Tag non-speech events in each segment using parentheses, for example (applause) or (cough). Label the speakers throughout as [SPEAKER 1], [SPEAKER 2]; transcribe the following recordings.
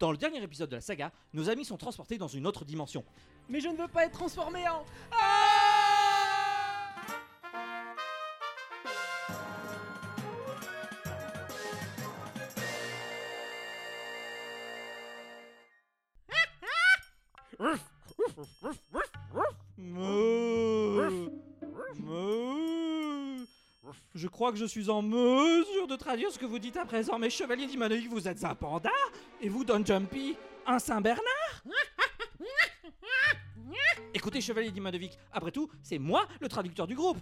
[SPEAKER 1] Dans le dernier épisode de la saga, nos amis sont transportés dans une autre dimension.
[SPEAKER 2] Mais je ne veux pas être transformé en. Ah
[SPEAKER 1] Meuh. Meuh. Je crois que je suis en mesure de traduire ce que vous dites à présent, mes chevaliers d'Imanoï, vous êtes un panda et vous, Don Jumpy, un Saint-Bernard Écoutez, chevalier d'Imanovic, après tout, c'est moi le traducteur du groupe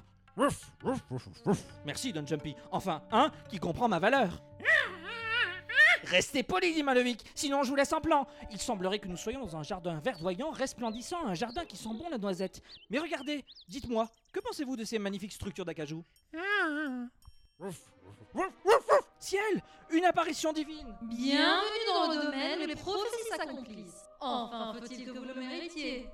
[SPEAKER 1] Merci, Don Jumpy. Enfin, un qui comprend ma valeur. Restez poli, dit Malovic, sinon je vous laisse en plan. Il semblerait que nous soyons dans un jardin verdoyant, resplendissant, un jardin qui sent bon la noisette. Mais regardez, dites-moi, que pensez-vous de ces magnifiques structures d'acajou Ciel Une apparition divine
[SPEAKER 3] Bienvenue dans le domaine où les prophéties s'accomplissent. Enfin, faut-il que vous le méritiez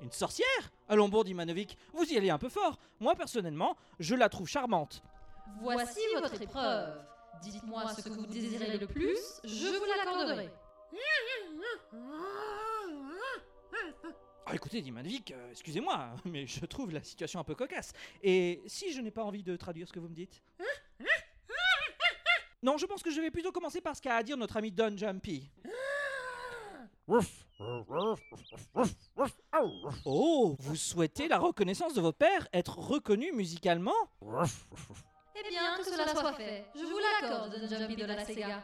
[SPEAKER 1] Une sorcière Allons bon, dit Manovic, vous y allez un peu fort. Moi, personnellement, je la trouve charmante.
[SPEAKER 3] Voici votre épreuve. Dites-moi ce que vous désirez le plus, je vous l'accorderai.
[SPEAKER 1] Ah, écoutez, dit Manovic, euh, excusez-moi, (laughs) mais je trouve la situation un peu cocasse. Et si je n'ai pas envie de traduire ce que vous me dites Non, je pense que je vais plutôt commencer par ce qu'a à dire notre ami Don Jumpy. Oh, vous souhaitez la reconnaissance de votre père, être reconnu musicalement
[SPEAKER 3] Eh bien, que cela soit fait, je vous l'accorde, Don Jumpy de la Sega.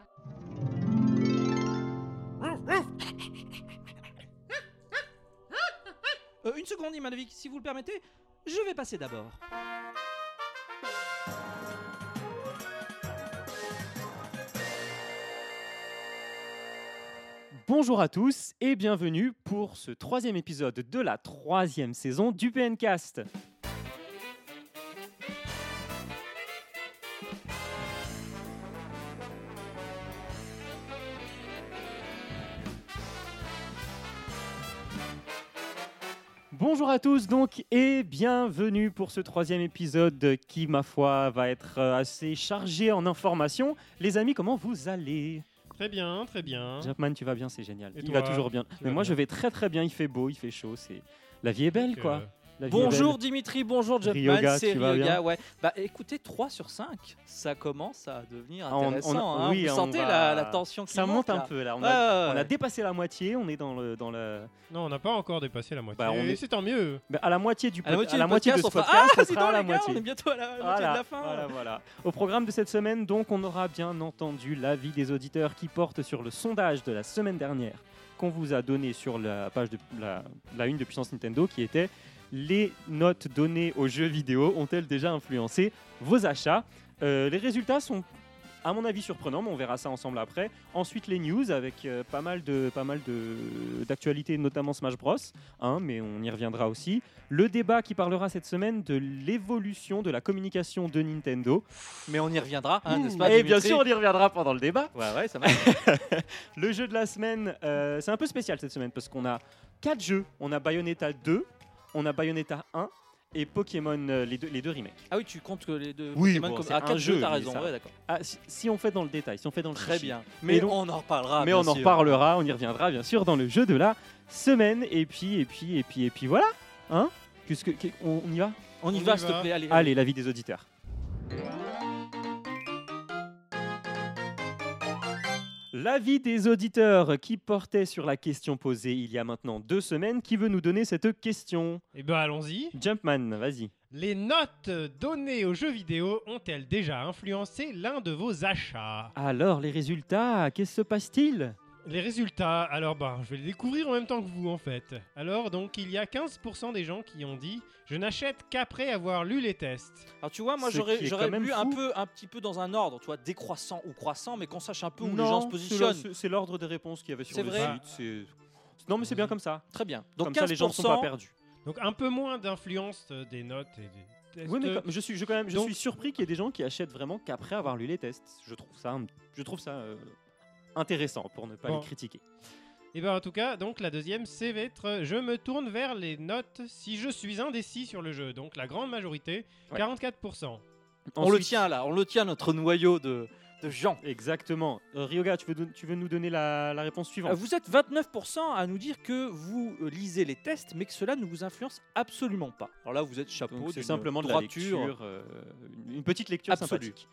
[SPEAKER 1] Euh, Une seconde, Imanovic, si vous le permettez, je vais passer d'abord.
[SPEAKER 4] Bonjour à tous et bienvenue pour ce troisième épisode de la troisième saison du PNcast. Bonjour à tous donc et bienvenue pour ce troisième épisode qui ma foi va être euh, assez chargé en informations. Les amis, comment vous allez
[SPEAKER 5] Très bien, très bien.
[SPEAKER 4] Japman, tu vas bien, c'est génial.
[SPEAKER 5] Et
[SPEAKER 4] il
[SPEAKER 5] toi
[SPEAKER 4] va toujours bien. Mais
[SPEAKER 5] vas
[SPEAKER 4] moi,
[SPEAKER 5] bien
[SPEAKER 4] je vais très très bien. Il fait beau, il fait chaud. C'est la vie est belle,
[SPEAKER 5] Donc,
[SPEAKER 4] quoi.
[SPEAKER 5] euh,
[SPEAKER 4] La vie est
[SPEAKER 1] Bonjour Dimitri, bonjour Jumpman,
[SPEAKER 4] Ryoga,
[SPEAKER 1] c'est
[SPEAKER 4] tu vas
[SPEAKER 1] Ryoga,
[SPEAKER 4] bien
[SPEAKER 1] ouais. Bah écoutez, 3 sur 5, ça commence à devenir
[SPEAKER 4] Ah, on- on-
[SPEAKER 1] intéressant. hein.
[SPEAKER 4] oui,
[SPEAKER 1] Vous
[SPEAKER 4] on
[SPEAKER 1] sentez
[SPEAKER 4] va-
[SPEAKER 1] la, la tension
[SPEAKER 4] belle.
[SPEAKER 1] qui
[SPEAKER 4] Ça monte un
[SPEAKER 1] là
[SPEAKER 4] peu là. On,
[SPEAKER 1] Ouais,
[SPEAKER 4] a,
[SPEAKER 1] ouais,
[SPEAKER 4] on
[SPEAKER 1] Ah, ouais.
[SPEAKER 4] a dépassé la moitié. On est dans le dans le
[SPEAKER 5] Non, on n'a pas encore dépassé la moitié.
[SPEAKER 4] Bah, on
[SPEAKER 5] Et
[SPEAKER 4] est-
[SPEAKER 5] c'est tant mieux.
[SPEAKER 4] Bah, à la moitié du pod-
[SPEAKER 1] à la moitié, du podcast,
[SPEAKER 4] de ce
[SPEAKER 1] on fera-
[SPEAKER 4] podcast.
[SPEAKER 1] Ah,
[SPEAKER 4] ça
[SPEAKER 1] dis
[SPEAKER 4] sera
[SPEAKER 1] donc,
[SPEAKER 4] à la
[SPEAKER 1] les gars,
[SPEAKER 4] moitié.
[SPEAKER 1] on est bientôt à la, à la moitié
[SPEAKER 4] Voilà,
[SPEAKER 1] de la fin.
[SPEAKER 4] voilà, voilà. Au programme de cette semaine, donc, on aura bien entendu l'avis des auditeurs qui porte sur le sondage de la semaine dernière qu'on vous a donné sur la page de la, la une de Puissance Nintendo qui était les notes données aux jeux vidéo ont-elles déjà influencé vos achats Euh, Les résultats sont à mon avis surprenants, mais on verra ça ensemble après. Ensuite les news avec euh, pas mal de pas mal de d'actualités, notamment Smash Bros. hein, mais on y reviendra aussi. Le débat qui parlera cette semaine de l'évolution de la communication de Nintendo.
[SPEAKER 1] Mais on y reviendra, hein, n'est-ce pas
[SPEAKER 4] Et bien
[SPEAKER 1] Dimitri
[SPEAKER 4] sûr, on y reviendra pendant le débat.
[SPEAKER 1] Ouais, ouais, ça marche.
[SPEAKER 4] Le jeu de la semaine, euh, c'est un peu spécial cette semaine parce qu'on a quatre jeux. On a Bayonetta 2, on a Bayonetta 1 et Pokémon, euh, les, deux, les deux remakes.
[SPEAKER 1] Ah oui, tu comptes que les deux
[SPEAKER 4] Oui,
[SPEAKER 1] Pokémon
[SPEAKER 4] bon,
[SPEAKER 1] comme
[SPEAKER 4] c'est
[SPEAKER 1] ah,
[SPEAKER 4] un
[SPEAKER 1] quatre
[SPEAKER 4] jeu,
[SPEAKER 1] jeux, t'as
[SPEAKER 4] mais
[SPEAKER 1] raison,
[SPEAKER 4] ça-
[SPEAKER 1] ouais, d'accord.
[SPEAKER 4] Ah, si, si on fait dans le détail, si on fait dans le Ah,
[SPEAKER 1] Très
[SPEAKER 4] chichi.
[SPEAKER 1] bien. Mais
[SPEAKER 4] donc-
[SPEAKER 1] on en reparlera.
[SPEAKER 4] Mais
[SPEAKER 1] bien
[SPEAKER 4] on en
[SPEAKER 1] sûr.
[SPEAKER 4] reparlera, on y reviendra bien sûr dans le jeu de la semaine. Et puis, et puis, et puis, et puis voilà. Hein Qu'est-ce que- qu'est- on on y va
[SPEAKER 1] On y
[SPEAKER 5] On
[SPEAKER 1] va,
[SPEAKER 5] y
[SPEAKER 1] s'il te
[SPEAKER 5] va.
[SPEAKER 1] plaît, allez.
[SPEAKER 4] Allez, l'avis des auditeurs. L'avis des auditeurs qui portait sur la question posée il y a maintenant deux semaines, qui veut nous donner cette question
[SPEAKER 5] Eh ben, allons-y.
[SPEAKER 4] Jumpman, vas-y.
[SPEAKER 5] Les notes données aux jeux vidéo ont-elles déjà influencé l'un de vos achats
[SPEAKER 4] Alors, les résultats, qu'est-ce se passe-t-il
[SPEAKER 5] Les résultats, alors ben, je vais les découvrir en même temps que vous en fait. Alors donc, il y a 15% des gens qui ont dit « Je n'achète qu'après avoir lu les tests
[SPEAKER 1] Alors tu vois, moi
[SPEAKER 4] Ce qui
[SPEAKER 1] j'aurais
[SPEAKER 4] est
[SPEAKER 1] j'aurais
[SPEAKER 4] quand même
[SPEAKER 1] lu un
[SPEAKER 4] fou.
[SPEAKER 1] peu, un petit peu dans un ordre, tu vois, décroissant ou croissant, mais qu'on sache un peu où
[SPEAKER 4] Non,
[SPEAKER 1] les gens se
[SPEAKER 4] c'est
[SPEAKER 1] positionnent.
[SPEAKER 4] le- C'est l'ordre des réponses qu'il y avait sur
[SPEAKER 1] C'est
[SPEAKER 4] le
[SPEAKER 1] vrai
[SPEAKER 4] site. c'est- Non, mais c'est bien comme ça.
[SPEAKER 1] Très bien. Donc
[SPEAKER 4] comme
[SPEAKER 1] 15
[SPEAKER 4] ça, les gens ne sont pas perdus. ».
[SPEAKER 5] Donc un peu moins d'influence euh, des notes et des tests.
[SPEAKER 4] Oui, mais comme- je suis, je, quand même, je
[SPEAKER 5] Donc-
[SPEAKER 4] suis surpris qu'il y ait des gens qui achètent vraiment qu'après avoir lu les tests. Je trouve ça, un- je trouve ça euh, intéressant pour ne pas
[SPEAKER 5] Bon.
[SPEAKER 4] les critiquer.
[SPEAKER 5] Et ben en tout cas, donc la deuxième, c'est être je me tourne vers les notes si je suis indécis sur le jeu. Donc la grande majorité,
[SPEAKER 4] Ouais.
[SPEAKER 5] 44%.
[SPEAKER 1] On le tient là, on le tient notre noyau de,
[SPEAKER 6] de gens.
[SPEAKER 4] Exactement. Euh, Ryoga, tu veux, don- tu veux nous donner la, la réponse
[SPEAKER 6] Euh,
[SPEAKER 4] suivante
[SPEAKER 6] Vous êtes 29% à nous dire que vous euh, lisez les tests, mais que cela ne vous influence absolument pas. Alors là, vous êtes chapeau,
[SPEAKER 4] Donc, C'est
[SPEAKER 6] d'une
[SPEAKER 4] simplement de la
[SPEAKER 6] droiture
[SPEAKER 4] lecture, euh, une- une petite lecture
[SPEAKER 6] absolue.
[SPEAKER 4] sympathique.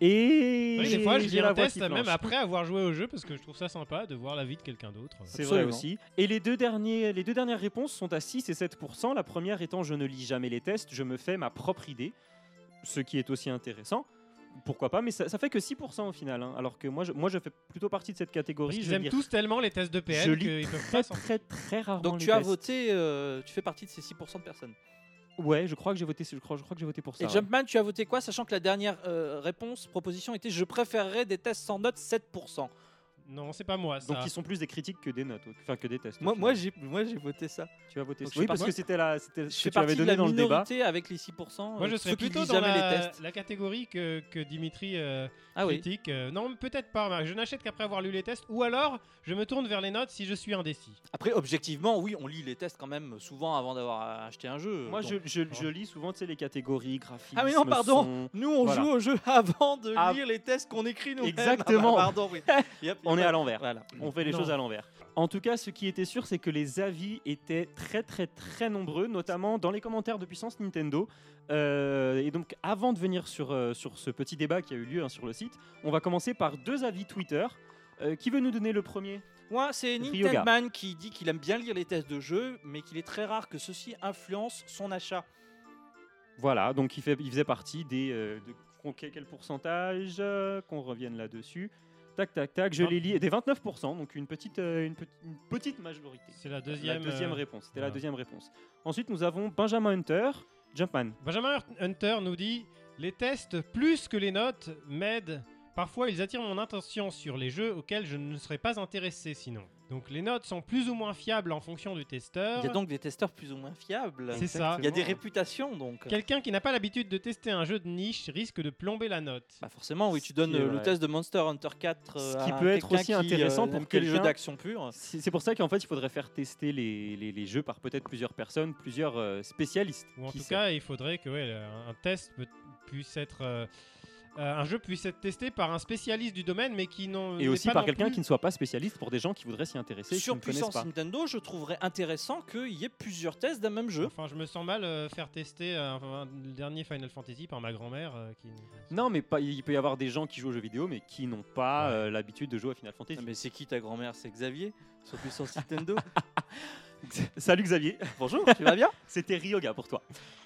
[SPEAKER 4] Et
[SPEAKER 5] Oui, des fois, je lis
[SPEAKER 4] j'ai la
[SPEAKER 5] un
[SPEAKER 4] voix
[SPEAKER 5] test
[SPEAKER 4] qui
[SPEAKER 5] même
[SPEAKER 4] flanche.
[SPEAKER 5] après avoir joué au jeu parce que je trouve ça sympa de voir la vie de quelqu'un d'autre.
[SPEAKER 4] C'est vrai
[SPEAKER 6] Absolument.
[SPEAKER 4] aussi. Et les deux, derniers, les deux dernières réponses sont à 6 et 7%. La première étant je ne lis jamais les tests, je me fais ma propre idée, ce qui est aussi intéressant. Pourquoi pas, mais ça, ça fait que 6% au final. hein. alors que moi je, moi, je fais plutôt partie de cette
[SPEAKER 5] Parce
[SPEAKER 4] catégorie.
[SPEAKER 5] qu'ils
[SPEAKER 4] Je
[SPEAKER 5] aiment
[SPEAKER 4] lis
[SPEAKER 5] tous tellement les tests de
[SPEAKER 4] Je
[SPEAKER 5] PN
[SPEAKER 4] lis
[SPEAKER 5] qu'ils peuvent
[SPEAKER 4] très,
[SPEAKER 5] pas s'en
[SPEAKER 4] très, très rarement
[SPEAKER 1] Donc
[SPEAKER 4] les
[SPEAKER 1] tu as
[SPEAKER 4] tests.
[SPEAKER 1] voté, euh, tu fais partie de ces 6% de personnes.
[SPEAKER 4] Ouais, je crois que j'ai voté, je crois, je crois que j'ai voté pour ça. hein.
[SPEAKER 1] Et
[SPEAKER 4] ouais.
[SPEAKER 1] Jumpman, tu as voté quoi, sachant que la dernière euh, réponse, proposition était je préférerais des tests sans notes 7%.
[SPEAKER 5] Non, c'est pas moi ça.
[SPEAKER 4] Donc ils sont plus des critiques que des notes, au- enfin que des tests. au
[SPEAKER 1] Moi,
[SPEAKER 4] final.
[SPEAKER 1] moi j'ai moi, j'ai voté ça.
[SPEAKER 4] tu as voté.
[SPEAKER 1] Donc, je
[SPEAKER 4] oui,
[SPEAKER 1] fais
[SPEAKER 4] parce que
[SPEAKER 1] partie-
[SPEAKER 4] c'était la, c'était
[SPEAKER 1] Je
[SPEAKER 4] ce
[SPEAKER 1] fais
[SPEAKER 4] que tu avais
[SPEAKER 1] partie de
[SPEAKER 4] donné
[SPEAKER 1] la
[SPEAKER 4] dans le débat.
[SPEAKER 1] minorité avec les 6%.
[SPEAKER 5] Moi,
[SPEAKER 1] euh,
[SPEAKER 5] je
[SPEAKER 1] ceux
[SPEAKER 5] serais
[SPEAKER 1] qui
[SPEAKER 5] plutôt
[SPEAKER 1] lisent
[SPEAKER 5] dans
[SPEAKER 1] jamais les
[SPEAKER 5] la,
[SPEAKER 1] tests.
[SPEAKER 5] la catégorie que, que Dimitri euh,
[SPEAKER 1] Ah oui.
[SPEAKER 5] critique. Euh, non, peut-être pas. mais Je n'achète qu'après avoir lu les tests. Ou alors, je me tourne vers les notes si je suis indécis.
[SPEAKER 1] Après, objectivement, oui, on lit les tests quand même souvent avant d'avoir acheté un jeu.
[SPEAKER 4] Moi,
[SPEAKER 1] Donc,
[SPEAKER 4] je, je, je lis souvent tu sais, les catégories, graphisme,
[SPEAKER 1] Ah, mais non, pardon.
[SPEAKER 4] son.
[SPEAKER 1] Nous, on
[SPEAKER 4] Voilà.
[SPEAKER 1] joue au jeu avant de
[SPEAKER 4] Ah.
[SPEAKER 1] lire les tests qu'on écrit nous-mêmes.
[SPEAKER 4] Exactement.
[SPEAKER 1] Ah bah, pardon, (laughs) oui. Y a- y a
[SPEAKER 4] On est
[SPEAKER 1] pas-
[SPEAKER 4] à l'envers.
[SPEAKER 1] Voilà.
[SPEAKER 4] On fait les
[SPEAKER 5] Non.
[SPEAKER 4] choses à l'envers. En tout cas, ce qui était sûr, c'est que les avis étaient très très très nombreux, notamment dans les commentaires de Puissance Nintendo. Euh, et donc, avant de venir sur, euh, sur ce petit débat qui a eu lieu hein, sur le site, on va commencer par deux avis Twitter. Euh, qui veut nous donner le premier
[SPEAKER 1] Moi, c'est
[SPEAKER 4] Ryoga.
[SPEAKER 1] Nintendoman qui dit qu'il aime bien lire les tests de jeu, mais qu'il est très rare que ceci influence son achat.
[SPEAKER 4] Voilà, donc il, fait, il faisait partie des... euh, de- qu'on- quel quel pourcentage euh, Qu'on revienne là-dessus. Tac, tac, tac, je
[SPEAKER 5] Vingt-
[SPEAKER 4] les lis. Des 29%, donc une petite, euh, une petite, une petite majorité.
[SPEAKER 5] C'est la deuxième.
[SPEAKER 4] la deuxième
[SPEAKER 5] euh,
[SPEAKER 4] réponse. C'était la
[SPEAKER 5] voilà.
[SPEAKER 4] deuxième réponse. Ensuite, nous avons Benjamin Hunter, Jumpman.
[SPEAKER 5] Benjamin Hunter nous dit Les tests, plus que les notes, m'aident. Parfois, ils attirent mon attention sur les jeux auxquels je ne serais pas intéressé sinon. Donc, les notes sont plus ou moins fiables en fonction du testeur.
[SPEAKER 1] Il y a donc des testeurs plus ou moins fiables.
[SPEAKER 5] C'est ça.
[SPEAKER 1] Il y a des
[SPEAKER 4] Exactement.
[SPEAKER 1] réputations, donc.
[SPEAKER 4] euh,
[SPEAKER 5] Quelqu'un qui n'a pas l'habitude de tester un jeu de niche risque de plomber la note.
[SPEAKER 1] Bah forcément, oui,
[SPEAKER 4] Ce
[SPEAKER 1] tu donnes
[SPEAKER 4] qui est
[SPEAKER 1] euh, le
[SPEAKER 4] vrai.
[SPEAKER 1] test de Monster Hunter 4. euh,
[SPEAKER 4] Ce qui
[SPEAKER 1] à
[SPEAKER 4] peut être
[SPEAKER 1] quelqu'un
[SPEAKER 4] aussi
[SPEAKER 1] qui, euh,
[SPEAKER 4] intéressant pour
[SPEAKER 1] n'aime que les jeux
[SPEAKER 4] quelqu'un-
[SPEAKER 1] d'action pure.
[SPEAKER 4] C'est c'est pour ça qu'en fait, il faudrait faire tester les, les- les jeux par peut-être plusieurs personnes, plusieurs euh, spécialistes.
[SPEAKER 5] Ou en
[SPEAKER 4] Qui
[SPEAKER 5] tout
[SPEAKER 4] sait
[SPEAKER 5] cas, il faudrait que ouais, le- un un test peut- puisse être. euh, euh, un jeu puisse être testé par un spécialiste du domaine, mais qui n'en.
[SPEAKER 4] Et
[SPEAKER 5] n'est
[SPEAKER 4] aussi
[SPEAKER 5] pas
[SPEAKER 4] par
[SPEAKER 5] non
[SPEAKER 4] quelqu'un
[SPEAKER 5] plus-
[SPEAKER 4] qui ne soit pas spécialiste pour des gens qui voudraient s'y intéresser et qui
[SPEAKER 1] Sur
[SPEAKER 4] ne connaissent
[SPEAKER 1] Puissance
[SPEAKER 4] pas.
[SPEAKER 1] Nintendo, je trouverais intéressant qu'il y ait plusieurs tests d'un même jeu.
[SPEAKER 5] Enfin, je me sens mal euh, faire tester euh, un- un- le dernier Final Fantasy par ma grand-mère. euh, qui...
[SPEAKER 4] Non, mais pas- il peut y avoir des gens qui jouent aux jeux vidéo mais qui n'ont pas
[SPEAKER 5] Ouais.
[SPEAKER 4] euh, l'habitude de jouer à Final Fantasy.
[SPEAKER 1] Ah, mais c'est qui ta grand-mère C'est Xavier sur
[SPEAKER 4] (laughs)
[SPEAKER 1] Puissance Nintendo.
[SPEAKER 4] Salut Xavier, (laughs)
[SPEAKER 1] Bonjour, tu vas bien
[SPEAKER 4] c'était Ryoga pour toi.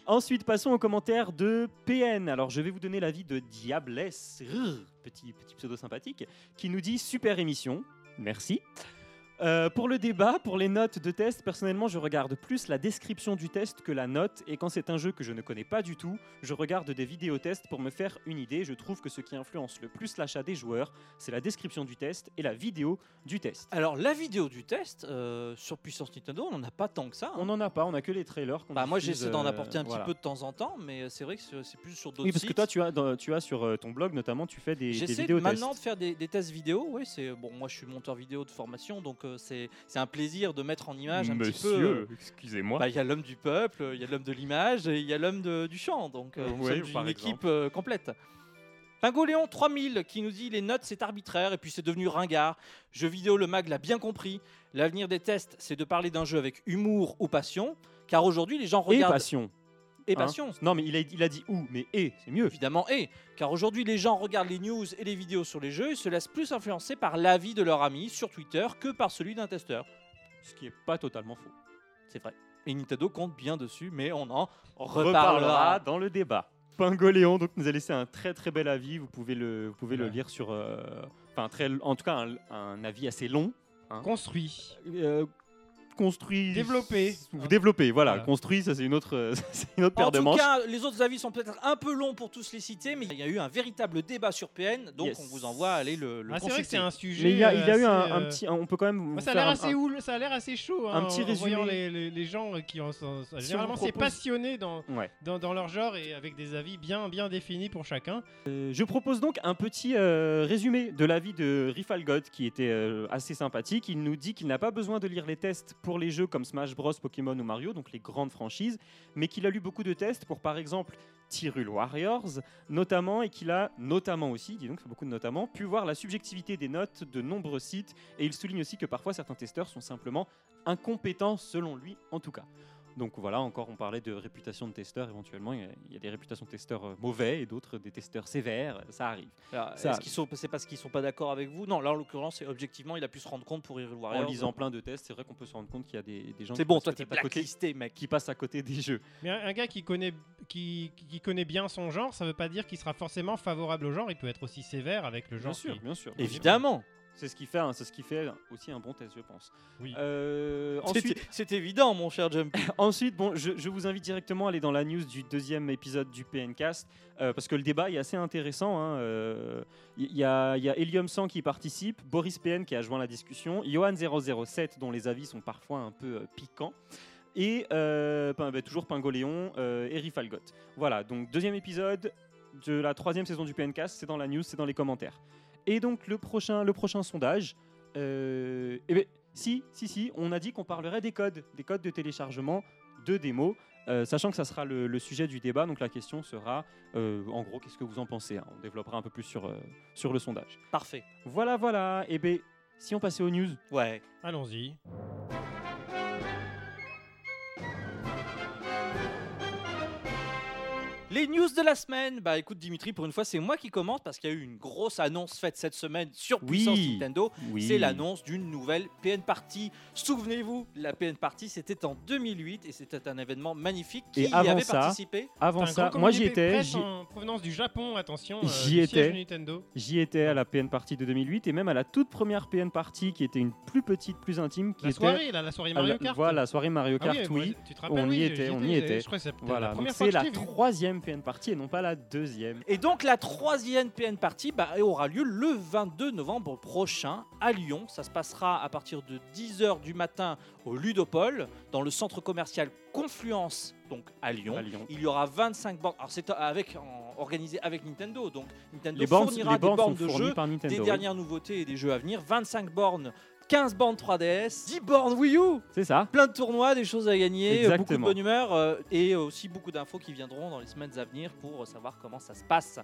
[SPEAKER 4] Ensuite, passons aux commentaires de PN. Alors, je vais vous donner l'avis de Diablesse, Rrr, petit, petit pseudo sympathique, qui nous dit super émission. Merci. Euh, pour le débat, pour les notes de test, personnellement, je regarde plus la description du test que la note, et quand c'est un jeu que je ne connais pas du tout, je regarde des vidéos tests pour me faire une idée. Je trouve que ce qui influence le plus l'achat des joueurs, c'est la description du test et la vidéo du test.
[SPEAKER 1] Alors, la vidéo du test euh, sur Puissance Nintendo, on n'en a pas tant que ça. hein.
[SPEAKER 4] On n'en a pas, on a que les trailers. qu'on
[SPEAKER 1] Bah, moi,
[SPEAKER 4] diffuse,
[SPEAKER 1] j'essaie d'en
[SPEAKER 4] euh,
[SPEAKER 1] apporter un
[SPEAKER 4] voilà.
[SPEAKER 1] petit peu de temps en temps, mais c'est vrai que c'est- c'est plus sur d'autres
[SPEAKER 4] Oui, parce que
[SPEAKER 1] sites.
[SPEAKER 4] toi, tu as, dans- tu as sur euh, ton blog notamment, tu fais des, des
[SPEAKER 1] J'essaie
[SPEAKER 4] vidéos
[SPEAKER 1] maintenant
[SPEAKER 4] tests.
[SPEAKER 1] de faire des, des tests vidéo. Oui, c'est bon. Moi, je suis monteur vidéo de formation, donc euh, c'est c'est un plaisir de mettre en image un petit peu. euh,
[SPEAKER 4] excusez-moi.
[SPEAKER 1] bah, Il y a l'homme du peuple, il y a l'homme de l'image et il y a l'homme de- du chant. Donc, euh,
[SPEAKER 4] Euh,
[SPEAKER 1] nous
[SPEAKER 4] ouais,
[SPEAKER 1] sommes
[SPEAKER 4] par
[SPEAKER 1] une
[SPEAKER 4] exemple.
[SPEAKER 1] équipe euh, complète. Pingoléon 3000 qui nous dit les notes c'est arbitraire et puis c'est devenu ringard. Jeux vidéo, le mag l'a bien compris. L'avenir des tests c'est de parler d'un jeu avec humour ou passion, car aujourd'hui les gens
[SPEAKER 4] et
[SPEAKER 1] regardent.
[SPEAKER 4] passion.
[SPEAKER 1] et
[SPEAKER 4] hein.
[SPEAKER 1] passion.
[SPEAKER 4] Non, mais il a, il a dit ou, mais et, c'est mieux.
[SPEAKER 1] Évidemment, et car aujourd'hui les gens regardent les news et les vidéos sur les jeux et se laissent plus influencer par l'avis de leur ami sur Twitter que par celui d'un testeur.
[SPEAKER 4] Ce qui est pas totalement faux.
[SPEAKER 1] C'est vrai. Et Nintendo compte bien dessus, mais on en
[SPEAKER 4] reparlera
[SPEAKER 1] reparlera.
[SPEAKER 4] dans le débat. Pingoléon donc nous a laissé un très très bel avis. Vous pouvez le, vous pouvez le
[SPEAKER 5] Ouais.
[SPEAKER 4] lire sur, euh, enfin très, en tout cas un, un avis assez long,
[SPEAKER 5] Construit.
[SPEAKER 4] Euh, construit,
[SPEAKER 5] Développé.
[SPEAKER 4] Vous développez, voilà,
[SPEAKER 5] Voilà.
[SPEAKER 4] construit. Ça c'est une autre, (laughs) euh, c'est une autre paire
[SPEAKER 1] En
[SPEAKER 4] de
[SPEAKER 1] tout
[SPEAKER 4] manches.
[SPEAKER 1] cas, les autres avis sont peut-être un peu longs pour tous les citer, mais il y a eu un véritable débat sur PN, donc
[SPEAKER 4] Yes.
[SPEAKER 1] on vous envoie à aller le, le
[SPEAKER 5] Ah, c'est vrai que
[SPEAKER 1] consulter.
[SPEAKER 5] c'est un sujet.
[SPEAKER 4] mais il y a,
[SPEAKER 5] euh,
[SPEAKER 4] il y a eu un,
[SPEAKER 5] assez,
[SPEAKER 4] un
[SPEAKER 5] euh,
[SPEAKER 4] petit, on peut quand même. vous
[SPEAKER 5] Moi, ça a
[SPEAKER 4] faire
[SPEAKER 5] l'air
[SPEAKER 4] un-
[SPEAKER 5] assez, houle- ça a l'air assez chaud. hein,
[SPEAKER 4] un petit
[SPEAKER 5] en voyant
[SPEAKER 4] résumé.
[SPEAKER 5] les, les- les gens qui en sont. euh,
[SPEAKER 4] on
[SPEAKER 5] généralement,
[SPEAKER 4] vous
[SPEAKER 5] c'est
[SPEAKER 4] propose-
[SPEAKER 5] passionné dans,
[SPEAKER 4] Ouais.
[SPEAKER 5] dans, dans leur genre et avec des avis bien, bien définis pour chacun.
[SPEAKER 4] Je propose donc un petit euh, résumé de l'avis de Rifalgod qui était euh, assez sympathique. Il nous dit qu'il n'a pas besoin de lire les tests pour les jeux comme Smash Bros, Pokémon ou Mario, donc les grandes franchises, mais qu'il a lu beaucoup de tests pour par exemple Tyrul Warriors, notamment, et qu'il a notamment aussi, dis donc, c'est beaucoup de notamment, pu voir la subjectivité des notes de nombreux sites, et il souligne aussi que parfois certains testeurs sont simplement incompétents, selon lui en tout cas. Donc voilà, encore on parlait de réputation de testeurs éventuellement, il y a- il y a des réputations de testeurs euh, mauvais et d'autres des testeurs sévères, ça arrive.
[SPEAKER 1] Alors,
[SPEAKER 4] Ça.
[SPEAKER 1] Est-ce qu'ils sont, c'est parce qu'ils sont pas d'accord avec vous Non, là en l'occurrence, c'est objectivement, il a pu se rendre compte pour Hyrule
[SPEAKER 4] En
[SPEAKER 1] Warriors.
[SPEAKER 4] lisant plein de tests, c'est vrai qu'on peut se rendre compte qu'il y a des, des gens
[SPEAKER 1] C'est
[SPEAKER 4] qui
[SPEAKER 1] bon,
[SPEAKER 4] passent
[SPEAKER 1] toi t'es
[SPEAKER 4] peut-être à côté,
[SPEAKER 1] blacklisté, mec.
[SPEAKER 4] qui passent à côté des jeux.
[SPEAKER 5] Mais un un gars qui connaît, qui, qui connaît bien son genre, ça veut pas dire qu'il sera forcément favorable au genre. Il peut être aussi sévère avec le genre. qui-
[SPEAKER 4] bien sûr.
[SPEAKER 1] Évidemment.
[SPEAKER 4] C'est ce qui fait, un- c'est ce qui fait aussi un bon test, je pense.
[SPEAKER 5] Oui.
[SPEAKER 4] Euh, ensuite,
[SPEAKER 1] Ensuite, c'est évident, mon cher Jump.
[SPEAKER 4] (laughs) ensuite, bon, je, je vous invite directement à aller dans la news du deuxième épisode du PNcast euh, parce que le débat est assez intéressant. hein, euh, Il y, a, il y a Helium 100 qui participe, Boris PN qui a joint la discussion, Johan 007 dont les avis sont parfois un peu euh, piquants. Et euh, ben, ben, toujours Pingoléon, euh, Eri Falgot. Voilà, donc deuxième épisode de la troisième saison du PNcast, c'est dans la news, c'est dans les commentaires. Et donc le prochain, le prochain sondage, euh, eh ben, si, si, si, on a dit qu'on parlerait des codes, des codes de téléchargement de démos, euh, sachant que ça sera le, le sujet du débat, donc la question sera, euh, en gros, qu'est-ce que vous en pensez hein. On développera un peu plus sur, euh, sur le sondage.
[SPEAKER 1] Parfait.
[SPEAKER 4] Voilà, voilà, et ben, si on passait aux news,
[SPEAKER 1] Ouais.
[SPEAKER 5] Allons-y.
[SPEAKER 1] Les news de la semaine. Bah écoute Dimitri, pour une fois c'est moi qui commence parce qu'il y a eu une grosse annonce faite cette semaine sur
[SPEAKER 4] Oui.
[SPEAKER 1] Puissance Nintendo.
[SPEAKER 4] Oui.
[SPEAKER 1] C'est l'annonce d'une nouvelle PN Party. Souvenez-vous, la PN Party c'était en 2008 et c'était un événement magnifique. Qui
[SPEAKER 4] Et
[SPEAKER 1] y
[SPEAKER 4] avant
[SPEAKER 1] avait
[SPEAKER 4] ça,
[SPEAKER 1] participé
[SPEAKER 4] Avant
[SPEAKER 5] T'as un
[SPEAKER 4] ça,
[SPEAKER 5] grand
[SPEAKER 4] moi j'y
[SPEAKER 5] communiqué de
[SPEAKER 4] étais,
[SPEAKER 5] presse
[SPEAKER 4] j'y-
[SPEAKER 5] En provenance du Japon, attention. euh,
[SPEAKER 4] J'y
[SPEAKER 5] du siège
[SPEAKER 4] étais.
[SPEAKER 5] de Nintendo.
[SPEAKER 4] j'y étais à la PN Party de 2008 et même à la toute première PN Party qui était une plus petite, plus intime, qui
[SPEAKER 5] La
[SPEAKER 4] était
[SPEAKER 5] soirée, là, la soirée
[SPEAKER 4] à Ah, la-
[SPEAKER 5] Mario Kart.
[SPEAKER 4] voilà, soirée Mario
[SPEAKER 5] Ah oui,
[SPEAKER 4] Kart,
[SPEAKER 5] moi,
[SPEAKER 4] oui.
[SPEAKER 5] tu te rappelles,
[SPEAKER 4] on y
[SPEAKER 5] oui, j'y
[SPEAKER 4] était, on y
[SPEAKER 5] j'y
[SPEAKER 4] était.
[SPEAKER 5] Je crois que c'est peut-être
[SPEAKER 4] Voilà,
[SPEAKER 5] la
[SPEAKER 4] donc
[SPEAKER 5] première fois
[SPEAKER 4] c'est
[SPEAKER 5] que je
[SPEAKER 4] la
[SPEAKER 5] t'ai vu.
[SPEAKER 4] troisième PN Party et non pas la deuxième.
[SPEAKER 1] Et donc la troisième PN Party bah, elle aura lieu le 22 novembre prochain à Lyon. Ça se passera à partir de 10h du matin au Ludopole, dans le centre commercial Confluence, donc à Lyon.
[SPEAKER 4] À Lyon.
[SPEAKER 1] Il y aura 25 bornes. Alors c'est euh, avec, en- organisé avec Nintendo, donc Nintendo
[SPEAKER 4] Les bornes,
[SPEAKER 1] fournira
[SPEAKER 4] les bornes
[SPEAKER 1] des bornes
[SPEAKER 4] sont
[SPEAKER 1] de
[SPEAKER 4] fournies
[SPEAKER 1] jeu,
[SPEAKER 4] par Nintendo.
[SPEAKER 1] des
[SPEAKER 4] oui.
[SPEAKER 1] dernières nouveautés et des jeux à venir. 25 bornes, 15 bornes 3DS, 10 bornes Wii U,
[SPEAKER 4] C'est ça.
[SPEAKER 1] plein de tournois, des choses à gagner, euh, beaucoup de
[SPEAKER 4] Exactement.
[SPEAKER 1] bonne humeur euh, et aussi beaucoup d'infos qui viendront dans les semaines à venir pour euh, savoir comment ça se passe.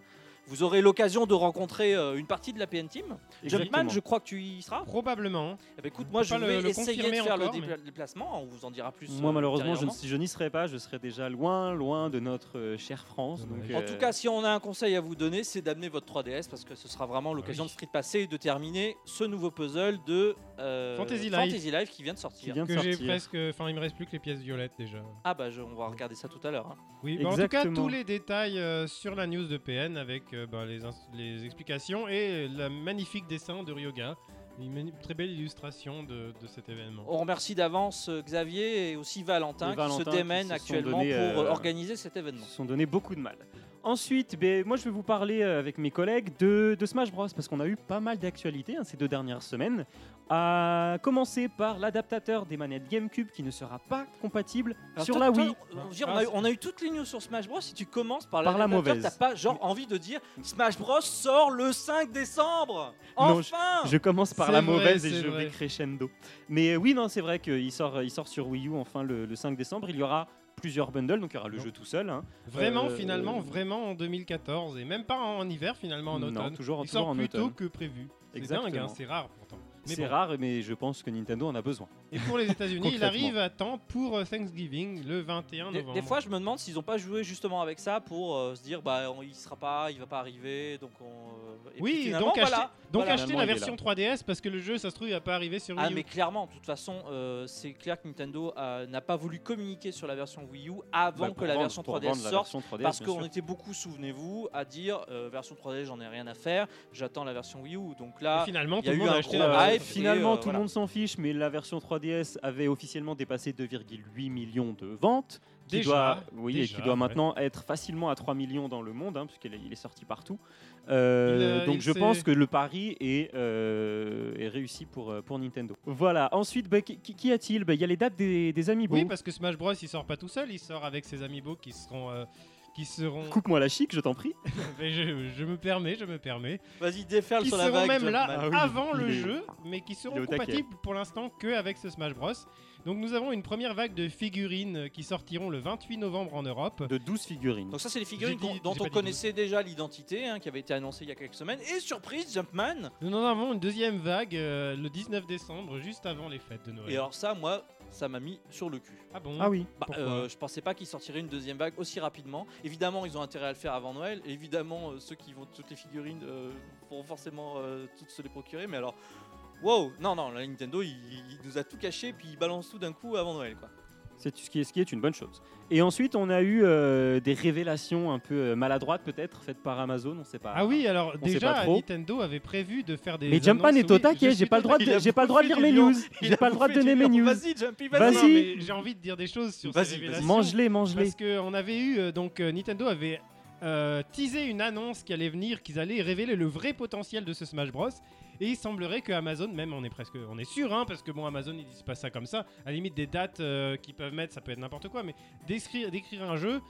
[SPEAKER 1] Vous aurez l'occasion de rencontrer euh, une partie de la PN Team. Jumpman,
[SPEAKER 4] Exactement.
[SPEAKER 1] je crois que tu y seras.
[SPEAKER 5] Probablement.
[SPEAKER 1] Eh ben, écoute, moi
[SPEAKER 5] peut
[SPEAKER 1] je
[SPEAKER 5] pas le-
[SPEAKER 1] vais
[SPEAKER 5] le
[SPEAKER 1] essayer de
[SPEAKER 5] confirmer
[SPEAKER 1] faire
[SPEAKER 5] encore,
[SPEAKER 1] le
[SPEAKER 5] mais-
[SPEAKER 1] dépla- déplacement. On vous en dira plus.
[SPEAKER 4] Moi,
[SPEAKER 1] euh,
[SPEAKER 4] malheureusement, je, ne-
[SPEAKER 1] ultérieurement.
[SPEAKER 4] si je n'y serais pas. Je serais déjà loin, loin de notre euh, chère France. donc,
[SPEAKER 5] Dommage.
[SPEAKER 1] En
[SPEAKER 4] euh,
[SPEAKER 1] tout cas, si on a un conseil à vous donner, c'est d'amener votre 3DS parce que ce sera vraiment l'occasion
[SPEAKER 4] Ah
[SPEAKER 5] oui.
[SPEAKER 1] de free passer et de terminer ce nouveau puzzle de euh,
[SPEAKER 5] Fantasy Life.
[SPEAKER 1] qui vient de sortir.
[SPEAKER 4] qui vient de
[SPEAKER 5] Que j'ai
[SPEAKER 4] sortir.
[SPEAKER 5] presque. Enfin, il me reste plus que les pièces violettes déjà.
[SPEAKER 1] Ah bah je- on va regarder ça tout à l'heure. hein.
[SPEAKER 5] Oui, bah, en tout cas,
[SPEAKER 4] Exactement.
[SPEAKER 5] tous les détails euh, sur la news de PN avec euh, bah, les, ins- les explications et le magnifique dessin de Ryoga. Une très belle illustration de, de cet événement.
[SPEAKER 4] Oh,
[SPEAKER 1] On remercie d'avance euh, Xavier et aussi Valentin,
[SPEAKER 4] Et Valentin
[SPEAKER 1] qui se
[SPEAKER 4] qui
[SPEAKER 1] démènent
[SPEAKER 4] se sont
[SPEAKER 1] actuellement
[SPEAKER 4] donnés,
[SPEAKER 1] pour euh,
[SPEAKER 4] euh,
[SPEAKER 1] organiser cet
[SPEAKER 4] Ils
[SPEAKER 1] événement.
[SPEAKER 4] se sont donné beaucoup de mal. Ensuite, ben, moi, je vais vous parler euh, avec mes collègues de, de Smash Bros. parce qu'on a eu pas mal d'actualités hein, ces deux dernières semaines. À commencer par l'adaptateur des manettes GameCube qui ne sera pas compatible
[SPEAKER 1] Alors,
[SPEAKER 4] sur
[SPEAKER 1] toi-
[SPEAKER 4] la
[SPEAKER 1] toi,
[SPEAKER 4] Wii. Ah,
[SPEAKER 1] on- on, je veux dire, on a eu, on a eu toutes les news sur Smash Bros. Si tu commences par,
[SPEAKER 4] Par la
[SPEAKER 1] l'adaptateur,
[SPEAKER 4] mauvaise.
[SPEAKER 1] t'as pas genre envie de dire Smash Bros sort le 5 décembre.
[SPEAKER 4] Non,
[SPEAKER 1] Enfin.
[SPEAKER 4] Je commence par
[SPEAKER 5] C'est
[SPEAKER 4] la
[SPEAKER 5] vrai,
[SPEAKER 4] mauvaise et
[SPEAKER 5] c'est
[SPEAKER 4] je
[SPEAKER 5] vrai.
[SPEAKER 4] vais crescendo. Mais euh, oui, non, c'est vrai qu'il sort, il sort sur Wii U enfin le, le 5 décembre. Il y aura plusieurs bundles, donc il y aura le
[SPEAKER 5] Non.
[SPEAKER 4] jeu tout seul. hein.
[SPEAKER 5] Vraiment,
[SPEAKER 4] Euh,
[SPEAKER 5] finalement, vraiment en 2014. Et même pas en, en hiver, finalement, en
[SPEAKER 4] Non,
[SPEAKER 5] automne.
[SPEAKER 4] toujours-
[SPEAKER 5] Il
[SPEAKER 4] toujours
[SPEAKER 5] sort
[SPEAKER 4] en
[SPEAKER 5] plus
[SPEAKER 4] automne.
[SPEAKER 5] tôt que prévu. C'est
[SPEAKER 4] Exactement.
[SPEAKER 5] dingue, hein, c'est rare pourtant. Mais
[SPEAKER 4] C'est
[SPEAKER 5] bon.
[SPEAKER 4] rare, mais je pense que Nintendo en a besoin.
[SPEAKER 5] Et pour
[SPEAKER 4] (laughs)
[SPEAKER 5] les États-Unis, il
[SPEAKER 4] Concrètement.
[SPEAKER 5] arrive à temps pour euh, Thanksgiving le 21
[SPEAKER 1] Des,
[SPEAKER 5] novembre.
[SPEAKER 1] des fois, je me demande s'ils n'ont pas joué justement avec ça pour euh, se dire, bah, on- il sera pas, il va pas arriver, donc on. euh, et puis
[SPEAKER 5] Oui,
[SPEAKER 1] finalement,
[SPEAKER 5] donc acheter,
[SPEAKER 1] voilà.
[SPEAKER 5] donc
[SPEAKER 1] Voilà.
[SPEAKER 5] acheter
[SPEAKER 4] Finalement,
[SPEAKER 5] la
[SPEAKER 4] il est
[SPEAKER 5] version 3DS parce que le jeu, ça se trouve, il va pas arriver sur Wii
[SPEAKER 1] Ah
[SPEAKER 5] U.
[SPEAKER 1] mais clairement, de toute façon, euh, c'est clair que Nintendo euh, n'a pas voulu communiquer sur la version Wii U avant
[SPEAKER 4] Bah,
[SPEAKER 1] que
[SPEAKER 4] pour
[SPEAKER 1] la
[SPEAKER 4] vendre-
[SPEAKER 1] version
[SPEAKER 4] pour
[SPEAKER 1] 3DS
[SPEAKER 4] vendre la
[SPEAKER 1] sorte.
[SPEAKER 4] version 3DS,
[SPEAKER 1] Parce
[SPEAKER 4] bien
[SPEAKER 1] qu'on
[SPEAKER 4] sûr.
[SPEAKER 1] était beaucoup, souvenez-vous, à dire euh, version 3D, j'en ai rien à faire, j'attends la version Wii U. Donc
[SPEAKER 5] Et
[SPEAKER 1] là,
[SPEAKER 5] finalement,
[SPEAKER 1] Ah, il y
[SPEAKER 5] tout
[SPEAKER 1] a
[SPEAKER 5] le
[SPEAKER 1] eu
[SPEAKER 5] monde
[SPEAKER 1] un
[SPEAKER 5] a acheté
[SPEAKER 1] gros
[SPEAKER 5] la
[SPEAKER 1] hype.
[SPEAKER 5] version.
[SPEAKER 4] Finalement,
[SPEAKER 1] et, euh,
[SPEAKER 4] tout
[SPEAKER 1] voilà.
[SPEAKER 4] le monde s'en fiche, mais la version 3DS avait officiellement dépassé 2,8 millions de ventes. Qui
[SPEAKER 5] Déjà,
[SPEAKER 4] doit, oui, et
[SPEAKER 5] déjà,
[SPEAKER 4] qui doit
[SPEAKER 5] ouais.
[SPEAKER 4] maintenant être facilement à 3 millions dans le monde, hein, puisqu'il est, il est sorti partout. Euh,
[SPEAKER 5] Il, euh,
[SPEAKER 4] donc
[SPEAKER 5] il
[SPEAKER 4] je
[SPEAKER 5] s'est-
[SPEAKER 4] pense que le pari est, euh, est réussi pour, euh, pour Nintendo. Voilà, ensuite, bah, qui, qui- qui a-t-il Bah, Il y a les dates des, des Amiibo.
[SPEAKER 5] Oui, parce que Smash Bros, il sort pas tout seul, il sort avec ses amiibo qui seront euh, qui seront.
[SPEAKER 4] Coupe-moi la chic, je t'en prie.
[SPEAKER 5] (laughs) Mais je, je me permets, je me permets.
[SPEAKER 1] Vas-y, déferle
[SPEAKER 5] Qui
[SPEAKER 1] Ah, sur la
[SPEAKER 5] seront
[SPEAKER 1] vague.
[SPEAKER 5] même là
[SPEAKER 1] Jumpman.
[SPEAKER 4] Ah oui,
[SPEAKER 5] avant
[SPEAKER 4] il
[SPEAKER 5] le
[SPEAKER 4] est-
[SPEAKER 5] jeu, mais
[SPEAKER 4] il
[SPEAKER 5] qui
[SPEAKER 4] est
[SPEAKER 5] seront
[SPEAKER 4] au taquet.
[SPEAKER 5] compatibles pour l'instant que avec ce Smash Bros. Donc nous avons une première vague de figurines qui sortiront le 28 novembre en Europe.
[SPEAKER 4] De 12 figurines.
[SPEAKER 1] Donc ça, c'est les figurines
[SPEAKER 5] J'ai dit-
[SPEAKER 1] qu'on- dont
[SPEAKER 5] j'ai pas
[SPEAKER 1] on
[SPEAKER 5] dit
[SPEAKER 1] connaissait déjà l'identité, hein, qui avait été annoncée il y a quelques semaines. Et surprise, Jumpman
[SPEAKER 5] Nous en avons une deuxième vague euh, le 19 décembre, juste avant les fêtes de Noël.
[SPEAKER 1] Et alors ça, moi, ça m'a mis sur le cul.
[SPEAKER 5] ah bon
[SPEAKER 4] Ah oui.
[SPEAKER 1] Bah,
[SPEAKER 5] Pourquoi
[SPEAKER 1] euh, je pensais pas qu'ils sortiraient une deuxième vague aussi rapidement. Évidemment, ils ont intérêt à le faire avant Noël. Et évidemment, euh, ceux qui vont toutes les figurines euh, pourront forcément euh, toutes se les procurer. Mais alors, wow, non, non, la Nintendo, il, il nous a tout caché, puis il balance tout d'un coup avant Noël. Quoi.
[SPEAKER 4] C'est ce qui, est, ce qui est une bonne chose. Et ensuite, on a eu euh, des révélations un peu euh, maladroites, peut-être, faites par Amazon, on sait pas.
[SPEAKER 5] Ah oui, alors
[SPEAKER 4] sait pas
[SPEAKER 5] déjà
[SPEAKER 4] trop.
[SPEAKER 5] Nintendo avait prévu de faire des.
[SPEAKER 4] Mais Jumpman Tota,
[SPEAKER 5] annonces-
[SPEAKER 4] est au
[SPEAKER 5] Oui, je
[SPEAKER 4] taquet,
[SPEAKER 5] suis
[SPEAKER 4] j'ai pas le
[SPEAKER 5] au (laughs)
[SPEAKER 4] droit
[SPEAKER 5] taquet.
[SPEAKER 4] de, j'ai pas le droit de lire
[SPEAKER 1] bouffé
[SPEAKER 4] mes
[SPEAKER 1] du
[SPEAKER 4] news,
[SPEAKER 1] lion. Il
[SPEAKER 4] j'ai
[SPEAKER 1] a
[SPEAKER 4] pas le droit de
[SPEAKER 1] bouffé
[SPEAKER 4] donner
[SPEAKER 1] du
[SPEAKER 4] mes
[SPEAKER 1] lion.
[SPEAKER 4] news.
[SPEAKER 1] Vas-y, Jumpy, vas-y.
[SPEAKER 5] Non,
[SPEAKER 4] Vas-y.
[SPEAKER 5] mais J'ai envie de dire des choses sur ces
[SPEAKER 1] Vas-y, vas-y.
[SPEAKER 5] révélations.
[SPEAKER 4] Mange-les, mange-les.
[SPEAKER 5] Parce qu'on avait eu, euh, donc euh, Nintendo avait euh, teasé une annonce qui allait venir, qu'ils allaient révéler le vrai potentiel de ce Smash Bros. Et il semblerait que Amazon, même on est presque, on est sûr, hein, parce que bon, Amazon ils disent pas ça comme ça. À la limite des dates euh, qu'ils peuvent mettre, ça peut être n'importe quoi, mais d'écrire, d'écrire un jeu.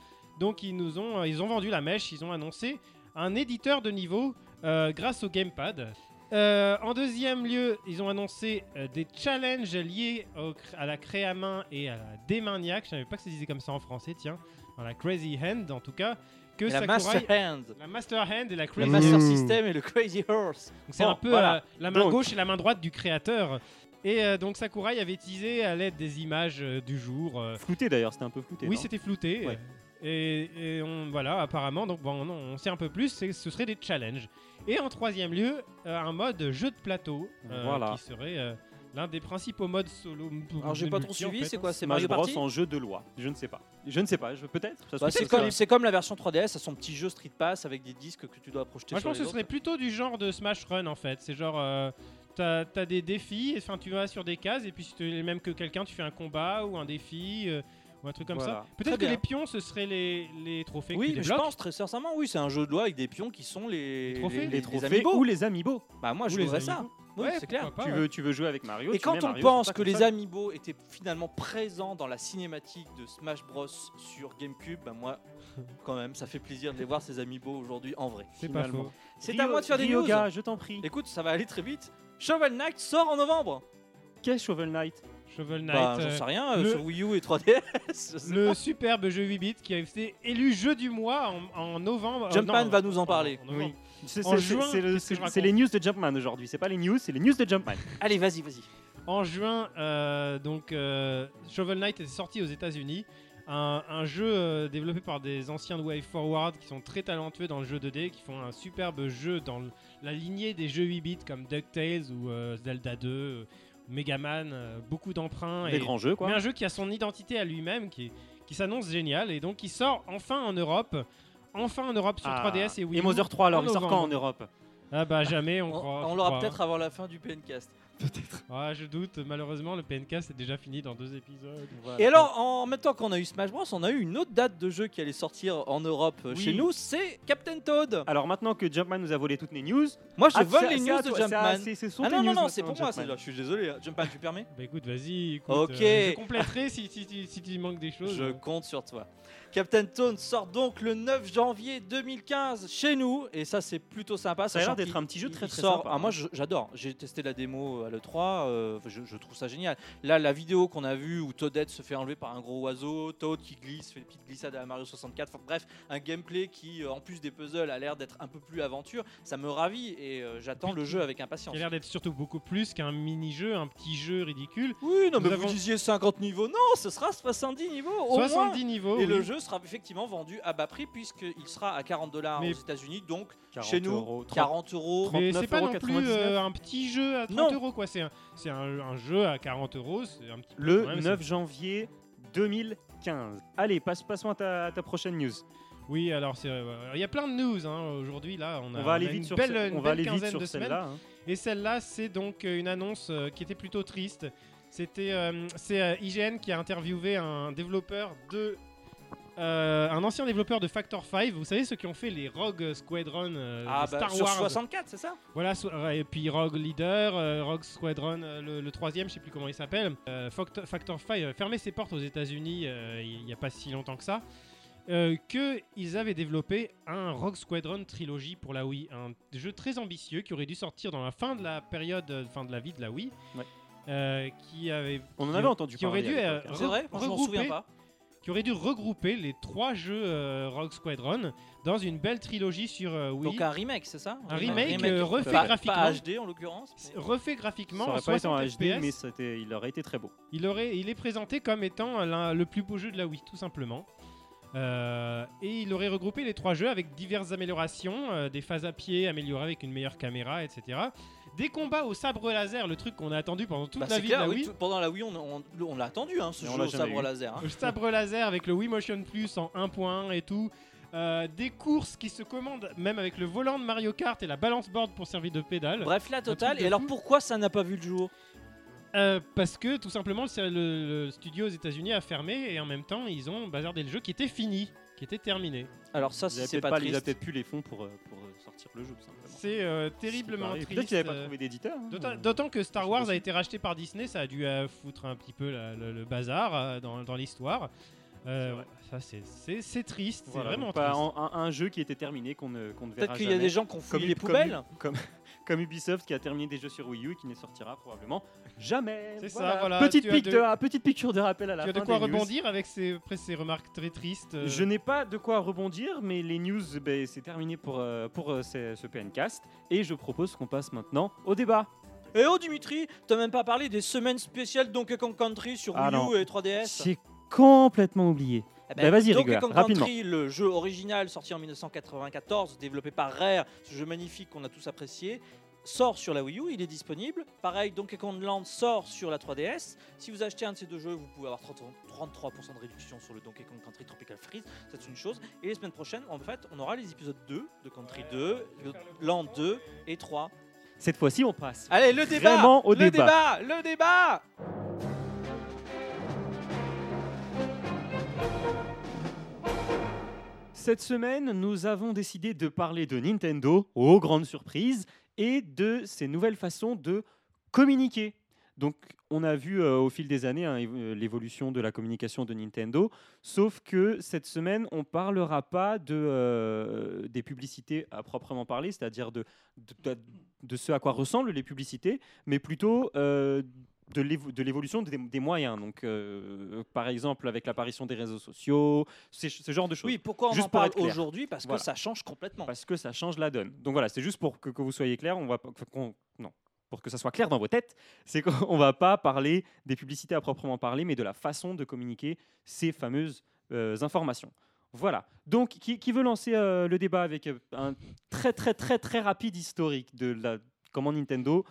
[SPEAKER 5] Donc ils nous ont, euh, ils ont vendu la mèche, ils ont annoncé un éditeur de niveau euh, grâce au gamepad. Euh, en deuxième lieu, ils ont annoncé euh, des challenges liés au cr- à la cré à main et à la démaniaque. Je savais pas que ça se disait comme ça en français, tiens. Enfin, la Crazy Hand, en tout cas. Que
[SPEAKER 1] Et la
[SPEAKER 5] Sakurai-
[SPEAKER 1] Master Hand,
[SPEAKER 5] la Master Hand et la
[SPEAKER 1] la
[SPEAKER 5] Crazy Hand.
[SPEAKER 1] Master
[SPEAKER 4] Mmh.
[SPEAKER 1] System et le Crazy Horse.
[SPEAKER 5] Donc, C'est
[SPEAKER 1] Bon,
[SPEAKER 5] un peu
[SPEAKER 1] voilà.
[SPEAKER 5] euh, la main
[SPEAKER 4] Donc.
[SPEAKER 5] gauche et la main droite du créateur. Et euh, donc Sakurai avait teasé à l'aide des images euh, du jour. euh,
[SPEAKER 4] Flouté d'ailleurs, c'était un peu flouté.
[SPEAKER 5] oui,
[SPEAKER 4] non
[SPEAKER 5] c'était flouté.
[SPEAKER 4] Ouais.
[SPEAKER 5] Et, et on, voilà, apparemment, donc bon, on, on sait un peu plus, c'est- ce serait des challenges. Et en troisième lieu, euh, un mode jeu de plateau, euh,
[SPEAKER 4] Voilà.
[SPEAKER 5] qui serait euh, l'un des principaux modes solo.
[SPEAKER 1] Alors j'ai pas trop
[SPEAKER 5] multi, en
[SPEAKER 1] suivi,
[SPEAKER 5] fait,
[SPEAKER 1] c'est
[SPEAKER 5] hein.
[SPEAKER 1] quoi C'est
[SPEAKER 4] Smash
[SPEAKER 1] Mario
[SPEAKER 4] Bros
[SPEAKER 1] Party
[SPEAKER 4] en jeu de loi. Je ne sais pas. Je ne sais pas. Je peut-être. Ça se
[SPEAKER 1] Bah,
[SPEAKER 4] peut
[SPEAKER 1] c'est
[SPEAKER 4] que ça.
[SPEAKER 1] comme, c'est comme la version 3DS, à son petit jeu Street Pass avec des disques que tu dois projeter
[SPEAKER 5] Moi, je
[SPEAKER 1] sur
[SPEAKER 5] pense que
[SPEAKER 1] les
[SPEAKER 5] ce serait
[SPEAKER 1] autres.
[SPEAKER 5] plutôt du genre de Smash Run en fait. C'est genre, euh, t'as as des défis, enfin tu vas sur des cases et puis si tu es le même que quelqu'un, tu fais un combat ou un défi euh, ou un truc comme
[SPEAKER 1] Voilà.
[SPEAKER 5] ça. Peut-être
[SPEAKER 1] Très
[SPEAKER 5] que
[SPEAKER 1] bien.
[SPEAKER 5] les pions, ce seraient les, les trophées que
[SPEAKER 1] Oui,
[SPEAKER 5] tu
[SPEAKER 1] mais je
[SPEAKER 5] débloques.
[SPEAKER 1] pense très sincèrement, oui, c'est un jeu de loi avec des pions qui sont les,
[SPEAKER 5] Les trophées.
[SPEAKER 1] les,
[SPEAKER 5] Les
[SPEAKER 4] les
[SPEAKER 1] les
[SPEAKER 4] trophées
[SPEAKER 1] amiibo.
[SPEAKER 4] ou les amiibo.
[SPEAKER 1] Bah moi, je
[SPEAKER 5] Ou les
[SPEAKER 1] voudrais ça.
[SPEAKER 5] amiibo.
[SPEAKER 1] Oui,
[SPEAKER 5] Ouais,
[SPEAKER 1] c'est clair.
[SPEAKER 5] pourquoi pas,
[SPEAKER 4] tu
[SPEAKER 5] ouais.
[SPEAKER 4] veux, tu veux jouer avec Mario.
[SPEAKER 1] Et
[SPEAKER 4] tu
[SPEAKER 1] quand
[SPEAKER 4] mets
[SPEAKER 1] on
[SPEAKER 4] Mario sur
[SPEAKER 1] pense
[SPEAKER 4] ta
[SPEAKER 1] que les
[SPEAKER 4] console.
[SPEAKER 1] amiibo étaient finalement présents dans la cinématique de Smash Bros sur GameCube, bah
[SPEAKER 5] (laughs)
[SPEAKER 1] moi, quand même, ça fait plaisir de les voir ces amiibo aujourd'hui en vrai.
[SPEAKER 5] C'est pas
[SPEAKER 4] finalement.
[SPEAKER 5] faux.
[SPEAKER 1] C'est
[SPEAKER 4] Ryo-
[SPEAKER 1] à moi de faire des
[SPEAKER 4] Ryoga,
[SPEAKER 1] news.
[SPEAKER 4] je t'en prie.
[SPEAKER 1] Écoute, ça va aller très vite. Shovel Knight sort en novembre.
[SPEAKER 4] Qu'est-ce Shovel Knight
[SPEAKER 5] Shovel Knight.
[SPEAKER 1] Bah,
[SPEAKER 5] euh,
[SPEAKER 1] j'en sais rien, euh,
[SPEAKER 5] le-
[SPEAKER 1] sur Wii U et 3DS. je sais
[SPEAKER 5] le superbe jeu 8 bits qui a été élu jeu du mois en, en novembre. euh,
[SPEAKER 1] Jumpman
[SPEAKER 5] non,
[SPEAKER 1] va nous en
[SPEAKER 5] pardon,
[SPEAKER 1] parler.
[SPEAKER 5] en novembre.
[SPEAKER 4] Oui. C'est
[SPEAKER 5] En
[SPEAKER 4] c'est-
[SPEAKER 5] juin,
[SPEAKER 4] c'est le-
[SPEAKER 5] qu'est-ce que je
[SPEAKER 4] c'est-
[SPEAKER 5] raconte
[SPEAKER 4] c'est les news de Jumpman aujourd'hui. C'est pas les news, c'est les news de Jumpman.
[SPEAKER 1] Allez, vas-y, vas-y.
[SPEAKER 5] En juin, euh, donc euh, Shovel Knight est sorti aux États-Unis. Un, un jeu euh, développé par des anciens de Wave Forward qui sont très talentueux dans le jeu 2D, qui font un superbe jeu dans le- la lignée des jeux 8 bits comme DuckTales ou euh, Zelda 2, euh, Mega Man, euh, beaucoup d'emprunts.
[SPEAKER 4] Des
[SPEAKER 5] et-
[SPEAKER 4] grands jeux
[SPEAKER 5] Mais
[SPEAKER 4] quoi.
[SPEAKER 5] un jeu qui a son identité à lui-même, qui, est- qui s'annonce génial, et donc qui sort enfin en Europe, enfin en Europe sur
[SPEAKER 4] Ah,
[SPEAKER 5] 3DS et Wii
[SPEAKER 4] Et
[SPEAKER 5] U.
[SPEAKER 4] Mother 3 alors,
[SPEAKER 5] en
[SPEAKER 4] il sort quand
[SPEAKER 5] novembre.
[SPEAKER 4] en Europe
[SPEAKER 5] Ah bah jamais, on
[SPEAKER 1] On,
[SPEAKER 5] croit.
[SPEAKER 1] on
[SPEAKER 5] je
[SPEAKER 1] l'aura
[SPEAKER 5] crois.
[SPEAKER 1] peut-être avant la fin du PNcast.
[SPEAKER 5] Ah, je doute, malheureusement, le PNK c'est déjà fini dans deux épisodes.
[SPEAKER 1] Et alors, en même temps qu'on a eu Smash Bros, on a eu une autre date de jeu qui allait sortir en Europe euh,
[SPEAKER 4] Oui.
[SPEAKER 1] chez nous, c'est Captain Toad.
[SPEAKER 4] Alors maintenant que Jumpman nous a volé toutes les news,
[SPEAKER 1] Moi, je
[SPEAKER 4] Ah,
[SPEAKER 1] vole
[SPEAKER 4] c'est-
[SPEAKER 1] les
[SPEAKER 4] c'est
[SPEAKER 1] news
[SPEAKER 4] à
[SPEAKER 1] de
[SPEAKER 4] toi, c'est à-
[SPEAKER 1] Jumpman.
[SPEAKER 4] c'est- ce sont
[SPEAKER 1] Ah
[SPEAKER 4] tes
[SPEAKER 1] non, non,
[SPEAKER 4] news
[SPEAKER 1] non, c'est pour
[SPEAKER 4] maintenant,
[SPEAKER 1] moi,
[SPEAKER 4] Jumpman.
[SPEAKER 1] celle-là. Je suis désolé, hein. Jumpman, tu permets
[SPEAKER 5] Bah écoute, vas-y, écoute,
[SPEAKER 1] Ok.
[SPEAKER 5] euh, je compléterai si, si, si, si tu manques des choses.
[SPEAKER 1] Je
[SPEAKER 4] Mmh.
[SPEAKER 1] compte sur toi. Captain Toad sort donc le 9 janvier 2015 chez nous, et ça, c'est plutôt sympa.
[SPEAKER 4] Ça a l'air
[SPEAKER 1] sachant
[SPEAKER 4] d'être
[SPEAKER 1] qu'il-
[SPEAKER 4] un petit jeu
[SPEAKER 1] il
[SPEAKER 4] très très
[SPEAKER 1] sort-
[SPEAKER 4] sympa.
[SPEAKER 1] ah, moi, je- j'adore. J'ai testé la démo à l'E3, euh, je, je trouve ça génial. Là, la vidéo qu'on a vue où Toadette se fait enlever par un gros oiseau, Toad qui glisse, fait des petites glissades à la Mario 64. Enfin, bref, un gameplay qui, euh, en plus des puzzles, a l'air d'être un peu plus aventure. Ça me ravit et euh, j'attends le jeu avec
[SPEAKER 5] Hein. Il
[SPEAKER 1] impatience.
[SPEAKER 5] a l'air d'être surtout beaucoup plus qu'un mini-jeu, un petit jeu ridicule.
[SPEAKER 1] Oui, non,
[SPEAKER 5] Nous
[SPEAKER 1] mais
[SPEAKER 5] avons-
[SPEAKER 1] vous disiez 50 niveaux. Non, ce sera 70 niveaux. Au moins.
[SPEAKER 5] 70 niveaux.
[SPEAKER 1] Et
[SPEAKER 5] Oh oui.
[SPEAKER 1] le jeu sera effectivement vendu à bas prix puisqu'il sera à 40 dollars aux
[SPEAKER 5] Mais-
[SPEAKER 1] États-Unis, donc chez nous
[SPEAKER 4] 40 euros,
[SPEAKER 1] 40 euros.
[SPEAKER 5] Mais c'est pas non
[SPEAKER 4] 39,99.
[SPEAKER 5] plus euh, un petit jeu à 30
[SPEAKER 1] Non.
[SPEAKER 5] euros quoi. C'est un, c'est un, un jeu à 40 euros. C'est un petit peu
[SPEAKER 4] le
[SPEAKER 5] quand même,
[SPEAKER 4] 9 janvier 2015. Allez, passe, passons à ta, à ta prochaine news.
[SPEAKER 5] c'est- Oui, alors c'est- euh, il y a plein de news hein, aujourd'hui là. On, a,
[SPEAKER 4] On
[SPEAKER 5] a
[SPEAKER 4] va aller
[SPEAKER 5] une
[SPEAKER 4] vite sur,
[SPEAKER 5] belle,
[SPEAKER 4] ce-
[SPEAKER 5] une
[SPEAKER 4] on va
[SPEAKER 5] belle
[SPEAKER 4] aller vite
[SPEAKER 5] quinzaine
[SPEAKER 4] sur
[SPEAKER 5] de semaines.
[SPEAKER 4] celle-là. hein.
[SPEAKER 5] Et celle-là, c'est donc euh, une annonce euh, qui était plutôt triste. C'était euh, c'est euh, IGN qui a interviewé un développeur de euh, un ancien développeur de Factor 5. Vous savez ceux qui ont fait les Rogue Squadron euh,
[SPEAKER 1] Ah
[SPEAKER 5] les
[SPEAKER 1] bah,
[SPEAKER 5] Star
[SPEAKER 1] sur
[SPEAKER 5] Wars.
[SPEAKER 1] 64, c'est ça
[SPEAKER 5] Voilà so- ouais, et puis Rogue Leader, euh, Rogue Squadron, euh, le, le troisième, je sais plus comment il s'appelle. Euh, Factor, Factor 5 euh, fermait ses portes aux États-Unis euh, il n'y a pas si longtemps que ça. euh, que ils avaient développé un Rogue Squadron trilogie pour la Wii, un jeu très ambitieux qui aurait dû sortir dans la fin de la période, euh, fin de la vie de la Wii,
[SPEAKER 4] Ouais.
[SPEAKER 5] euh, qui avait,
[SPEAKER 4] On en
[SPEAKER 5] qui-
[SPEAKER 4] avait entendu
[SPEAKER 5] qui aurait
[SPEAKER 4] parler.
[SPEAKER 5] dû
[SPEAKER 4] à
[SPEAKER 5] euh,
[SPEAKER 4] l'époque, hein.
[SPEAKER 1] C'est vrai Moi, Je m'en souviens
[SPEAKER 5] regrouper-
[SPEAKER 1] pas.
[SPEAKER 5] qui aurait dû regrouper les trois jeux euh, Rogue Squadron dans une belle trilogie sur euh, Wii.
[SPEAKER 1] Donc un remake, c'est ça
[SPEAKER 5] Un remake, euh, refait
[SPEAKER 1] pas,
[SPEAKER 5] graphiquement.
[SPEAKER 1] Pas HD en l'occurrence. mais-
[SPEAKER 5] C'est refait
[SPEAKER 4] Ça
[SPEAKER 5] graphiquement en
[SPEAKER 4] aurait pas été en
[SPEAKER 5] 60
[SPEAKER 4] HD,
[SPEAKER 5] FPS,
[SPEAKER 4] mais c'était- il aurait été très
[SPEAKER 1] Ah,
[SPEAKER 4] beau.
[SPEAKER 5] il, aurait, il est présenté comme étant l'un- le plus beau jeu de la Wii, tout simplement. Euh, et il aurait regroupé les trois jeux avec diverses améliorations, euh, des phases à pied améliorées avec une meilleure caméra, etc. Des combats au sabre laser, le truc qu'on a attendu pendant toute
[SPEAKER 1] Bah,
[SPEAKER 5] la
[SPEAKER 1] c'est
[SPEAKER 5] vie
[SPEAKER 1] clair,
[SPEAKER 5] de la
[SPEAKER 1] oui,
[SPEAKER 5] Wii.
[SPEAKER 1] tout- (laughs) pendant la Wii, on, on- on l'a attendu, hein, ce
[SPEAKER 4] Mais on
[SPEAKER 1] jeu
[SPEAKER 4] l'a
[SPEAKER 1] au
[SPEAKER 4] jamais
[SPEAKER 1] sabre
[SPEAKER 4] eu.
[SPEAKER 1] laser. hein.
[SPEAKER 5] Le sabre laser avec le Wii Motion Plus en 1.1 et tout. Euh, des courses qui se commandent même avec le volant de Mario Kart et la balance board pour servir de pédale.
[SPEAKER 1] Bref, la totale.
[SPEAKER 5] truc de
[SPEAKER 1] Et alors
[SPEAKER 5] fou.
[SPEAKER 1] pourquoi ça n'a pas vu le jour
[SPEAKER 5] Euh, parce que tout simplement le, le- le studio aux États-Unis a fermé et en même temps ils ont bazardé le jeu qui était fini, qui était terminé.
[SPEAKER 1] Alors ça,
[SPEAKER 4] Ils
[SPEAKER 1] si
[SPEAKER 4] avaient
[SPEAKER 1] c'est
[SPEAKER 4] peut-être
[SPEAKER 1] pas,
[SPEAKER 4] pas- ils avaient
[SPEAKER 1] triste.
[SPEAKER 4] peut-être plus les fonds pour, euh, pour euh, sortir le jeu, tout simplement.
[SPEAKER 5] C'est euh, terriblement
[SPEAKER 4] Pareil.
[SPEAKER 5] triste.
[SPEAKER 4] Peut-être qu'ils n'avaient pas
[SPEAKER 5] euh,
[SPEAKER 4] trouvé d'éditeur. hein.
[SPEAKER 5] d'autant- D'autant que
[SPEAKER 4] c'est
[SPEAKER 5] Star Wars a
[SPEAKER 4] possible.
[SPEAKER 5] été racheté par Disney, ça a dû euh, foutre un petit peu la- le, le bazar euh, dans, dans l'histoire. Euh, ça c'est- c'est c'est triste,
[SPEAKER 4] Voilà,
[SPEAKER 5] c'est vraiment
[SPEAKER 4] donc bah, pas
[SPEAKER 5] triste.
[SPEAKER 4] un, un- un jeu qui était terminé qu'on ne, qu'on ne verra
[SPEAKER 1] Peut-être qu'il
[SPEAKER 4] jamais.
[SPEAKER 1] y a des gens qui ont fouillé les
[SPEAKER 4] Ubi-
[SPEAKER 1] poubelles.
[SPEAKER 4] Comme, (laughs) comme Ubisoft qui a terminé des jeux sur Wii U et qui ne sortira probablement jamais.
[SPEAKER 5] C'est ça, voilà,
[SPEAKER 4] Petite,
[SPEAKER 5] tu as
[SPEAKER 4] pique
[SPEAKER 5] de-
[SPEAKER 4] de- petite piqûre de rappel à la
[SPEAKER 5] Tu as de
[SPEAKER 4] fin
[SPEAKER 5] quoi
[SPEAKER 4] des news.
[SPEAKER 5] rebondir avec ces, après ces remarques très tristes. euh,
[SPEAKER 4] Je n'ai pas de quoi rebondir, mais les news, ben, c'est terminé pour, euh, pour euh, ce, ce PNcast. Et je propose qu'on passe maintenant au débat.
[SPEAKER 1] Et oh Dimitri, t'as même pas parlé des semaines spéciales Donkey Kong Country sur
[SPEAKER 4] Ah
[SPEAKER 1] Wii
[SPEAKER 4] non.
[SPEAKER 1] U et 3DS.
[SPEAKER 4] J'ai complètement oublié.
[SPEAKER 1] Eh
[SPEAKER 4] Bah, vas-y,
[SPEAKER 1] Donkey
[SPEAKER 4] Rigolard,
[SPEAKER 1] Kong
[SPEAKER 4] rapidement.
[SPEAKER 1] Country, le jeu original sorti en 1994, développé par Rare, ce jeu magnifique qu'on a tous apprécié, sort sur la Wii U, il est disponible. Pareil, Donkey Kong Land sort sur la 3DS. Si vous achetez un de ces deux jeux, vous pouvez avoir 30 33% de réduction sur le Donkey Kong Country Tropical Freeze, c'est une chose. Et les semaines prochaines, en fait, on aura les épisodes 2 de Country 2, de Land 2 et 3.
[SPEAKER 4] Cette fois-ci, on passe.
[SPEAKER 1] Allez, le débat
[SPEAKER 4] Vraiment au
[SPEAKER 1] Le
[SPEAKER 4] débat.
[SPEAKER 1] débat Le débat
[SPEAKER 4] Cette semaine, nous avons décidé de parler de Nintendo, aux grandes surprises, et de ses nouvelles façons de communiquer. Donc, on a vu euh, au fil des années hein, évo- euh, l'évolution de la communication de Nintendo, sauf que cette semaine, on parlera pas de, euh, des publicités à proprement parler, c'est-à-dire de, de, de- de ce à quoi ressemblent les publicités, mais plutôt euh, de l'évo- de l'évolution des, des moyens. Donc, euh, par exemple, avec l'apparition des réseaux sociaux, ces- ce genre de choses.
[SPEAKER 1] Oui, pourquoi on
[SPEAKER 4] Juste
[SPEAKER 1] en
[SPEAKER 4] pour
[SPEAKER 1] parle
[SPEAKER 4] être clair.
[SPEAKER 1] aujourd'hui Parce
[SPEAKER 4] Voilà.
[SPEAKER 1] que ça change complètement.
[SPEAKER 4] parce que ça change la donne. Donc voilà, c'est juste pour que, que vous soyez clair, on va pas- qu'on- non, pour que ça soit clair dans vos têtes, c'est qu'on va pas parler des publicités à proprement parler, mais de la façon de communiquer ces fameuses euh, informations. Voilà. Donc qui, qui veut lancer euh, le débat avec euh, un très très très très rapide historique de la, comment Nintendo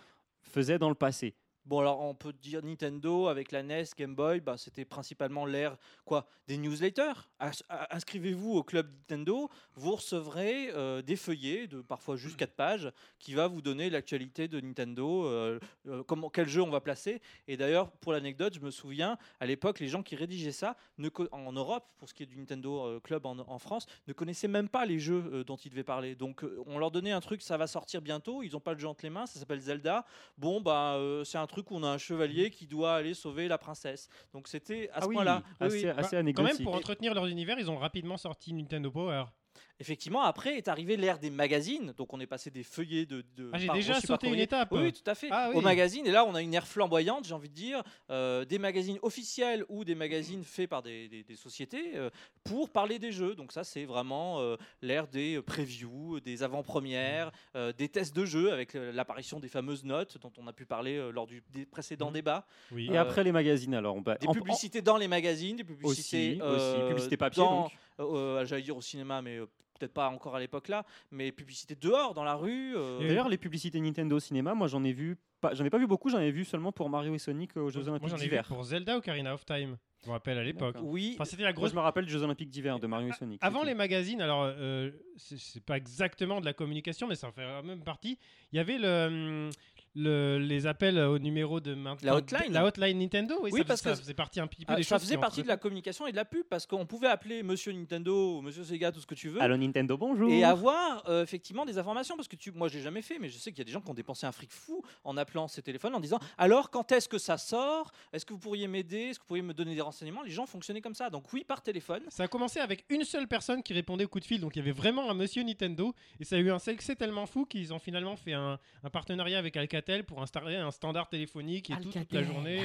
[SPEAKER 4] faisait dans le passé.
[SPEAKER 1] Bon alors on peut dire Nintendo avec la NES, Game Boy, bah, c'était principalement l'ère quoi des newsletters. As- a- Inscrivez-vous au club Nintendo, vous recevrez euh, des feuillets de parfois juste 4 pages qui va vous donner l'actualité de Nintendo, euh, euh, comment quel jeu on va placer. Et d'ailleurs pour l'anecdote, je me souviens à l'époque les gens qui rédigeaient ça ne co- en Europe pour ce qui est du Nintendo euh, Club en, en France ne connaissaient même pas les jeux euh, dont ils devaient parler. Donc euh, on leur donnait un truc, ça va sortir bientôt, ils n'ont pas le jeu entre les mains, ça s'appelle Zelda bon bah euh, c'est un truc où on a un chevalier qui doit aller sauver la princesse. Donc c'était à ce point-là. Mmh. Ah Oui,
[SPEAKER 4] assez,
[SPEAKER 1] oui.
[SPEAKER 5] bah,
[SPEAKER 4] Ah assez
[SPEAKER 5] quand
[SPEAKER 4] anecdotique.
[SPEAKER 5] même, pour entretenir leur univers, ils ont rapidement sorti Nintendo Power.
[SPEAKER 4] Euh,
[SPEAKER 1] Effectivement, après est arrivée l'ère des magazines, donc on est passé des feuillets de. de-
[SPEAKER 5] Ah, j'ai
[SPEAKER 1] par-
[SPEAKER 5] déjà
[SPEAKER 1] reçus par
[SPEAKER 5] sauté une
[SPEAKER 1] courrier.
[SPEAKER 5] étape.
[SPEAKER 1] Oui, oui, tout à fait.
[SPEAKER 5] Ah,
[SPEAKER 1] Au
[SPEAKER 5] oui.
[SPEAKER 1] magazine, et là on a une ère flamboyante, j'ai envie de dire, euh, des magazines officiels ou des magazines faits par des, des- des sociétés euh, pour parler des jeux. Donc ça c'est vraiment euh, l'ère des euh, previews, des avant-premières, euh, des tests de jeux avec euh, l'apparition des fameuses notes dont on a pu parler euh, lors du des précédent
[SPEAKER 5] Mhm.
[SPEAKER 1] débat.
[SPEAKER 5] Oui.
[SPEAKER 4] Et
[SPEAKER 1] euh,
[SPEAKER 4] après les magazines, alors on va
[SPEAKER 1] Des
[SPEAKER 4] en- en-
[SPEAKER 1] publicités dans les magazines, des
[SPEAKER 4] aussi,
[SPEAKER 1] publicités,
[SPEAKER 4] aussi,
[SPEAKER 1] euh,
[SPEAKER 4] publicité papier.
[SPEAKER 1] dans-
[SPEAKER 4] donc.
[SPEAKER 1] euh, euh, j'allais dire au cinéma, mais euh, peut-être pas encore à l'époque là, mais publicité dehors, dans la rue. euh,
[SPEAKER 4] D'ailleurs, les publicités Nintendo au cinéma, moi j'en ai vu, pas, j'en ai pas vu beaucoup, j'en ai vu seulement pour Mario et Sonic euh, aux Jeux
[SPEAKER 5] Moi
[SPEAKER 4] Olympiques
[SPEAKER 5] j'en ai vu
[SPEAKER 4] d'hiver.
[SPEAKER 5] pour Zelda Ocarina of Time, je me rappelle à l'époque.
[SPEAKER 4] D'accord.
[SPEAKER 1] oui,
[SPEAKER 5] Enfin, c'était la
[SPEAKER 4] Moi,
[SPEAKER 5] grosse.
[SPEAKER 4] je me rappelle des Jeux Olympiques d'hiver de Mario et Sonic.
[SPEAKER 5] Avant
[SPEAKER 4] c'est
[SPEAKER 5] les
[SPEAKER 4] tout.
[SPEAKER 5] magazines, alors euh, c'est- c'est pas exactement de la communication, mais ça en fait même partie. Il y avait le, hum, le- les appels au numéro de maintenant.
[SPEAKER 1] La hotline.
[SPEAKER 5] La hotline Nintendo, oui,
[SPEAKER 1] Oui,
[SPEAKER 5] ça,
[SPEAKER 1] parce
[SPEAKER 5] ça
[SPEAKER 1] que-
[SPEAKER 5] faisait partie un petit peu
[SPEAKER 1] Ah,
[SPEAKER 5] des
[SPEAKER 1] ça
[SPEAKER 5] choses
[SPEAKER 1] faisait
[SPEAKER 5] qui
[SPEAKER 1] partie de
[SPEAKER 5] entre-
[SPEAKER 1] la communication et de la pub parce qu'on pouvait appeler Monsieur Nintendo, ou Monsieur Sega, tout ce que tu veux,
[SPEAKER 4] Allô Nintendo, bonjour.
[SPEAKER 1] et avoir euh, effectivement des informations parce que tu, moi j'ai jamais fait, mais je sais qu'il y a des gens qui ont dépensé un fric fou en appelant ces téléphones en disant alors quand est-ce que ça sort Est-ce que vous pourriez m'aider Est-ce que vous pourriez me donner des renseignements Les gens fonctionnaient comme ça, donc oui par téléphone.
[SPEAKER 5] Ça a commencé avec une seule personne qui répondait au coup de fil, donc il y avait vraiment un monsieur Nintendo, et ça a eu un succès tellement fou qu'ils ont finalement fait un, un partenariat avec Alcatel pour installer un standard téléphonique et tout, toute la
[SPEAKER 6] Alcatel.
[SPEAKER 5] journée.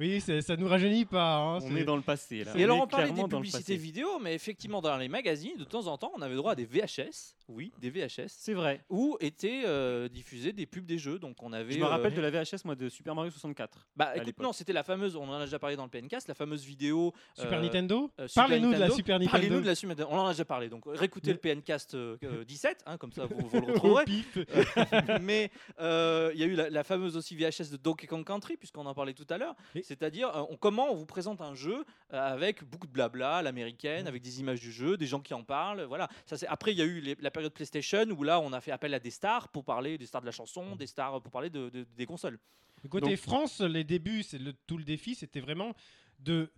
[SPEAKER 5] Oui, c'est- ça nous rajeunit pas. hein,
[SPEAKER 4] On
[SPEAKER 5] c'est-
[SPEAKER 4] est dans le passé là.
[SPEAKER 5] Et
[SPEAKER 1] Et alors
[SPEAKER 4] est
[SPEAKER 1] on parlait
[SPEAKER 4] clairement
[SPEAKER 1] des
[SPEAKER 4] dans le
[SPEAKER 1] publicités
[SPEAKER 4] passé.
[SPEAKER 1] vidéo, mais effectivement dans les magazines, de temps en temps, on avait droit à des VHS, oui, des VHS,
[SPEAKER 4] C'est vrai.
[SPEAKER 1] où étaient euh, diffusées des pubs des jeux. Donc on avait.
[SPEAKER 4] Je me
[SPEAKER 1] euh,
[SPEAKER 4] rappelle de la VHS moi de Super Mario 64.
[SPEAKER 1] Bah écoute,
[SPEAKER 4] l'époque.
[SPEAKER 1] non, c'était la fameuse, on en a déjà parlé dans le PNCast, la fameuse vidéo.
[SPEAKER 5] Super
[SPEAKER 1] euh,
[SPEAKER 5] Nintendo
[SPEAKER 1] euh, Super
[SPEAKER 5] Parlez-nous de la
[SPEAKER 1] Nintendo.
[SPEAKER 5] Super Nintendo.
[SPEAKER 1] Parlez-nous de la Super Nintendo. On en a déjà parlé, donc réécoutez
[SPEAKER 5] Mais-
[SPEAKER 1] le PNCast euh, euh, 17, hein, comme ça vous, vous
[SPEAKER 4] (laughs)
[SPEAKER 1] le
[SPEAKER 5] (laughs) Au
[SPEAKER 1] retrouverez.
[SPEAKER 5] pif.
[SPEAKER 1] (laughs) Mais euh, il y a eu la, la fameuse aussi VHS de Donkey Kong Country, puisqu'on en parlait tout à l'heure.
[SPEAKER 5] Mais-
[SPEAKER 1] C'est-à-dire, euh, on, comment on vous présente un jeu euh, avec beaucoup de blabla, à
[SPEAKER 4] Mmh.
[SPEAKER 1] l'américaine, avec des images du jeu, des gens qui en parlent. Voilà. Ça, c'est- Après, il y a eu les- la période PlayStation où là, on a fait appel à des stars pour parler des stars de la
[SPEAKER 4] Mmh.
[SPEAKER 1] chanson, des stars pour parler de- de- des consoles.
[SPEAKER 5] Côté
[SPEAKER 4] Donc-
[SPEAKER 5] France, les débuts, c'est le, tout le défi, c'était vraiment de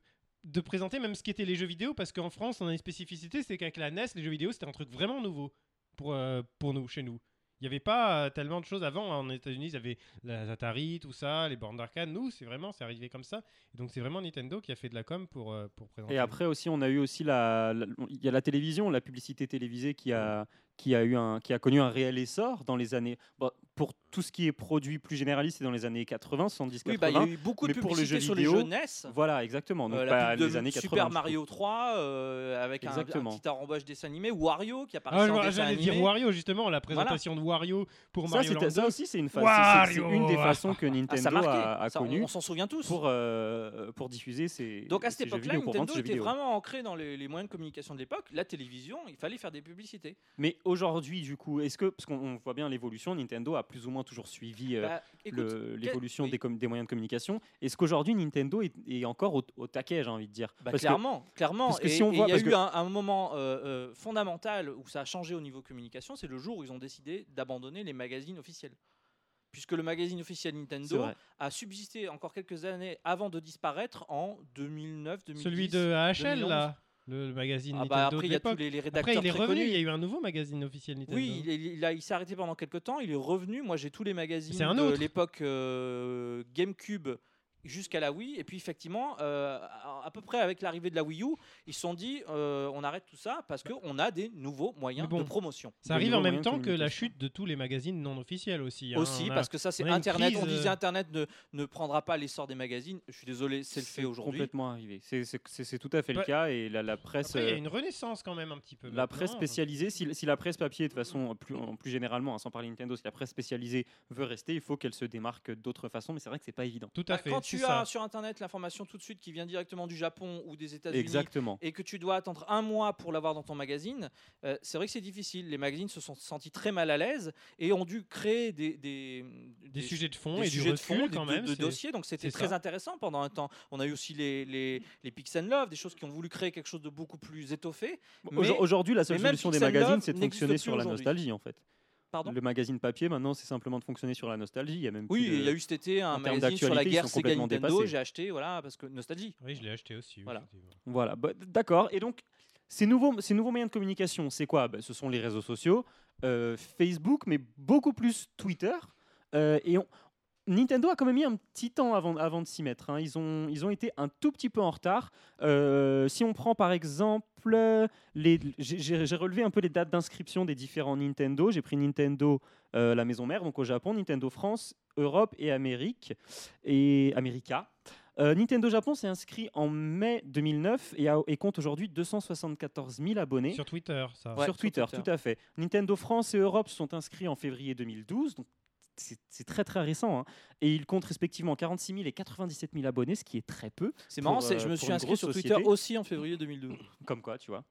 [SPEAKER 5] de présenter même ce qu'étaient les jeux vidéo parce qu'en France on a une spécificité c'est qu'avec la NES les jeux vidéo c'était un truc vraiment nouveau pour, euh, pour nous chez nous il n'y avait pas euh, tellement de choses avant hein. en États-Unis ils avaient la Atari tout ça les bornes d'arcade nous c'est vraiment c'est arrivé comme ça Et donc c'est vraiment Nintendo qui a fait de la com pour, euh, pour présenter
[SPEAKER 4] Et après aussi, on a eu aussi la, la- il y a la télévision, la publicité télévisée qui a, qui a eu un, qui a connu un réel essor dans les années, bon, pour tout ce qui est produit plus généraliste, c'est dans les années 80, 70, 80.
[SPEAKER 1] Oui, bah, il y a eu beaucoup de
[SPEAKER 4] mais pour les
[SPEAKER 1] publicités
[SPEAKER 4] jeux
[SPEAKER 1] sur les
[SPEAKER 4] vidéo,
[SPEAKER 1] jeux NES.
[SPEAKER 4] Voilà, exactement. Donc
[SPEAKER 1] Euh,
[SPEAKER 4] bah,
[SPEAKER 1] la pub de
[SPEAKER 4] les années 80.
[SPEAKER 1] Super
[SPEAKER 4] je
[SPEAKER 1] Mario 3 euh, avec un, un
[SPEAKER 4] Exactement.
[SPEAKER 1] petit arrobage dessin animé, Wario qui
[SPEAKER 5] Ah,
[SPEAKER 1] apparaissait en
[SPEAKER 5] je-
[SPEAKER 1] dessin
[SPEAKER 5] j'allais
[SPEAKER 1] animé.
[SPEAKER 5] dire Wario justement la
[SPEAKER 1] Voilà.
[SPEAKER 5] présentation de Wario pour
[SPEAKER 4] trouve. Ça,
[SPEAKER 5] Mario
[SPEAKER 4] c'était- ça
[SPEAKER 5] Land.
[SPEAKER 4] aussi, c'est une, fa- c'est- c'est- c'est
[SPEAKER 5] Wario
[SPEAKER 4] une des façons que
[SPEAKER 1] Ah, ça
[SPEAKER 4] Nintendo
[SPEAKER 1] marquait,
[SPEAKER 4] a, a
[SPEAKER 1] Ça, on-
[SPEAKER 4] connu
[SPEAKER 1] on s'en souvient tous.
[SPEAKER 4] pour, euh, pour diffuser ses.
[SPEAKER 1] Donc à
[SPEAKER 4] ses
[SPEAKER 1] cette
[SPEAKER 4] jeux
[SPEAKER 1] époque-là,
[SPEAKER 4] vidéo, pour vendre
[SPEAKER 1] Nintendo
[SPEAKER 4] ses jeux
[SPEAKER 1] était
[SPEAKER 4] vidéo.
[SPEAKER 1] vraiment ancré dans les, les moyens de communication de l'époque. La télévision, il fallait faire des publicités.
[SPEAKER 4] Mais aujourd'hui, du coup, est-ce que parce qu'on on voit bien l'évolution, Nintendo a plus ou moins toujours suivi. euh,
[SPEAKER 1] Bah, écoute,
[SPEAKER 4] le- l'évolution
[SPEAKER 1] oui.
[SPEAKER 4] des, com- des moyens de communication. Est-ce qu'aujourd'hui Nintendo est, est encore au, au taquet, j'ai envie de dire
[SPEAKER 1] bah,
[SPEAKER 4] Parce que-
[SPEAKER 1] clairement, clairement.
[SPEAKER 4] parce que
[SPEAKER 1] et
[SPEAKER 4] si on
[SPEAKER 1] et il
[SPEAKER 4] voit-
[SPEAKER 1] y a
[SPEAKER 4] parce
[SPEAKER 1] eu
[SPEAKER 4] que-
[SPEAKER 1] un, un moment euh, euh, fondamental où ça a changé au niveau communication, c'est le jour où ils ont décidé d'abandonner les magazines officiels. Puisque le magazine officiel
[SPEAKER 4] c'est
[SPEAKER 1] Nintendo
[SPEAKER 4] vrai.
[SPEAKER 1] a subsisté encore quelques années avant de disparaître en 2009 2010
[SPEAKER 5] celui de AHL
[SPEAKER 1] 2011.
[SPEAKER 5] là le, le magazine
[SPEAKER 1] ah
[SPEAKER 5] Nintendo
[SPEAKER 1] bah
[SPEAKER 5] de
[SPEAKER 1] après il y a tous
[SPEAKER 5] l'époque.
[SPEAKER 1] les, les rédacteurs
[SPEAKER 5] Après, il est
[SPEAKER 1] très
[SPEAKER 5] revenu,
[SPEAKER 1] connus.
[SPEAKER 5] il y a eu un nouveau magazine officiel Nintendo.
[SPEAKER 1] oui il, est- il a- il s'est arrêté pendant quelques temps il est revenu moi j'ai tous les magazines
[SPEAKER 5] C'est un
[SPEAKER 1] de
[SPEAKER 5] autre.
[SPEAKER 1] l'époque euh, GameCube jusqu'à la Wii et puis effectivement euh, à, à peu près avec l'arrivée de la Wii U ils se sont dit euh, on arrête tout ça parce qu'on a des nouveaux moyens
[SPEAKER 5] bon,
[SPEAKER 1] de promotion
[SPEAKER 4] de
[SPEAKER 5] ça arrive
[SPEAKER 4] nouveaux
[SPEAKER 5] en même
[SPEAKER 4] moyens de
[SPEAKER 5] temps que la
[SPEAKER 4] communication.
[SPEAKER 5] chute de tous les magazines non officiels aussi. hein.
[SPEAKER 1] aussi
[SPEAKER 5] On a-
[SPEAKER 1] parce que ça c'est
[SPEAKER 5] on a une
[SPEAKER 1] internet on
[SPEAKER 5] crise,
[SPEAKER 1] disait
[SPEAKER 5] euh,
[SPEAKER 1] internet ne, ne prendra pas l'essor des magazines je suis désolé c'est le fait aujourd'hui
[SPEAKER 4] Complètement arrivé. C'est- C'est c'est- c'est tout à fait le
[SPEAKER 5] Bah,
[SPEAKER 4] cas et la, la presse.
[SPEAKER 5] Après, il y a
[SPEAKER 4] euh,
[SPEAKER 5] une renaissance quand même un petit peu.
[SPEAKER 4] La
[SPEAKER 1] euh.
[SPEAKER 4] presse
[SPEAKER 5] maintenant.
[SPEAKER 4] spécialisée, si, si la presse papier, de façon plus, en plus généralement, hein, sans parler Nintendo, si la presse spécialisée veut rester, il faut qu'elle se démarque d'autres façons, mais c'est vrai que c'est pas évident.
[SPEAKER 5] Tout à
[SPEAKER 1] Bah,
[SPEAKER 5] fait.
[SPEAKER 1] Quand
[SPEAKER 5] c'est
[SPEAKER 1] tu
[SPEAKER 5] ça.
[SPEAKER 1] as sur Internet l'information tout de suite qui vient directement du Japon ou des États-Unis
[SPEAKER 4] Exactement.
[SPEAKER 1] et que tu dois attendre un mois pour l'avoir dans ton magazine, euh, c'est vrai que c'est difficile. Les magazines se sont sentis très mal à l'aise et ont dû créer des, des,
[SPEAKER 5] des, sujets de fond
[SPEAKER 1] des
[SPEAKER 5] et du
[SPEAKER 1] sujets de
[SPEAKER 5] recul
[SPEAKER 1] fond, des-
[SPEAKER 5] quand
[SPEAKER 1] de-
[SPEAKER 5] même.
[SPEAKER 1] de
[SPEAKER 5] c'est-
[SPEAKER 1] dossiers. Donc c'était
[SPEAKER 5] c'est
[SPEAKER 1] très
[SPEAKER 5] ça.
[SPEAKER 1] intéressant pendant un temps. On a eu aussi les, les, les Pix and Love, des choses qui ont voulu créer quelque chose de beaucoup plus étoffé.
[SPEAKER 4] Bon, aujo-
[SPEAKER 1] mais-
[SPEAKER 4] Aujourd'hui, la seule
[SPEAKER 1] mais même
[SPEAKER 4] solution des
[SPEAKER 1] Pixel
[SPEAKER 4] magazines,
[SPEAKER 1] Love
[SPEAKER 4] c'est de
[SPEAKER 1] n'existe
[SPEAKER 4] fonctionner
[SPEAKER 1] plus
[SPEAKER 4] sur la
[SPEAKER 1] aujourd'hui.
[SPEAKER 4] nostalgie, en fait.
[SPEAKER 1] Pardon
[SPEAKER 4] Le magazine papier, maintenant, c'est simplement de fonctionner sur la nostalgie. Il y a même
[SPEAKER 1] Oui,
[SPEAKER 4] plus de-
[SPEAKER 1] il y a eu cet été un
[SPEAKER 4] en termes
[SPEAKER 1] magazine sur la
[SPEAKER 4] d'actualité, ils
[SPEAKER 1] guerre
[SPEAKER 4] sont
[SPEAKER 1] Sega
[SPEAKER 4] complètement
[SPEAKER 1] Nintendo.
[SPEAKER 4] dépassés.
[SPEAKER 1] J'ai acheté, voilà, parce que nostalgie.
[SPEAKER 5] Oui, je l'ai acheté aussi. oui,
[SPEAKER 1] Voilà.
[SPEAKER 5] effectivement.
[SPEAKER 4] Voilà, bah, d- d'accord. Et donc, ces nouveaux, ces nouveaux moyens de communication, c'est quoi Bah, Ce sont les réseaux sociaux, euh, Facebook, mais beaucoup plus Twitter. Euh, et on- Nintendo a quand même mis un petit temps avant, avant de s'y mettre. hein. Ils, ont, ils ont été un tout petit peu en retard. Euh, si on prend par exemple, euh, les, j'ai- j'ai j'ai relevé un peu les dates d'inscription des différents Nintendo. J'ai pris Nintendo, euh, la maison mère, donc au Japon, Nintendo France, Europe et Amérique. Et America. Euh, Nintendo Japon s'est inscrit en mai 2009 et, a- et compte aujourd'hui 274 000 abonnés.
[SPEAKER 5] Sur Twitter, ça.
[SPEAKER 1] Ouais,
[SPEAKER 4] sur
[SPEAKER 1] sur
[SPEAKER 4] Twitter,
[SPEAKER 1] Twitter.
[SPEAKER 4] tout à fait. hein. Nintendo France et Europe se sont inscrits en février 2012, donc c'est c'est très très récent. hein. Et ils comptent respectivement 46 000 et 97 000 abonnés, ce qui est très peu.
[SPEAKER 1] C'est
[SPEAKER 4] Pour,
[SPEAKER 1] marrant, c'est-
[SPEAKER 4] euh,
[SPEAKER 1] je me
[SPEAKER 4] pour
[SPEAKER 1] suis
[SPEAKER 4] une
[SPEAKER 1] inscrit
[SPEAKER 4] grosse
[SPEAKER 1] sur Twitter
[SPEAKER 4] société.
[SPEAKER 1] aussi en février 2012.
[SPEAKER 4] Comme quoi, tu vois.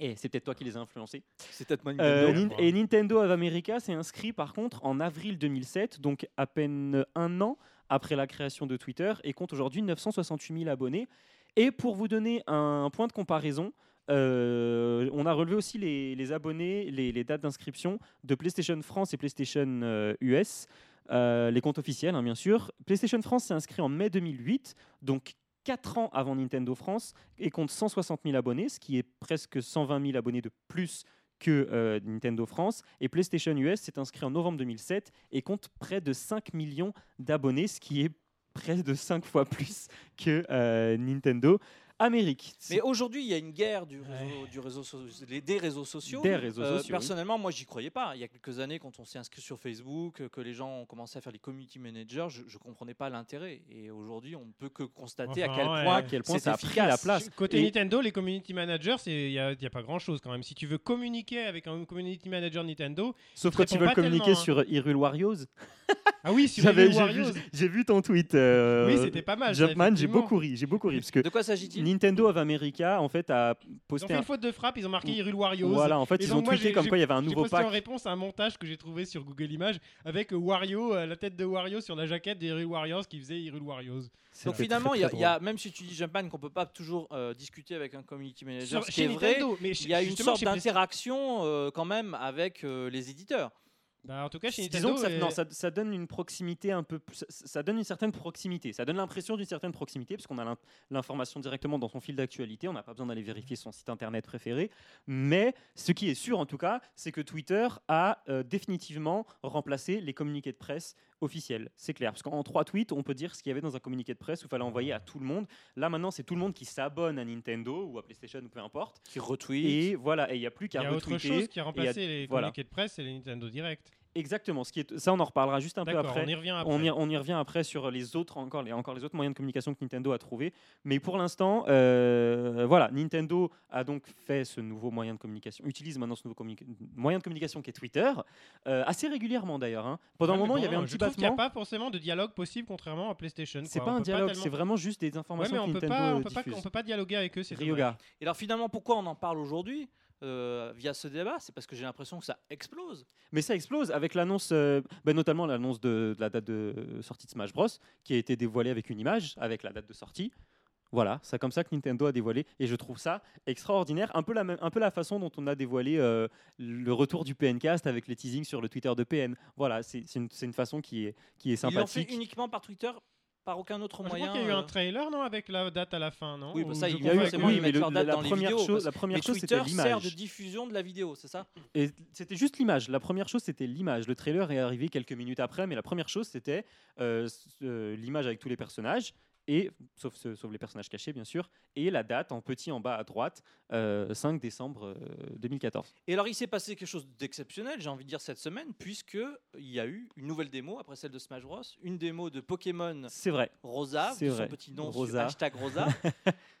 [SPEAKER 4] Et c'est peut-être toi qui les as influencés.
[SPEAKER 1] C'est peut-être moi
[SPEAKER 4] Euh,
[SPEAKER 5] Nintendo,
[SPEAKER 4] Nin-
[SPEAKER 5] quoi.
[SPEAKER 4] et Nintendo of America s'est inscrit par contre en avril 2007, donc à peine un an après la création de Twitter, et compte aujourd'hui 968 000 abonnés. Et pour vous donner un point de comparaison, euh, on a relevé aussi les, les abonnés, les, les dates d'inscription de PlayStation France et PlayStation euh, US. euh, les comptes officiels, hein, bien sûr. PlayStation France s'est inscrit en mai 2008, donc 4 ans avant Nintendo France, et compte 160 000 abonnés, ce qui est presque 120 000 abonnés de plus que euh, Nintendo France. Et PlayStation US s'est inscrit en novembre 2007 et compte près de 5 millions d'abonnés, ce qui est près de 5 fois plus que euh, Nintendo Amérique.
[SPEAKER 1] Mais aujourd'hui, il y a une guerre du réseau, du réseau so- les- des réseaux sociaux.
[SPEAKER 4] Des réseaux sociaux, oui.
[SPEAKER 1] Euh, Personnellement, moi, j'y croyais pas. Il y a quelques années, quand on s'est inscrit sur Facebook, euh, que les gens ont commencé à faire les community managers, je, je comprenais pas l'intérêt. Et aujourd'hui, on ne peut que constater à
[SPEAKER 5] Enfin,
[SPEAKER 1] quel
[SPEAKER 5] ouais.
[SPEAKER 1] point,
[SPEAKER 4] à quel point
[SPEAKER 1] c'est
[SPEAKER 4] ça a pris
[SPEAKER 1] efficace.
[SPEAKER 4] la place.
[SPEAKER 5] Côté
[SPEAKER 4] Et-
[SPEAKER 5] Nintendo, les community managers, il n'y a, y a pas grand chose quand même. Si tu veux communiquer avec un community manager Nintendo,
[SPEAKER 4] Sauf
[SPEAKER 5] Ils
[SPEAKER 4] quand ils
[SPEAKER 5] répondent
[SPEAKER 4] veulent
[SPEAKER 5] pas
[SPEAKER 4] communiquer
[SPEAKER 5] tellement, hein.
[SPEAKER 4] sur Hyrule Warriors.
[SPEAKER 5] ah oui, sur
[SPEAKER 4] J'avais- J'ai
[SPEAKER 5] les
[SPEAKER 4] vu,
[SPEAKER 5] Warriors,
[SPEAKER 4] j'ai vu ton tweet. euh,
[SPEAKER 5] oui, c'était pas mal. ça,
[SPEAKER 4] Jumpman, j'ai
[SPEAKER 5] effectivement.
[SPEAKER 4] beaucoup ri, j'ai beaucoup ri parce que
[SPEAKER 1] De quoi s'agit-il
[SPEAKER 4] Nintendo of America en fait a
[SPEAKER 5] Ils ont
[SPEAKER 4] posté
[SPEAKER 5] fait
[SPEAKER 4] un
[SPEAKER 5] une faute de frappe, ils ont marqué Hyrule Warriors.
[SPEAKER 4] voilà, en fait,
[SPEAKER 5] Et
[SPEAKER 4] ils
[SPEAKER 5] donc,
[SPEAKER 4] ont
[SPEAKER 5] moi,
[SPEAKER 4] tweeté
[SPEAKER 5] j'ai-
[SPEAKER 4] comme quoi il y avait un
[SPEAKER 5] J'ai
[SPEAKER 4] nouveau
[SPEAKER 5] posté en
[SPEAKER 4] pack.
[SPEAKER 5] réponse à un montage que j'ai trouvé sur Google Images avec euh, Wario, euh, la tête de Wario sur la jaquette des Hyrule Warriors qui faisait Hyrule Warriors.
[SPEAKER 1] Donc
[SPEAKER 4] C'était
[SPEAKER 1] finalement,
[SPEAKER 4] très,
[SPEAKER 1] il y a-
[SPEAKER 4] très
[SPEAKER 1] il y a- même si tu dis Jumpman qu'on peut pas toujours euh, discuter avec un community manager,
[SPEAKER 5] Sur-
[SPEAKER 1] ce qui est vrai,
[SPEAKER 5] Nintendo, mais
[SPEAKER 1] il y a une
[SPEAKER 5] justement,
[SPEAKER 1] sorte
[SPEAKER 5] chez Play-
[SPEAKER 1] d'interaction euh, quand même avec euh, les éditeurs.
[SPEAKER 5] Bah, en tout cas, chez
[SPEAKER 4] Disons
[SPEAKER 5] Nintendo.
[SPEAKER 4] que ça,
[SPEAKER 5] euh,
[SPEAKER 4] non, ça, ça donne une proximité un peu plus- ça- ça donne une certaine proximité, ça donne l'impression d'une certaine proximité parce qu'on a l'in- l'information directement dans son fil d'actualité, on n'a pas besoin d'aller vérifier son site internet préféré, mais ce qui est sûr en tout cas, c'est que Twitter a euh, définitivement remplacé les communiqués de presse officiels, c'est clair, parce qu'en trois tweets, on peut dire ce qu'il y avait dans un communiqué de presse où il fallait envoyer à tout le monde. Là maintenant, c'est tout le monde qui s'abonne à Nintendo ou à PlayStation ou peu importe,
[SPEAKER 1] qui retweet.
[SPEAKER 4] et voilà, et il n'y a plus
[SPEAKER 5] Il
[SPEAKER 4] qu'à
[SPEAKER 5] y a autre
[SPEAKER 4] retweeter.
[SPEAKER 5] chose qui a remplacé les
[SPEAKER 4] voilà.
[SPEAKER 5] communiqués de presse et les Nintendo Direct.
[SPEAKER 4] Exactement, ce qui est, ça on en reparlera juste un peu
[SPEAKER 5] D'accord,
[SPEAKER 4] après.
[SPEAKER 5] on y revient après.
[SPEAKER 4] On y, on y revient après sur les autres encore les, encore les autres moyens de communication que Nintendo a trouvé. Mais pour l'instant, euh, voilà, Nintendo a donc fait ce nouveau moyen de communication, utilise maintenant ce nouveau communi- moyen de communication qui est Twitter, euh, assez régulièrement d'ailleurs. hein. Pendant
[SPEAKER 5] Ouais,
[SPEAKER 4] un
[SPEAKER 5] Ah, mais
[SPEAKER 4] moment, il y
[SPEAKER 5] bon,
[SPEAKER 4] avait un
[SPEAKER 5] je
[SPEAKER 4] petit
[SPEAKER 5] trouve qu'il n'y a
[SPEAKER 4] battement.
[SPEAKER 5] pas forcément de dialogue possible, contrairement à PlayStation.
[SPEAKER 4] C'est
[SPEAKER 5] quoi.
[SPEAKER 4] pas
[SPEAKER 5] On
[SPEAKER 4] un
[SPEAKER 5] peut
[SPEAKER 4] dialogue,
[SPEAKER 5] tellement-
[SPEAKER 4] c'est vraiment juste des
[SPEAKER 5] Ouais,
[SPEAKER 4] informations
[SPEAKER 5] mais on
[SPEAKER 4] que
[SPEAKER 5] peut,
[SPEAKER 4] Nintendo
[SPEAKER 5] pas, on,
[SPEAKER 4] euh,
[SPEAKER 5] peut pas,
[SPEAKER 4] diffuse.
[SPEAKER 5] on peut pas dialoguer avec eux, c'est dommage.
[SPEAKER 4] Ryoga.
[SPEAKER 1] Et alors finalement, pourquoi on en parle aujourd'hui euh, via ce débat C'est parce que j'ai l'impression que ça explose.
[SPEAKER 4] Mais ça explose avec l'annonce, euh, ben, notamment l'annonce de, de la date de euh, sortie de Smash Bros, qui a été dévoilée avec une image, avec la date de sortie. Voilà, c'est comme ça que Nintendo a dévoilé, et je trouve ça extraordinaire, un peu la, même, un peu la façon dont on a dévoilé euh, le retour du PNcast avec les teasings sur le Twitter de PN. Voilà, c'est c'est une, c'est une façon qui est, qui est
[SPEAKER 1] Ils l'ont fait
[SPEAKER 4] sympathique.
[SPEAKER 1] uniquement par Twitter, par aucun autre
[SPEAKER 5] Je crois
[SPEAKER 1] moyen.
[SPEAKER 5] qu'il y a eu un
[SPEAKER 1] euh,
[SPEAKER 5] trailer, non, avec la date à la fin, non
[SPEAKER 1] Oui, bah ça,
[SPEAKER 5] Ou je
[SPEAKER 1] il y
[SPEAKER 4] Il y a eu-
[SPEAKER 1] oui,
[SPEAKER 5] confonds avec
[SPEAKER 1] forcément,
[SPEAKER 5] le-
[SPEAKER 1] ils
[SPEAKER 4] oui, mais
[SPEAKER 1] mettent
[SPEAKER 4] le-
[SPEAKER 1] leur
[SPEAKER 4] la,
[SPEAKER 1] date dans les
[SPEAKER 4] première
[SPEAKER 1] vidéos,
[SPEAKER 4] chose,
[SPEAKER 1] parce
[SPEAKER 4] la première
[SPEAKER 1] Mais
[SPEAKER 4] chose,
[SPEAKER 1] Twitter
[SPEAKER 4] c'était
[SPEAKER 1] sert de
[SPEAKER 4] l'image.
[SPEAKER 1] diffusion de la vidéo, c'est ça
[SPEAKER 4] Et c'était juste l'image. La première chose, c'était l'image. Le trailer est arrivé quelques minutes après, mais la première chose, c'était euh, s- euh, l'image avec tous les personnages, et sauf, ceux- sauf les personnages cachés, bien sûr, et la date en petit en bas à droite, euh, 5 décembre euh, 2014.
[SPEAKER 1] Et alors, il s'est passé quelque chose d'exceptionnel, j'ai envie de dire, cette semaine, puisque euh, il y a eu une nouvelle démo après celle de Smash Bros, une démo de Pokémon
[SPEAKER 4] C'est vrai.
[SPEAKER 1] Rosa,
[SPEAKER 4] C'est
[SPEAKER 1] de son
[SPEAKER 4] vrai,
[SPEAKER 1] petit nom,
[SPEAKER 4] Rosa.
[SPEAKER 1] sur hashtag
[SPEAKER 4] (laughs)
[SPEAKER 1] Rosa,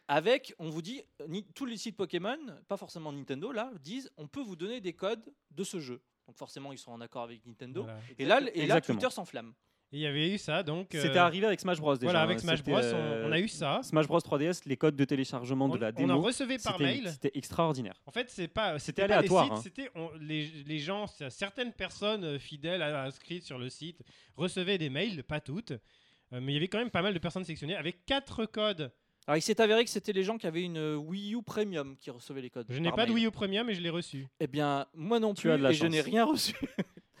[SPEAKER 1] avec, on vous dit, ni- tous les sites Pokémon, pas forcément Nintendo, là, disent on peut vous donner des codes de ce jeu. Donc forcément, ils seront en accord avec Nintendo.
[SPEAKER 5] Voilà.
[SPEAKER 1] Et là, et là
[SPEAKER 4] Exactement.
[SPEAKER 1] Twitter s'enflamme.
[SPEAKER 5] Et Il y avait eu ça, donc. euh,
[SPEAKER 4] C'était arrivé avec Smash Bros. Déjà,
[SPEAKER 5] Voilà, avec
[SPEAKER 4] hein.
[SPEAKER 5] Smash
[SPEAKER 4] C'était,
[SPEAKER 5] Bros, on,
[SPEAKER 4] euh,
[SPEAKER 5] on a eu ça.
[SPEAKER 4] Smash Bros 3DS, les codes de téléchargement
[SPEAKER 5] On,
[SPEAKER 4] de la
[SPEAKER 5] on en
[SPEAKER 4] démo.
[SPEAKER 5] recevait par
[SPEAKER 4] c'était-
[SPEAKER 5] mail.
[SPEAKER 4] C'était extraordinaire.
[SPEAKER 5] En fait, c'est pas,
[SPEAKER 4] C'était
[SPEAKER 5] c'était pas les
[SPEAKER 4] aléatoire,
[SPEAKER 5] sites,
[SPEAKER 4] hein.
[SPEAKER 5] C'était on- les, les gens, c'est- certaines personnes euh, fidèles à- inscrites sur le site recevaient des mails, pas toutes, euh, mais il y avait quand même pas mal de personnes sélectionnées avec quatre codes.
[SPEAKER 1] Alors, il s'est avéré que c'était les gens qui avaient une euh, Wii U Premium qui recevaient les codes.
[SPEAKER 5] Je n'ai
[SPEAKER 4] Ah,
[SPEAKER 1] par
[SPEAKER 5] pas de
[SPEAKER 1] mail.
[SPEAKER 5] Wii U Premium, mais je l'ai reçu.
[SPEAKER 1] Eh bien, moi non
[SPEAKER 4] Tu
[SPEAKER 1] plus,
[SPEAKER 4] as de la
[SPEAKER 1] et je
[SPEAKER 4] chance.
[SPEAKER 1] n'ai rien reçu.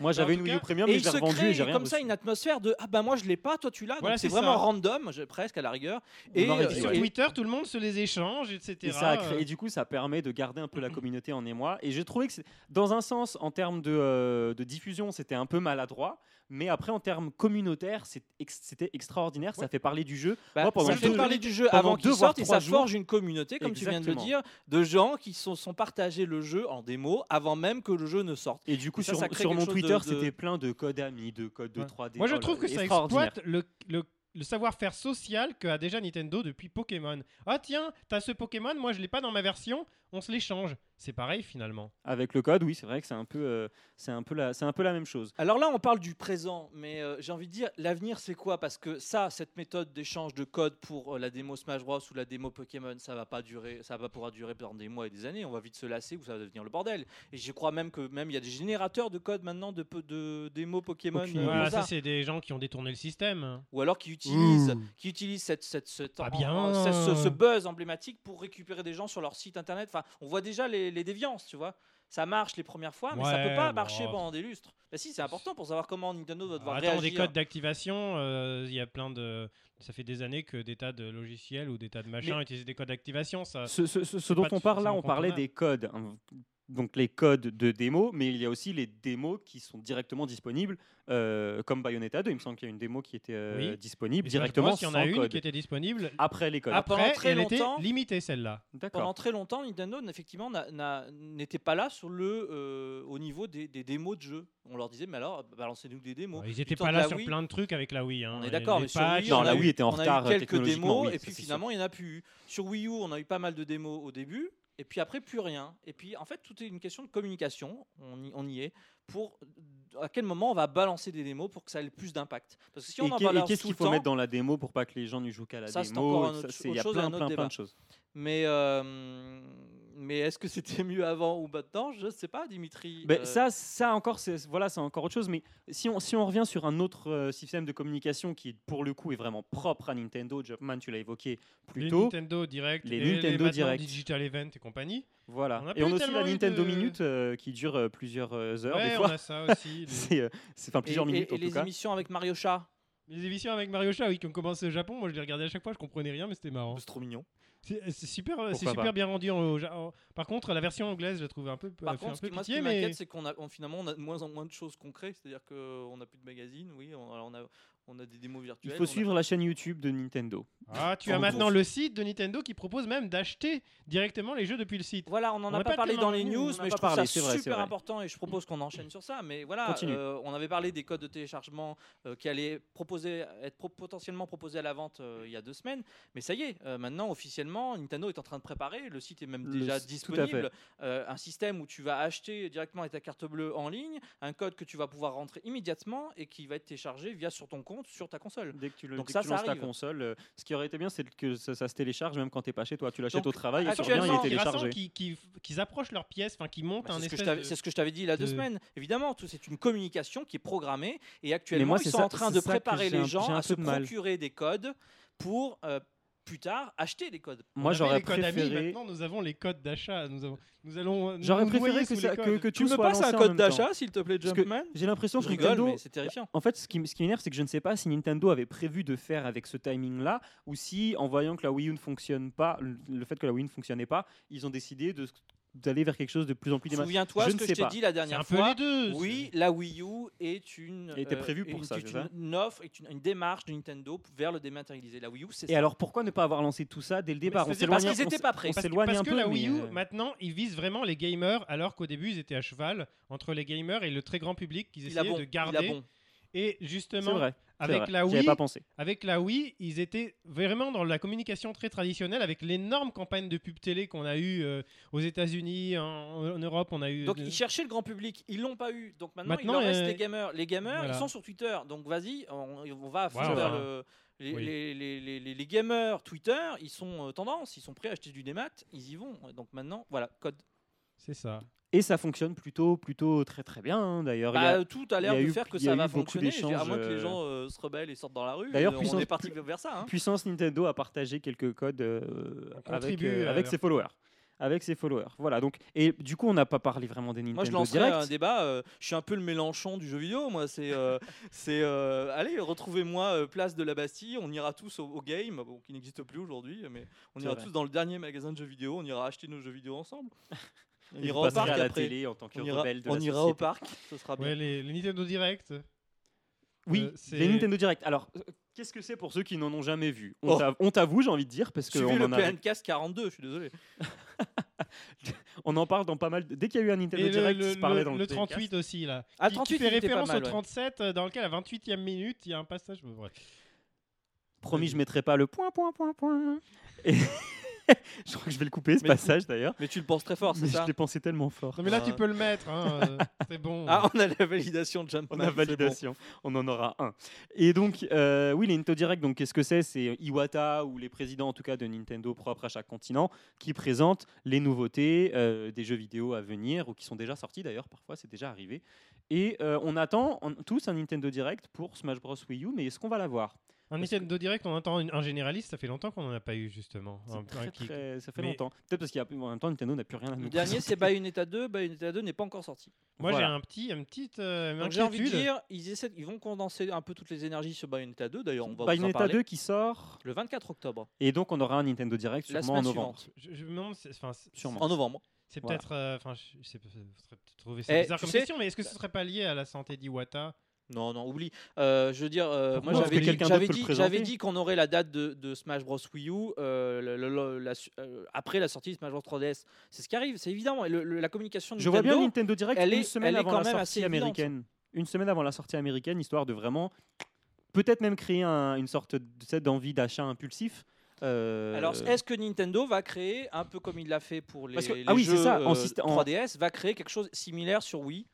[SPEAKER 4] Moi, j'avais
[SPEAKER 5] en
[SPEAKER 4] une
[SPEAKER 5] tout
[SPEAKER 4] Wii
[SPEAKER 5] cas-
[SPEAKER 4] U Premium,
[SPEAKER 1] et
[SPEAKER 4] mais
[SPEAKER 1] il
[SPEAKER 4] j'ai
[SPEAKER 1] se
[SPEAKER 4] revendu et
[SPEAKER 1] crée
[SPEAKER 4] j'ai rien
[SPEAKER 1] comme ça
[SPEAKER 4] reçu.
[SPEAKER 1] une atmosphère de ah ben moi je l'ai pas, toi tu l'as.
[SPEAKER 5] Voilà,
[SPEAKER 1] donc c'est
[SPEAKER 5] c'est ça.
[SPEAKER 1] vraiment random, je- presque à la rigueur. Et,
[SPEAKER 4] en a
[SPEAKER 1] euh,
[SPEAKER 4] dit,
[SPEAKER 5] Et sur
[SPEAKER 4] ouais.
[SPEAKER 5] Twitter, tout le monde se les échange, etc.
[SPEAKER 4] Et, ça a créé-
[SPEAKER 5] euh,
[SPEAKER 4] et du coup, ça permet de garder un peu la communauté en émoi. Et j'ai trouvé que, c'est- dans un sens, en termes de, euh, de diffusion, c'était un peu maladroit. Mais après, en termes communautaires, c'est ex- c'était extraordinaire. Ça fait parler du jeu.
[SPEAKER 1] Bah,
[SPEAKER 4] Moi, pendant
[SPEAKER 1] ça fait
[SPEAKER 4] deux-
[SPEAKER 1] parler du jeu
[SPEAKER 4] pendant
[SPEAKER 1] avant qu'il
[SPEAKER 4] deux, voire
[SPEAKER 1] sorte et
[SPEAKER 4] trois
[SPEAKER 1] ça
[SPEAKER 4] jours.
[SPEAKER 1] forge une communauté, comme tu viens de le
[SPEAKER 4] Exactement.
[SPEAKER 1] dire, de gens qui se sont, partagés le jeu en démo avant même que le jeu ne sorte.
[SPEAKER 4] Et du coup,
[SPEAKER 1] Et ça,
[SPEAKER 4] sur,
[SPEAKER 1] ça crée
[SPEAKER 4] sur
[SPEAKER 1] quelque
[SPEAKER 4] mon
[SPEAKER 1] chose
[SPEAKER 4] Twitter,
[SPEAKER 1] de- de-
[SPEAKER 4] c'était plein de codes amis, de codes de
[SPEAKER 5] Ouais.
[SPEAKER 4] 3D.
[SPEAKER 5] Moi, je
[SPEAKER 4] Oh là
[SPEAKER 5] trouve
[SPEAKER 4] là,
[SPEAKER 5] que ça
[SPEAKER 4] extraordinaire.
[SPEAKER 5] exploite le, le- le savoir-faire social qu'a déjà Nintendo depuis Pokémon. Ah tiens, t'as ce Pokémon, moi je l'ai pas dans ma version, on se l'échange. C'est pareil finalement.
[SPEAKER 4] Avec le code, oui, c'est vrai que c'est un, peu, euh, c'est un, peu la- c'est un peu la même chose.
[SPEAKER 1] Alors là, on parle du présent, mais euh, j'ai envie de dire, l'avenir c'est quoi Parce que ça, cette méthode d'échange de code pour euh, la démo Smash Bros ou la démo Pokémon, ça va pas durer, ça va pas pouvoir durer pendant des mois et des années. On va vite se lasser ou ça va devenir le bordel. Et je crois même que même il y a des générateurs de code maintenant de, peu- de démos Pokémon.
[SPEAKER 4] Aucune
[SPEAKER 1] euh,
[SPEAKER 4] idée.
[SPEAKER 5] Voilà,
[SPEAKER 1] comme ça.
[SPEAKER 5] ça c'est des gens qui ont détourné le système.
[SPEAKER 1] ou alors qui utilisent,
[SPEAKER 4] Ouh.
[SPEAKER 1] qui utilisent cette, cette, cette-
[SPEAKER 5] Hmm. Pas
[SPEAKER 1] en-
[SPEAKER 5] bien.
[SPEAKER 1] en- ce- ce, ce buzz emblématique pour récupérer des gens sur leur site internet. Enfin, on voit déjà les, les déviances, tu vois. ça marche les premières fois, mais ça peut
[SPEAKER 5] Ouais,
[SPEAKER 1] pas
[SPEAKER 5] bon,
[SPEAKER 1] marcher
[SPEAKER 5] oh.
[SPEAKER 1] pendant des lustres. Bah si, c'est important pour savoir comment Nintendo va devoir
[SPEAKER 5] Alors, Attends, des
[SPEAKER 1] réagir.
[SPEAKER 5] codes d'activation, euh, il y a plein de. Ça fait des années que des tas de logiciels ou des tas de machins utilisent des codes d'activation.
[SPEAKER 1] Euh,
[SPEAKER 5] Ça...
[SPEAKER 4] Ce, ce- ce- ce
[SPEAKER 5] c'est
[SPEAKER 4] dont
[SPEAKER 5] pas
[SPEAKER 4] on parle là,
[SPEAKER 5] forcément
[SPEAKER 4] on parlait
[SPEAKER 5] contournable.
[SPEAKER 4] des codes. hein. Donc les codes de démo, mais il y a aussi les démos qui sont directement disponibles, euh, comme Bayonetta 2. Il me semble qu'il y a une démo qui était euh,
[SPEAKER 5] Oui.
[SPEAKER 4] disponible
[SPEAKER 5] Et
[SPEAKER 4] directement
[SPEAKER 5] Smash Bros, il y en a
[SPEAKER 4] sans
[SPEAKER 5] une
[SPEAKER 4] code.
[SPEAKER 5] qui était disponible.
[SPEAKER 4] Après les codes.
[SPEAKER 1] Ah, pendant
[SPEAKER 5] Après,
[SPEAKER 1] très
[SPEAKER 5] elle était
[SPEAKER 1] longtemps-
[SPEAKER 5] limitée celle-là.
[SPEAKER 1] Pendant
[SPEAKER 4] D'accord.
[SPEAKER 1] très longtemps, Nintendo n- effectivement n'a- n'a- n'était pas là sur le euh, au niveau des, des démos de jeux. On leur disait mais alors balancez-nous des démos.
[SPEAKER 5] Ils étaient
[SPEAKER 1] temps
[SPEAKER 5] pas
[SPEAKER 1] de
[SPEAKER 5] là
[SPEAKER 1] la
[SPEAKER 5] sur
[SPEAKER 1] Wii.
[SPEAKER 5] plein de trucs avec la Wii. hein.
[SPEAKER 1] On est
[SPEAKER 5] Les-
[SPEAKER 1] d'accord,
[SPEAKER 5] les
[SPEAKER 1] mais sur
[SPEAKER 5] patchs,
[SPEAKER 1] Wii,
[SPEAKER 4] Non,
[SPEAKER 1] on
[SPEAKER 4] la
[SPEAKER 1] a
[SPEAKER 4] Wii
[SPEAKER 1] eu-
[SPEAKER 4] était en
[SPEAKER 1] on a eu
[SPEAKER 4] retard. euh,
[SPEAKER 1] quelques
[SPEAKER 4] technologiquement,
[SPEAKER 1] démos
[SPEAKER 4] oui,
[SPEAKER 1] et
[SPEAKER 4] ça,
[SPEAKER 1] puis
[SPEAKER 4] c'est sûr.
[SPEAKER 1] finalement il n'y en a plus eu. Sur Wii U, on a eu pas mal de démos au début et puis après plus rien. Et puis en fait, tout est une question de communication. On y, on y est pour à quel moment on va balancer des démos pour que ça ait le plus d'impact. Parce que si on
[SPEAKER 4] Et
[SPEAKER 1] en
[SPEAKER 4] qu'est- et
[SPEAKER 1] balance
[SPEAKER 4] qu'est-ce
[SPEAKER 1] tout
[SPEAKER 4] qu'il
[SPEAKER 1] le
[SPEAKER 4] faut
[SPEAKER 1] temps,
[SPEAKER 4] mettre dans la démo pour pas que les gens ne jouent qu'à la
[SPEAKER 1] Ça, c'est encore un
[SPEAKER 4] démo et
[SPEAKER 1] autre-
[SPEAKER 4] ça, c'est- Il y a
[SPEAKER 1] autre chose,
[SPEAKER 4] plein,
[SPEAKER 1] un
[SPEAKER 4] plein,
[SPEAKER 1] autre
[SPEAKER 4] plein
[SPEAKER 1] débat.
[SPEAKER 4] de choses.
[SPEAKER 1] mais euh, mais est-ce que c'était (laughs) mieux avant ou maintenant Je sais pas, Dimitri.
[SPEAKER 4] Ben,
[SPEAKER 1] Euh,
[SPEAKER 4] ça, ça encore, c'est voilà, c'est encore autre chose. Mais si on, si on revient sur un autre euh, système de communication qui, pour le coup, est vraiment propre à Nintendo, Jumpman, tu l'as évoqué plus
[SPEAKER 5] Les
[SPEAKER 4] tôt.
[SPEAKER 5] Nintendo Direct,
[SPEAKER 4] les
[SPEAKER 5] et les
[SPEAKER 4] Nintendo
[SPEAKER 5] maintenant
[SPEAKER 4] Direct.
[SPEAKER 5] Digital Event et compagnie.
[SPEAKER 4] Voilà.
[SPEAKER 5] On a
[SPEAKER 4] et on
[SPEAKER 5] plus
[SPEAKER 4] a aussi la
[SPEAKER 5] tellement eu
[SPEAKER 4] Nintendo
[SPEAKER 5] de-
[SPEAKER 4] Minute euh, qui dure euh, plusieurs euh, heures
[SPEAKER 5] ouais,
[SPEAKER 4] des
[SPEAKER 5] on
[SPEAKER 4] fois.
[SPEAKER 5] a ça
[SPEAKER 1] (laughs)
[SPEAKER 4] (laughs)
[SPEAKER 5] aussi. les...
[SPEAKER 4] C'est euh, c'est- enfin
[SPEAKER 1] et-
[SPEAKER 4] plusieurs
[SPEAKER 1] et-
[SPEAKER 4] minutes
[SPEAKER 1] et
[SPEAKER 4] en tout
[SPEAKER 1] les
[SPEAKER 4] cas.
[SPEAKER 1] émissions avec Mario Chat.
[SPEAKER 5] les émissions avec Mario Chat, oui, qui ont commencé au Japon, moi je les regardais à chaque fois, je comprenais rien, mais c'était marrant.
[SPEAKER 1] C'est trop mignon.
[SPEAKER 5] C'est c'est super, euh, c'est
[SPEAKER 4] Pourquoi pas.
[SPEAKER 5] super bien rendu. en- au Ja- en- Par contre, la version anglaise, je la trouve un peu,
[SPEAKER 1] Par
[SPEAKER 5] elle fait
[SPEAKER 1] contre,
[SPEAKER 5] un
[SPEAKER 1] ce
[SPEAKER 5] peu
[SPEAKER 1] qui- moi, ce
[SPEAKER 5] pitié,
[SPEAKER 1] qui
[SPEAKER 5] mais
[SPEAKER 1] m'inquiète, c'est qu'on a, on- finalement, on a de moins en moins de choses concrètes. C'est-à-dire qu'on n'a plus de magazine, oui, on, alors on, a, on a des démos
[SPEAKER 4] Il
[SPEAKER 1] virtuelles.
[SPEAKER 4] faut
[SPEAKER 1] on a-
[SPEAKER 4] suivre la chaîne YouTube de Nintendo.
[SPEAKER 5] Ah, tu
[SPEAKER 1] En
[SPEAKER 5] as
[SPEAKER 1] gros,
[SPEAKER 5] maintenant
[SPEAKER 1] c'est-
[SPEAKER 5] le site de Nintendo qui propose même d'acheter directement les jeux depuis le site.
[SPEAKER 1] Voilà, on n'en
[SPEAKER 5] On
[SPEAKER 1] a
[SPEAKER 5] n'a
[SPEAKER 1] pas,
[SPEAKER 5] pas
[SPEAKER 1] parlé
[SPEAKER 5] tellement
[SPEAKER 1] dans les
[SPEAKER 5] parlé,
[SPEAKER 1] news,
[SPEAKER 4] on en a
[SPEAKER 1] mais je
[SPEAKER 4] pas
[SPEAKER 1] trouve
[SPEAKER 4] parlé,
[SPEAKER 1] ça
[SPEAKER 4] c'est vrai, c'est
[SPEAKER 1] super
[SPEAKER 4] vrai.
[SPEAKER 1] important et je propose qu'on enchaîne sur ça. Mais voilà,
[SPEAKER 4] Continue.
[SPEAKER 1] euh, on avait parlé des codes de téléchargement euh, qui allaient proposer, être pro- potentiellement proposés à la vente euh, il y a deux semaines. Mais ça y est, euh, maintenant officiellement, Nintendo est en train de préparer, le site est même
[SPEAKER 4] Le
[SPEAKER 1] déjà
[SPEAKER 4] site, tout à fait.
[SPEAKER 1] disponible, euh, un système où tu vas acheter directement avec ta carte bleue en ligne, un code que tu vas pouvoir rentrer immédiatement et qui va être téléchargé via sur ton compte, sur ta console.
[SPEAKER 4] Dès que tu, le-
[SPEAKER 1] Donc
[SPEAKER 4] dès que
[SPEAKER 1] ça,
[SPEAKER 4] tu
[SPEAKER 1] ça
[SPEAKER 4] lances ta
[SPEAKER 1] arrive.
[SPEAKER 4] console, euh, ce qui aurait été bien, c'est que ça, ça se télécharge même quand t'es pas chez toi. Tu l'achètes
[SPEAKER 1] Donc,
[SPEAKER 4] au travail et tu reviens, il
[SPEAKER 1] actuellement,
[SPEAKER 4] est
[SPEAKER 5] Actuellement,
[SPEAKER 1] il
[SPEAKER 5] Grassan
[SPEAKER 4] téléchargé.
[SPEAKER 5] qui, qui, qu'ils approchent leurs pièces, enfin qui montent
[SPEAKER 1] Bah,
[SPEAKER 5] un
[SPEAKER 1] c'est, ce que
[SPEAKER 5] espèce
[SPEAKER 1] je t'avais-
[SPEAKER 5] de-
[SPEAKER 1] c'est ce que je t'avais dit il y a deux
[SPEAKER 5] de-
[SPEAKER 1] semaines. Évidemment, tout, c'est une communication qui est programmée et
[SPEAKER 4] Mais
[SPEAKER 1] actuellement,
[SPEAKER 4] moi,
[SPEAKER 1] ils
[SPEAKER 4] c'est
[SPEAKER 1] sont
[SPEAKER 4] ça-
[SPEAKER 1] en train
[SPEAKER 4] c'est
[SPEAKER 1] de
[SPEAKER 4] ça que
[SPEAKER 1] préparer
[SPEAKER 4] j'ai un-
[SPEAKER 1] les
[SPEAKER 4] j'ai
[SPEAKER 1] gens
[SPEAKER 4] un
[SPEAKER 1] à
[SPEAKER 4] peu
[SPEAKER 1] se
[SPEAKER 4] de mal.
[SPEAKER 1] procurer des codes pour euh, plus tard acheter des codes.
[SPEAKER 5] On
[SPEAKER 4] Moi,
[SPEAKER 5] avait
[SPEAKER 4] j'aurais
[SPEAKER 5] les codes amis,
[SPEAKER 4] préféré.
[SPEAKER 5] maintenant nous avons les codes d'achat. Nous, avons, nous allons. euh,
[SPEAKER 4] J'aurais
[SPEAKER 5] nous noyer
[SPEAKER 4] préféré que,
[SPEAKER 5] sous
[SPEAKER 4] ça-
[SPEAKER 5] les
[SPEAKER 4] que,
[SPEAKER 5] codes.
[SPEAKER 4] que tout
[SPEAKER 1] tu me
[SPEAKER 4] soit
[SPEAKER 1] passes un
[SPEAKER 4] lancé en
[SPEAKER 1] code
[SPEAKER 4] même temps.
[SPEAKER 1] d'achat, s'il te plaît,
[SPEAKER 4] Parce que
[SPEAKER 1] Jumpman
[SPEAKER 4] J'ai l'impression
[SPEAKER 1] Je
[SPEAKER 4] que
[SPEAKER 1] rigole,
[SPEAKER 4] Nintendo.
[SPEAKER 1] mais c'est terrifiant.
[SPEAKER 4] En fait, ce qui, m- ce qui m'énerve, c'est que je ne sais pas si Nintendo avait prévu de faire avec ce timing-là, ou si, en voyant que la Wii U ne fonctionne pas, le- le fait que la Wii U ne fonctionnait pas, ils ont décidé de d'aller vers quelque chose de plus en plus déma-
[SPEAKER 1] Souviens-toi
[SPEAKER 4] Je
[SPEAKER 1] ce
[SPEAKER 4] ne
[SPEAKER 1] que
[SPEAKER 4] sais
[SPEAKER 1] je t'ai
[SPEAKER 4] pas.
[SPEAKER 1] dit la
[SPEAKER 5] C'est un
[SPEAKER 1] dernière
[SPEAKER 5] peu les
[SPEAKER 1] fois.
[SPEAKER 5] deux.
[SPEAKER 1] Oui, la Wii U est une.
[SPEAKER 4] Elle était
[SPEAKER 1] euh,
[SPEAKER 4] prévue pour
[SPEAKER 1] une-
[SPEAKER 4] ça,
[SPEAKER 1] est
[SPEAKER 4] c'est ça
[SPEAKER 1] une offre, est une, une démarche de Nintendo vers le dématérialisé. La Wii U, c'est
[SPEAKER 4] Et
[SPEAKER 1] ça.
[SPEAKER 4] alors pourquoi ne pas avoir lancé tout ça dès le départ On
[SPEAKER 5] c'est-à-dire
[SPEAKER 4] s'éloigne
[SPEAKER 1] Parce qu'ils
[SPEAKER 4] on
[SPEAKER 1] n'étaient
[SPEAKER 4] s-
[SPEAKER 1] pas prêts.
[SPEAKER 4] on
[SPEAKER 5] Parce,
[SPEAKER 4] s'éloigne
[SPEAKER 5] parce
[SPEAKER 4] un
[SPEAKER 5] que
[SPEAKER 4] peu,
[SPEAKER 5] la
[SPEAKER 4] mais,
[SPEAKER 5] Wii U,
[SPEAKER 4] euh,
[SPEAKER 5] maintenant, ils visent vraiment les gamers, alors qu'au début, ils étaient à cheval entre les gamers et le très grand public qu'ils
[SPEAKER 1] Il a
[SPEAKER 5] essayaient
[SPEAKER 1] bon.
[SPEAKER 5] de
[SPEAKER 1] Il a
[SPEAKER 5] garder.
[SPEAKER 1] bon.
[SPEAKER 5] Et
[SPEAKER 4] c'est
[SPEAKER 5] justement,
[SPEAKER 4] vrai. c'est
[SPEAKER 5] avec
[SPEAKER 4] vrai.
[SPEAKER 5] la
[SPEAKER 4] J'y
[SPEAKER 5] Wii,
[SPEAKER 4] avais pas pensé.
[SPEAKER 5] Avec la Wii, ils étaient vraiment dans la communication très traditionnelle, avec l'énorme campagne de pub télé qu'on a eue euh, aux États-Unis, en, en Europe, on a eu. euh,
[SPEAKER 1] Donc
[SPEAKER 5] de-
[SPEAKER 1] ils cherchaient le grand public, ils l'ont pas eu. Donc maintenant,
[SPEAKER 5] Maintenant,
[SPEAKER 1] il leur reste
[SPEAKER 5] euh,
[SPEAKER 1] les gamers. Les gamers,
[SPEAKER 5] voilà.
[SPEAKER 1] ils sont sur Twitter. Donc vas-y, on, on va à fond
[SPEAKER 5] Voilà.
[SPEAKER 1] vers le- Les,
[SPEAKER 5] Oui.
[SPEAKER 1] les- les- les- les- les gamers Twitter, ils sont euh, tendance, ils sont prêts à acheter du démat, ils y vont. Donc maintenant, voilà, code.
[SPEAKER 5] C'est ça.
[SPEAKER 4] Et ça fonctionne plutôt, plutôt très très bien hein, d'ailleurs. Il y
[SPEAKER 1] Bah,
[SPEAKER 4] a-
[SPEAKER 1] tout a
[SPEAKER 4] il
[SPEAKER 1] l'air
[SPEAKER 4] y a
[SPEAKER 1] de
[SPEAKER 4] eu-
[SPEAKER 1] faire que
[SPEAKER 4] il y a
[SPEAKER 1] ça
[SPEAKER 4] eu
[SPEAKER 1] va
[SPEAKER 4] beaucoup
[SPEAKER 1] fonctionner. Je veux dire, À
[SPEAKER 4] d'échanges,
[SPEAKER 1] moins que les
[SPEAKER 4] euh,
[SPEAKER 1] gens euh, se rebellent et sortent dans la rue.
[SPEAKER 4] D'ailleurs,
[SPEAKER 1] euh, on
[SPEAKER 4] puissance
[SPEAKER 1] est parti vers ça. hein.
[SPEAKER 4] Puissance Nintendo a partagé quelques codes euh,
[SPEAKER 5] euh, On
[SPEAKER 4] avec,
[SPEAKER 5] contribue
[SPEAKER 4] euh,
[SPEAKER 5] à
[SPEAKER 4] avec
[SPEAKER 5] leur-
[SPEAKER 4] ses followers. Avec ses followers. Voilà. Donc, et du coup, on n'a pas parlé vraiment des
[SPEAKER 1] Moi, je
[SPEAKER 4] Nintendo
[SPEAKER 1] lancerais
[SPEAKER 4] Direct.
[SPEAKER 1] un débat. euh, je suis un peu le Mélenchon du jeu vidéo. Moi, c'est,
[SPEAKER 4] (laughs)
[SPEAKER 1] euh, c'est, euh, allez, retrouvez-moi euh, place de la Bastille. On ira tous au, au game, bon, qui n'existe plus aujourd'hui, mais on
[SPEAKER 4] C'est
[SPEAKER 1] ira
[SPEAKER 4] vrai.
[SPEAKER 1] tous dans le dernier magasin de jeux vidéo. On ira acheter nos jeux vidéo
[SPEAKER 4] (laughs)
[SPEAKER 1] ensemble. On
[SPEAKER 4] Il
[SPEAKER 1] ira au parc
[SPEAKER 4] à la
[SPEAKER 1] après.
[SPEAKER 4] télé en tant que
[SPEAKER 1] On ira,
[SPEAKER 4] rebelle de
[SPEAKER 1] on
[SPEAKER 4] la
[SPEAKER 1] ira au
[SPEAKER 4] société.
[SPEAKER 1] parc. Ce sera bien.
[SPEAKER 5] Ouais, les, les Nintendo Direct.
[SPEAKER 4] Oui,
[SPEAKER 5] Euh,
[SPEAKER 4] les
[SPEAKER 5] c'est-
[SPEAKER 4] Nintendo Direct. Alors, euh, qu'est-ce que c'est pour ceux qui n'en ont jamais vu On
[SPEAKER 1] Oh.
[SPEAKER 4] t'av- on t'avoue, j'ai envie de dire, parce
[SPEAKER 1] Suivez
[SPEAKER 4] qu'on
[SPEAKER 1] le
[SPEAKER 4] en, a-
[SPEAKER 1] PNcast 42. Je suis désolé.
[SPEAKER 4] on en parle dans pas mal. de- Dès qu'il y a eu un Nintendo
[SPEAKER 5] Et le,
[SPEAKER 4] Direct,
[SPEAKER 5] le-
[SPEAKER 4] il se parlait dans
[SPEAKER 5] le
[SPEAKER 4] le,
[SPEAKER 5] 38 aussi, là.
[SPEAKER 1] Ah,
[SPEAKER 5] qui,
[SPEAKER 1] 38,
[SPEAKER 5] qui fait
[SPEAKER 1] il était pas
[SPEAKER 5] référence
[SPEAKER 1] mal,
[SPEAKER 5] au
[SPEAKER 1] ouais.
[SPEAKER 5] 37, euh, dans lequel, à la 28e minute, il y a un passage. bon, bref.
[SPEAKER 4] Promis, je mettrai pas le point, point, point, point. Et (laughs) je crois que je vais le couper, ce
[SPEAKER 1] Mais-
[SPEAKER 4] passage d'ailleurs.
[SPEAKER 1] Mais tu le penses très fort, c'est
[SPEAKER 4] Mais
[SPEAKER 1] ça
[SPEAKER 4] je l'ai pensé tellement fort.
[SPEAKER 5] Non, mais là,
[SPEAKER 1] Ouais.
[SPEAKER 5] tu peux le mettre. hein, euh, c'est bon.
[SPEAKER 1] Ah, on a la validation de Jumpman.
[SPEAKER 4] On
[SPEAKER 1] Bah,
[SPEAKER 4] a
[SPEAKER 1] c'est bon.
[SPEAKER 4] validation, on en aura un. Et donc, euh, oui, les Nintendo Direct, donc qu'est-ce que c'est C'est Iwata ou les présidents, en tout cas, de Nintendo propre à chaque continent, qui présentent les nouveautés euh, des jeux vidéo à venir ou qui sont déjà sortis d'ailleurs. Parfois, c'est déjà arrivé. Et euh, on attend en- tous un Nintendo Direct pour Smash Bros Wii U, mais est-ce qu'on va l'avoir
[SPEAKER 5] Un Nintendo Direct, on attend une- un généraliste, ça fait longtemps qu'on n'en a pas eu justement.
[SPEAKER 4] C'est
[SPEAKER 5] Un- un
[SPEAKER 4] très,
[SPEAKER 5] qui-
[SPEAKER 4] très- ça fait
[SPEAKER 5] Mais-
[SPEAKER 4] longtemps. Peut-être parce qu'en même temps, Nintendo n'a plus rien à nous
[SPEAKER 1] Le dernier,
[SPEAKER 4] présenter.
[SPEAKER 1] c'est Bayonetta 2. Bayonetta 2 n'est pas encore sorti.
[SPEAKER 5] Moi
[SPEAKER 4] Voilà.
[SPEAKER 5] j'ai un petit, une petite euh,
[SPEAKER 1] Donc, j'ai envie de
[SPEAKER 5] inquiétude.
[SPEAKER 1] dire, ils, essaient, ils vont condenser un peu toutes les énergies sur Bayonetta 2. D'ailleurs, on va vous en
[SPEAKER 4] Bayonetta
[SPEAKER 1] parler.
[SPEAKER 4] 2 qui sort.
[SPEAKER 1] Le 24 octobre,
[SPEAKER 4] Et donc, on aura un Nintendo Direct
[SPEAKER 1] la
[SPEAKER 4] sûrement en
[SPEAKER 1] semaine
[SPEAKER 4] novembre.
[SPEAKER 1] suivante.
[SPEAKER 5] Je, je me demande, c'est- enfin, c'est-
[SPEAKER 4] Sûrement.
[SPEAKER 1] En novembre.
[SPEAKER 5] c'est
[SPEAKER 4] Voilà.
[SPEAKER 5] peut-être, euh, enfin, je- je sais pas, vous serez peut-être trouvé
[SPEAKER 1] Eh,
[SPEAKER 5] ça bizarre
[SPEAKER 1] tu
[SPEAKER 5] comme
[SPEAKER 1] sais-
[SPEAKER 5] question, mais est-ce que ce serait pas lié à la santé d'Iwata
[SPEAKER 1] Non, non, oublie. Euh, je veux dire, euh, moi
[SPEAKER 4] Pourquoi
[SPEAKER 1] j'avais
[SPEAKER 4] Parce que
[SPEAKER 1] dit,
[SPEAKER 4] quelqu'un d'autre
[SPEAKER 1] j'avais
[SPEAKER 4] peut le
[SPEAKER 1] dit, j'avais
[SPEAKER 4] présenter.
[SPEAKER 1] dit qu'on aurait la date de, de Smash Bros Wii U euh, le- le- le- la su- euh, après la sortie de Smash Bros 3DS. C'est ce qui arrive, c'est évident. Et le- le- la communication de
[SPEAKER 4] Je vois
[SPEAKER 1] Nintendo,
[SPEAKER 4] bien Nintendo Direct
[SPEAKER 1] elle est-
[SPEAKER 4] une semaine
[SPEAKER 1] elle est
[SPEAKER 4] avant
[SPEAKER 1] quand
[SPEAKER 4] la
[SPEAKER 1] même
[SPEAKER 4] sortie
[SPEAKER 1] assez évidente.
[SPEAKER 4] américaine. Une semaine avant la sortie américaine, histoire de vraiment peut-être même créer un- une sorte de- tu sais, d'envie d'achat impulsif. Euh,
[SPEAKER 1] Alors, est-ce que Nintendo va créer, un peu comme il l'a fait pour les,
[SPEAKER 4] Parce que-
[SPEAKER 1] les
[SPEAKER 4] ah oui, c'est
[SPEAKER 1] jeux
[SPEAKER 4] ça, en
[SPEAKER 1] euh,
[SPEAKER 4] syst- en-
[SPEAKER 1] 3DS, va créer quelque chose similaire sur Wii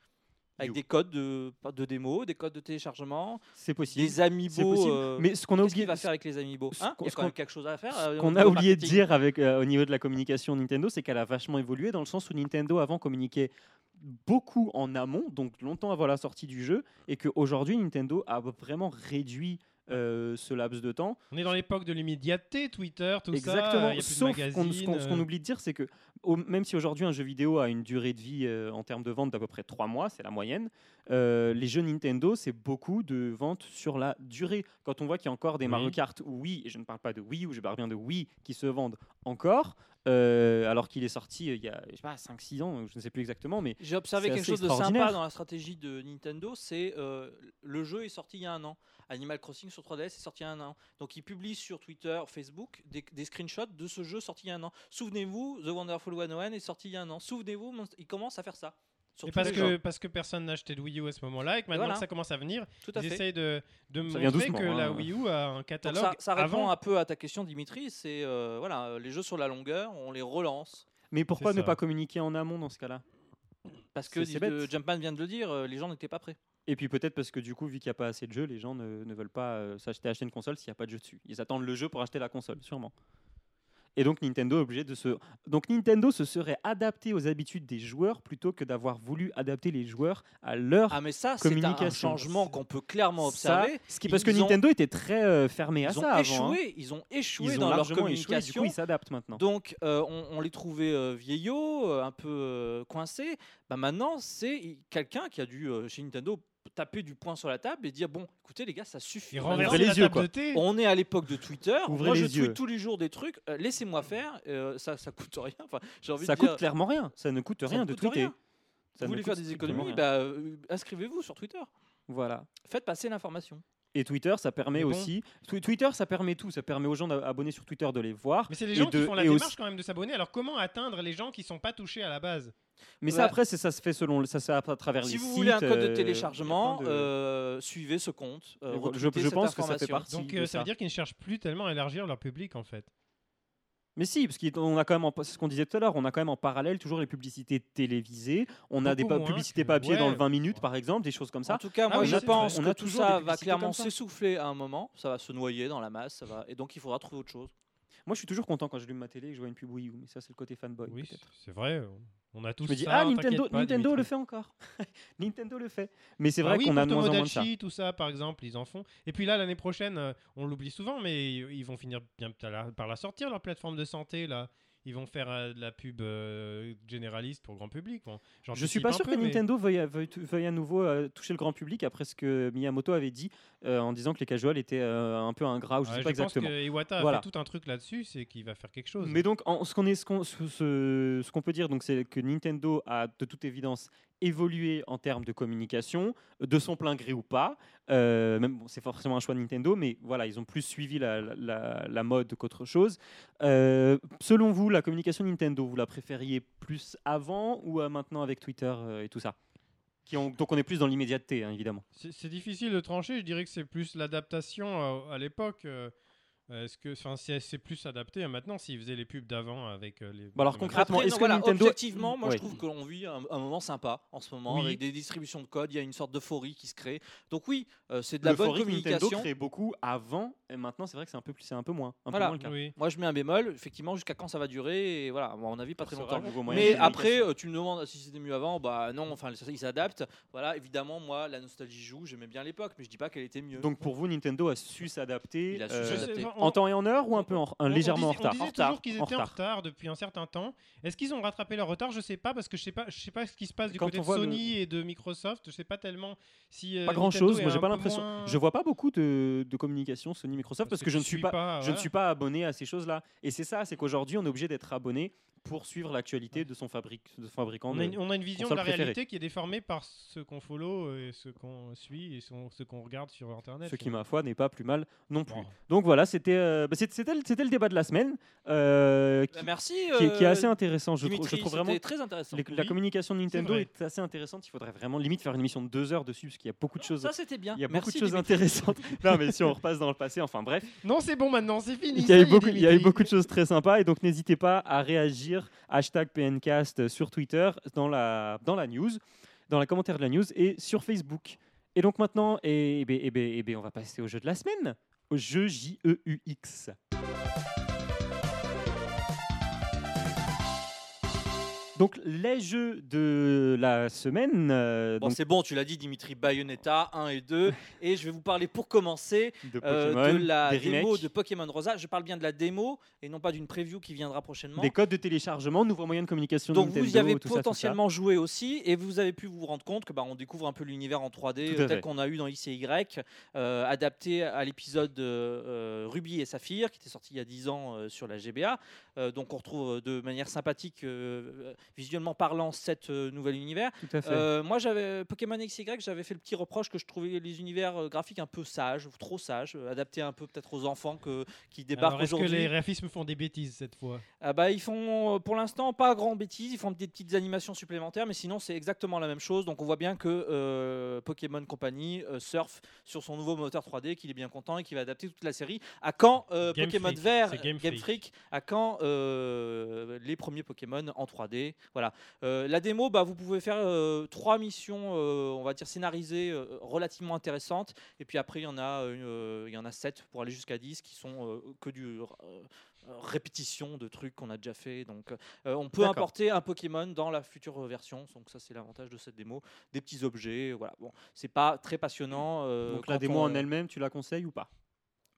[SPEAKER 1] avec
[SPEAKER 4] You.
[SPEAKER 1] des codes de, de démo, des codes de téléchargement,
[SPEAKER 4] c'est possible
[SPEAKER 1] des
[SPEAKER 4] C'est
[SPEAKER 1] amiibo.
[SPEAKER 4] possible.
[SPEAKER 1] euh,
[SPEAKER 4] Mais ce qu'on a
[SPEAKER 1] Qu'est-ce qu'il
[SPEAKER 4] oublié,
[SPEAKER 1] va faire avec les amiibo
[SPEAKER 4] ce
[SPEAKER 1] hein Il y
[SPEAKER 4] qu'on-
[SPEAKER 1] a
[SPEAKER 4] ce
[SPEAKER 1] quand même
[SPEAKER 4] qu'on-
[SPEAKER 1] quelque chose à faire.
[SPEAKER 4] Ce
[SPEAKER 1] euh, au
[SPEAKER 4] qu'on a
[SPEAKER 1] niveau
[SPEAKER 4] oublié de
[SPEAKER 1] marketing.
[SPEAKER 4] dire avec, euh, au niveau de la communication Nintendo, c'est qu'elle a vachement évolué dans le sens où Nintendo avant communiquait beaucoup en amont, donc longtemps avant la sortie du jeu, et qu'aujourd'hui Nintendo a vraiment réduit euh, ce laps de temps.
[SPEAKER 5] On est dans l'époque de l'immédiateté, Twitter, tout
[SPEAKER 4] Exactement.
[SPEAKER 5] ça. il y a plus de
[SPEAKER 4] Sauf qu'on- ce
[SPEAKER 5] magazines,
[SPEAKER 4] qu'on ce qu'on
[SPEAKER 5] euh,
[SPEAKER 4] oublie de dire, c'est que au- même si aujourd'hui un jeu vidéo a une durée de vie euh, en termes de vente d'à peu près 3 mois, c'est la moyenne, euh, les jeux Nintendo, c'est beaucoup de ventes sur la durée. Quand on voit qu'il y a encore des
[SPEAKER 5] Oui.
[SPEAKER 4] Mario Kart oui, et je ne parle pas de Wii ou je parle bien de Wii, qui se vendent encore, euh, alors qu'il est sorti euh, il y a 5-6 ans, je ne sais plus exactement, mais
[SPEAKER 1] J'ai observé
[SPEAKER 4] C'est
[SPEAKER 1] quelque
[SPEAKER 4] assez
[SPEAKER 1] chose de
[SPEAKER 4] extraordinaire.
[SPEAKER 1] sympa dans la stratégie de Nintendo, c'est euh, le jeu est sorti il y a un an. Animal Crossing sur 3DS est sorti il y a un an. Donc ils publient sur Twitter, Facebook des, des screenshots de ce jeu sorti il y a un an. Souvenez-vous, The Wonderful 101 est sorti il y a un an. Souvenez-vous, Monst- ils commencent à faire ça. Sur
[SPEAKER 5] Et
[SPEAKER 1] tous
[SPEAKER 5] parce
[SPEAKER 1] les
[SPEAKER 5] que,
[SPEAKER 1] jeux.
[SPEAKER 5] parce que personne n'a acheté de Wii U à ce moment-là et que maintenant
[SPEAKER 1] voilà.
[SPEAKER 5] que ça commence à venir,
[SPEAKER 1] tout à
[SPEAKER 5] ils
[SPEAKER 1] fait.
[SPEAKER 5] essayent de, de
[SPEAKER 4] Ça
[SPEAKER 5] montrer
[SPEAKER 4] vient doucement,
[SPEAKER 5] que la
[SPEAKER 4] hein.
[SPEAKER 5] Wii U a un
[SPEAKER 1] Donc
[SPEAKER 5] catalogue
[SPEAKER 1] ça, ça répond
[SPEAKER 5] avant.
[SPEAKER 1] un peu à ta question, Dimitri. C'est euh, voilà, euh, les jeux sur la longueur, on les relance.
[SPEAKER 4] mais pourquoi
[SPEAKER 5] C'est
[SPEAKER 4] ne
[SPEAKER 5] ça.
[SPEAKER 4] pas communiquer en amont dans ce cas-là
[SPEAKER 1] Parce
[SPEAKER 4] C'est-
[SPEAKER 1] que
[SPEAKER 4] c'est
[SPEAKER 1] dit-
[SPEAKER 4] bête.
[SPEAKER 1] euh, Jumpman vient de le dire, euh, les gens n'étaient pas prêts.
[SPEAKER 4] Et puis peut-être parce que du coup, vu qu'il n'y a pas assez de jeux, les gens ne, ne veulent pas euh, s'acheter acheter une console s'il n'y a pas de jeu dessus. Ils attendent le jeu pour acheter la console, sûrement. Et donc Nintendo est obligé de se... Donc Nintendo se serait adapté aux habitudes des joueurs plutôt que d'avoir voulu adapter les joueurs à leur...
[SPEAKER 1] Ah mais ça, c'est un
[SPEAKER 4] Communication.
[SPEAKER 1] changement qu'on peut clairement
[SPEAKER 4] Ça,
[SPEAKER 1] observer.
[SPEAKER 4] ce qui- parce que
[SPEAKER 1] Ils ont-
[SPEAKER 4] Nintendo était très euh, fermé à
[SPEAKER 1] ils ont
[SPEAKER 4] ça
[SPEAKER 1] échoué,
[SPEAKER 4] avant. hein.
[SPEAKER 1] ils ont échoué
[SPEAKER 4] Ils ont
[SPEAKER 1] dans leur
[SPEAKER 4] largement échoué, du
[SPEAKER 1] communication.
[SPEAKER 4] coup ils s'adaptent maintenant.
[SPEAKER 1] Donc euh, on, on les trouvait euh, vieillots, euh, un peu euh, coincés. Bah, maintenant, c'est i- quelqu'un qui a dû euh, chez Nintendo taper du poing sur la table et dire bon, écoutez les gars, ça suffit.
[SPEAKER 5] Ils
[SPEAKER 1] Maintenant,
[SPEAKER 5] renversent
[SPEAKER 4] les
[SPEAKER 5] la
[SPEAKER 4] yeux,
[SPEAKER 5] table
[SPEAKER 4] quoi.
[SPEAKER 5] de thé.
[SPEAKER 1] on est à l'époque de Twitter.
[SPEAKER 4] Ouvrez
[SPEAKER 1] Moi, je
[SPEAKER 4] les yeux.
[SPEAKER 1] tweet tous les jours des trucs. euh, Laissez-moi faire. euh, ça, ça coûte rien. Enfin, j'ai envie
[SPEAKER 4] Ça
[SPEAKER 1] de dire,
[SPEAKER 4] coûte clairement rien. Ça ne coûte
[SPEAKER 1] ça
[SPEAKER 4] rien
[SPEAKER 1] ne
[SPEAKER 4] de
[SPEAKER 1] coûte
[SPEAKER 4] tweeter.
[SPEAKER 1] rien.
[SPEAKER 4] Ça
[SPEAKER 1] Vous
[SPEAKER 4] ne
[SPEAKER 1] voulez faire
[SPEAKER 4] coûte
[SPEAKER 1] des
[SPEAKER 4] strictement
[SPEAKER 1] économies
[SPEAKER 4] rien.
[SPEAKER 1] bah, euh, Inscrivez-vous sur Twitter.
[SPEAKER 4] Voilà.
[SPEAKER 1] Faites passer l'information.
[SPEAKER 4] Et Twitter, ça permet
[SPEAKER 5] Mais bon.
[SPEAKER 4] aussi. Twi- Twitter, ça permet tout. Ça permet aux gens d'abonner sur Twitter de les voir.
[SPEAKER 5] Mais c'est les
[SPEAKER 4] et
[SPEAKER 5] gens qui
[SPEAKER 4] de-
[SPEAKER 5] font la
[SPEAKER 4] et
[SPEAKER 5] démarche
[SPEAKER 4] aussi-
[SPEAKER 5] quand même de s'abonner. Alors comment atteindre les gens qui sont pas touchés à la base
[SPEAKER 4] Mais ça,
[SPEAKER 5] Bah,
[SPEAKER 1] Voilà.
[SPEAKER 4] après, c'est- ça se fait selon, le- ça se fait à travers les
[SPEAKER 1] Si vous
[SPEAKER 4] sites,
[SPEAKER 1] voulez un code
[SPEAKER 4] euh,
[SPEAKER 1] de téléchargement,
[SPEAKER 4] il y a plein de-
[SPEAKER 1] euh, suivez ce compte. euh,
[SPEAKER 4] Et voilà, je-
[SPEAKER 1] retweetez
[SPEAKER 4] je
[SPEAKER 1] cette
[SPEAKER 4] pense que ça fait
[SPEAKER 1] information.
[SPEAKER 4] partie. Si,
[SPEAKER 5] Donc
[SPEAKER 4] de
[SPEAKER 5] euh,
[SPEAKER 4] ça.
[SPEAKER 5] ça veut dire qu'ils ne cherchent plus tellement à élargir leur public en fait.
[SPEAKER 4] Mais si, parce qu'on a quand même, en- c'est ce qu'on disait tout à l'heure, on a quand même en parallèle toujours les publicités télévisées. On a des
[SPEAKER 5] Beaucoup
[SPEAKER 4] pa-
[SPEAKER 5] moins
[SPEAKER 4] publicités
[SPEAKER 5] que-
[SPEAKER 4] papier dans
[SPEAKER 5] ouais.
[SPEAKER 4] le 20 minutes, par exemple, des choses comme
[SPEAKER 1] En
[SPEAKER 4] ça.
[SPEAKER 1] tout cas,
[SPEAKER 5] Ah
[SPEAKER 1] moi,
[SPEAKER 5] oui,
[SPEAKER 1] je
[SPEAKER 5] c'est
[SPEAKER 1] pense
[SPEAKER 4] vrai. On
[SPEAKER 1] que
[SPEAKER 4] a
[SPEAKER 1] tout
[SPEAKER 4] toujours
[SPEAKER 1] ça
[SPEAKER 4] des
[SPEAKER 1] va
[SPEAKER 4] publicités
[SPEAKER 1] clairement
[SPEAKER 4] comme ça.
[SPEAKER 1] s'essouffler à un moment. Ça va se noyer dans la masse, ça va. Et donc, il faudra trouver autre chose.
[SPEAKER 4] Moi, je suis toujours content quand je j'allume ma télé et que je vois une pub Wii U, mais ça, c'est le côté fanboy.
[SPEAKER 5] Oui,
[SPEAKER 4] peut-être.
[SPEAKER 5] c'est vrai. On a tous
[SPEAKER 4] Je me dis,
[SPEAKER 5] ça,
[SPEAKER 4] ah,
[SPEAKER 5] t'inquiète
[SPEAKER 4] Nintendo,
[SPEAKER 5] pas,
[SPEAKER 4] Nintendo le
[SPEAKER 5] Dimitri.
[SPEAKER 4] fait encore. (laughs) Nintendo le fait. Mais c'est
[SPEAKER 5] Ah
[SPEAKER 4] vrai
[SPEAKER 5] oui,
[SPEAKER 4] qu'on
[SPEAKER 5] pour
[SPEAKER 4] a de moins en moins de ça.
[SPEAKER 5] Tomodachi, tout ça, par exemple, ils en font. Et puis là, l'année prochaine, euh, on l'oublie souvent, mais ils vont finir bien par la- par la sortir, leur plateforme de santé, là. Ils vont faire euh, de la pub euh, généraliste pour grand public. Bon,
[SPEAKER 4] Je suis
[SPEAKER 5] j'anticipe
[SPEAKER 4] pas
[SPEAKER 5] un
[SPEAKER 4] sûr
[SPEAKER 5] peu,
[SPEAKER 4] que
[SPEAKER 5] mais-
[SPEAKER 4] Nintendo veuille, veuille- veuille à nouveau euh, toucher le grand public après ce que Miyamoto avait dit euh, en disant que les casuals étaient euh, un peu ingrats ou je
[SPEAKER 5] Ouais,
[SPEAKER 4] sais
[SPEAKER 5] je
[SPEAKER 4] pas
[SPEAKER 5] pense
[SPEAKER 4] exactement.
[SPEAKER 5] que Iwata
[SPEAKER 4] Voilà.
[SPEAKER 5] a fait tout un truc là-dessus, c'est qu'il va faire quelque chose.
[SPEAKER 4] Mais donc, en- ce qu'on est, ce qu'on, ce, ce- ce qu'on peut dire, donc, c'est que Nintendo a de toute évidence évolué en termes de communication, de son plein gré ou pas. Euh, même bon, c'est forcément un choix de Nintendo, mais voilà, ils ont plus suivi la, la- la- la mode qu'autre chose. Euh, selon vous, la communication Nintendo, vous la préfériez plus avant ou euh, maintenant avec Twitter euh, et tout ça Qui ont- Donc, on est plus dans l'immédiateté, hein, évidemment.
[SPEAKER 5] C'est c'est difficile de trancher, je dirais que c'est plus l'adaptation à, à l'époque. euh, Est-ce que enfin, c'est c'est plus adapté à maintenant s'ils faisaient les pubs d'avant avec euh, les.
[SPEAKER 4] Bon, Bah, alors, concrètement,
[SPEAKER 5] les-
[SPEAKER 4] Concrètement,
[SPEAKER 1] Après,
[SPEAKER 4] est-ce
[SPEAKER 1] non,
[SPEAKER 4] que
[SPEAKER 1] voilà,
[SPEAKER 4] Nintendo-
[SPEAKER 1] objectivement, moi,
[SPEAKER 4] Ouais.
[SPEAKER 1] je trouve que l'on vit un, un moment sympa en ce moment
[SPEAKER 5] Oui.
[SPEAKER 1] avec des distributions de code. Il y a une sorte d'euphorie qui se crée. Donc oui, euh, c'est de la bonne
[SPEAKER 4] L'euphorie que Nintendo
[SPEAKER 1] communication.
[SPEAKER 4] créait beaucoup avant Et maintenant, c'est vrai que c'est un peu plus, c'est un peu moins. Un
[SPEAKER 1] Voilà.
[SPEAKER 4] peu moins le cas.
[SPEAKER 5] Oui.
[SPEAKER 1] Moi, je mets un bémol, effectivement, jusqu'à quand ça va durer, et voilà, à mon avis, pas très
[SPEAKER 4] Ça sera
[SPEAKER 1] longtemps.
[SPEAKER 4] le nouveau moyen
[SPEAKER 1] Mais
[SPEAKER 4] de
[SPEAKER 1] après,
[SPEAKER 4] communication.
[SPEAKER 1] euh, tu me demandes si c'était mieux avant, bah non, enfin, ça, ils s'adaptent. Voilà, évidemment, moi, la nostalgie joue, j'aimais bien l'époque, mais je dis pas qu'elle était mieux.
[SPEAKER 4] donc pour vous, Nintendo a su s'adapter. euh,
[SPEAKER 1] Il a su
[SPEAKER 5] Je
[SPEAKER 1] s'adapter.
[SPEAKER 5] sais-
[SPEAKER 4] En temps et en heure ou un peu en, un
[SPEAKER 5] On- on
[SPEAKER 4] légèrement
[SPEAKER 5] disait-
[SPEAKER 4] en retard
[SPEAKER 5] On disait
[SPEAKER 4] En retard,
[SPEAKER 5] toujours qu'ils étaient en retard.
[SPEAKER 4] retard.
[SPEAKER 5] depuis un certain temps. Est-ce qu'ils ont rattrapé leur retard Je sais pas parce que je sais pas, je sais pas ce qui se passe du
[SPEAKER 4] Quand
[SPEAKER 5] côté
[SPEAKER 4] on
[SPEAKER 5] de
[SPEAKER 4] voit le-
[SPEAKER 5] Sony et de Microsoft. Je sais pas tellement si. euh,
[SPEAKER 4] Pas grand
[SPEAKER 5] Nintendo
[SPEAKER 4] chose,
[SPEAKER 5] est
[SPEAKER 4] moi j'ai
[SPEAKER 5] un
[SPEAKER 4] pas
[SPEAKER 5] peu
[SPEAKER 4] l'impression.
[SPEAKER 5] moins-
[SPEAKER 4] Je vois pas beaucoup de, de communication Sony Microsoft parce que, je ne
[SPEAKER 5] tu
[SPEAKER 4] suis
[SPEAKER 5] suis
[SPEAKER 4] pas, je ne
[SPEAKER 5] voilà.
[SPEAKER 4] suis pas abonné à ces choses-là. Et c'est ça, c'est qu'aujourd'hui on est obligé d'être abonné pour suivre l'actualité de son fabrique, de son fabricant.
[SPEAKER 5] On
[SPEAKER 4] de-
[SPEAKER 5] a, une, on a une vision de la
[SPEAKER 4] console préférée.
[SPEAKER 5] réalité qui est déformée par ce qu'on follow, et ce qu'on suit et son- ce qu'on regarde sur Internet.
[SPEAKER 4] Ce qui, ma foi, n'est pas plus mal non plus.
[SPEAKER 5] Bon.
[SPEAKER 4] Donc voilà, c'était euh, bah, c'est- c'était le- c'était le débat de la semaine, euh, qui,
[SPEAKER 1] Bah, merci.
[SPEAKER 4] qui est- qui est
[SPEAKER 1] euh,
[SPEAKER 4] assez intéressant. Je, trou- je
[SPEAKER 1] Dimitri,
[SPEAKER 4] trouve vraiment
[SPEAKER 1] c'était très intéressant.
[SPEAKER 4] les- la
[SPEAKER 5] Oui,
[SPEAKER 4] communication de Nintendo
[SPEAKER 5] vrai.
[SPEAKER 4] est assez intéressante. Il faudrait vraiment limite faire une émission de deux heures dessus, parce qu'il y a beaucoup de choses.
[SPEAKER 1] Ça, c'était bien.
[SPEAKER 4] il y a beaucoup
[SPEAKER 1] Merci,
[SPEAKER 4] de choses
[SPEAKER 1] Dimitri.
[SPEAKER 4] intéressantes. non, mais si on repasse dans le passé, enfin bref,
[SPEAKER 5] Non, c'est bon maintenant, c'est
[SPEAKER 4] il
[SPEAKER 5] fini.
[SPEAKER 4] y a
[SPEAKER 5] ça
[SPEAKER 4] eu
[SPEAKER 5] est,
[SPEAKER 4] beaucoup, il y a eu
[SPEAKER 5] Dimitri.
[SPEAKER 4] beaucoup de choses très sympas. Et donc n'hésitez pas à réagir hashtag PNcast sur Twitter, dans la dans la news, dans la commentaire de la news et sur Facebook. Et donc maintenant, et, ben- eh ben- eh ben, on va passer au jeu de la semaine, au jeu J E U X. Donc les jeux de la semaine.
[SPEAKER 1] (laughs)
[SPEAKER 4] euh,
[SPEAKER 1] Bon,
[SPEAKER 4] donc,
[SPEAKER 1] c'est bon, tu l'as dit, Dimitri, Bayonetta 1 et 2. et je vais vous parler pour commencer
[SPEAKER 4] de
[SPEAKER 1] euh,
[SPEAKER 4] Pokémon,
[SPEAKER 1] de la
[SPEAKER 4] des
[SPEAKER 1] démo
[SPEAKER 4] remakes,
[SPEAKER 1] de Pokémon Rosa. Je parle bien de la démo et non pas d'une preview qui viendra prochainement.
[SPEAKER 4] des codes de téléchargement, nouveaux moyens de communication.
[SPEAKER 1] Donc
[SPEAKER 4] Nintendo,
[SPEAKER 1] vous y avez
[SPEAKER 4] tout ça, tout ça.
[SPEAKER 1] potentiellement joué aussi et vous avez pu vous rendre compte que bah, on découvre un peu l'univers en 3D
[SPEAKER 4] Tout à
[SPEAKER 1] euh, tel
[SPEAKER 4] fait.
[SPEAKER 1] qu'on a eu dans X et Y, euh, adapté à l'épisode euh, euh, Ruby et Saphir qui était sorti il y a 10 ans euh, sur la GBA. Euh, donc on retrouve euh, de manière sympathique, euh, euh, visuellement parlant, cet euh, nouvel univers.
[SPEAKER 4] Tout à fait.
[SPEAKER 1] Euh, moi, j'avais Pokémon XY, j'avais fait le petit reproche que je trouvais les univers euh, graphiques un peu sages, ou trop sages, euh, adaptés un peu peut-être aux enfants que, qui débarquent
[SPEAKER 5] Alors, est-ce que
[SPEAKER 1] aujourd'hui.
[SPEAKER 5] les graphismes font des bêtises cette fois
[SPEAKER 1] Ah bah, ils font euh, pour l'instant pas grand bêtise, ils font des petites animations supplémentaires, mais sinon c'est exactement la même chose. Donc on voit bien que euh, Pokémon Company euh, surfe sur son nouveau moteur 3D, qu'il est bien content et qu'il va adapter toute la série. À quand euh,
[SPEAKER 5] Game
[SPEAKER 1] Pokémon
[SPEAKER 5] Freak,
[SPEAKER 1] Vert,
[SPEAKER 5] c'est Game
[SPEAKER 1] Game
[SPEAKER 5] Freak.
[SPEAKER 1] Freak À quand euh, les premiers Pokémon en 3D Voilà. Euh, la démo, bah, vous pouvez faire euh, trois missions, euh, on va dire scénarisées, euh, relativement intéressantes. Et puis après, il y en a, euh, il y en a 7 pour aller jusqu'à 10 qui sont euh, que du euh, répétition de trucs qu'on a déjà fait. Donc, euh, on peut
[SPEAKER 4] D'accord.
[SPEAKER 1] importer un Pokémon dans la future euh, version. Donc ça, c'est l'avantage de cette démo. Des petits objets, voilà. Bon, c'est pas très passionnant. euh,
[SPEAKER 4] Donc la
[SPEAKER 1] quand
[SPEAKER 4] démo
[SPEAKER 1] on-
[SPEAKER 4] en elle-même, tu la conseilles ou pas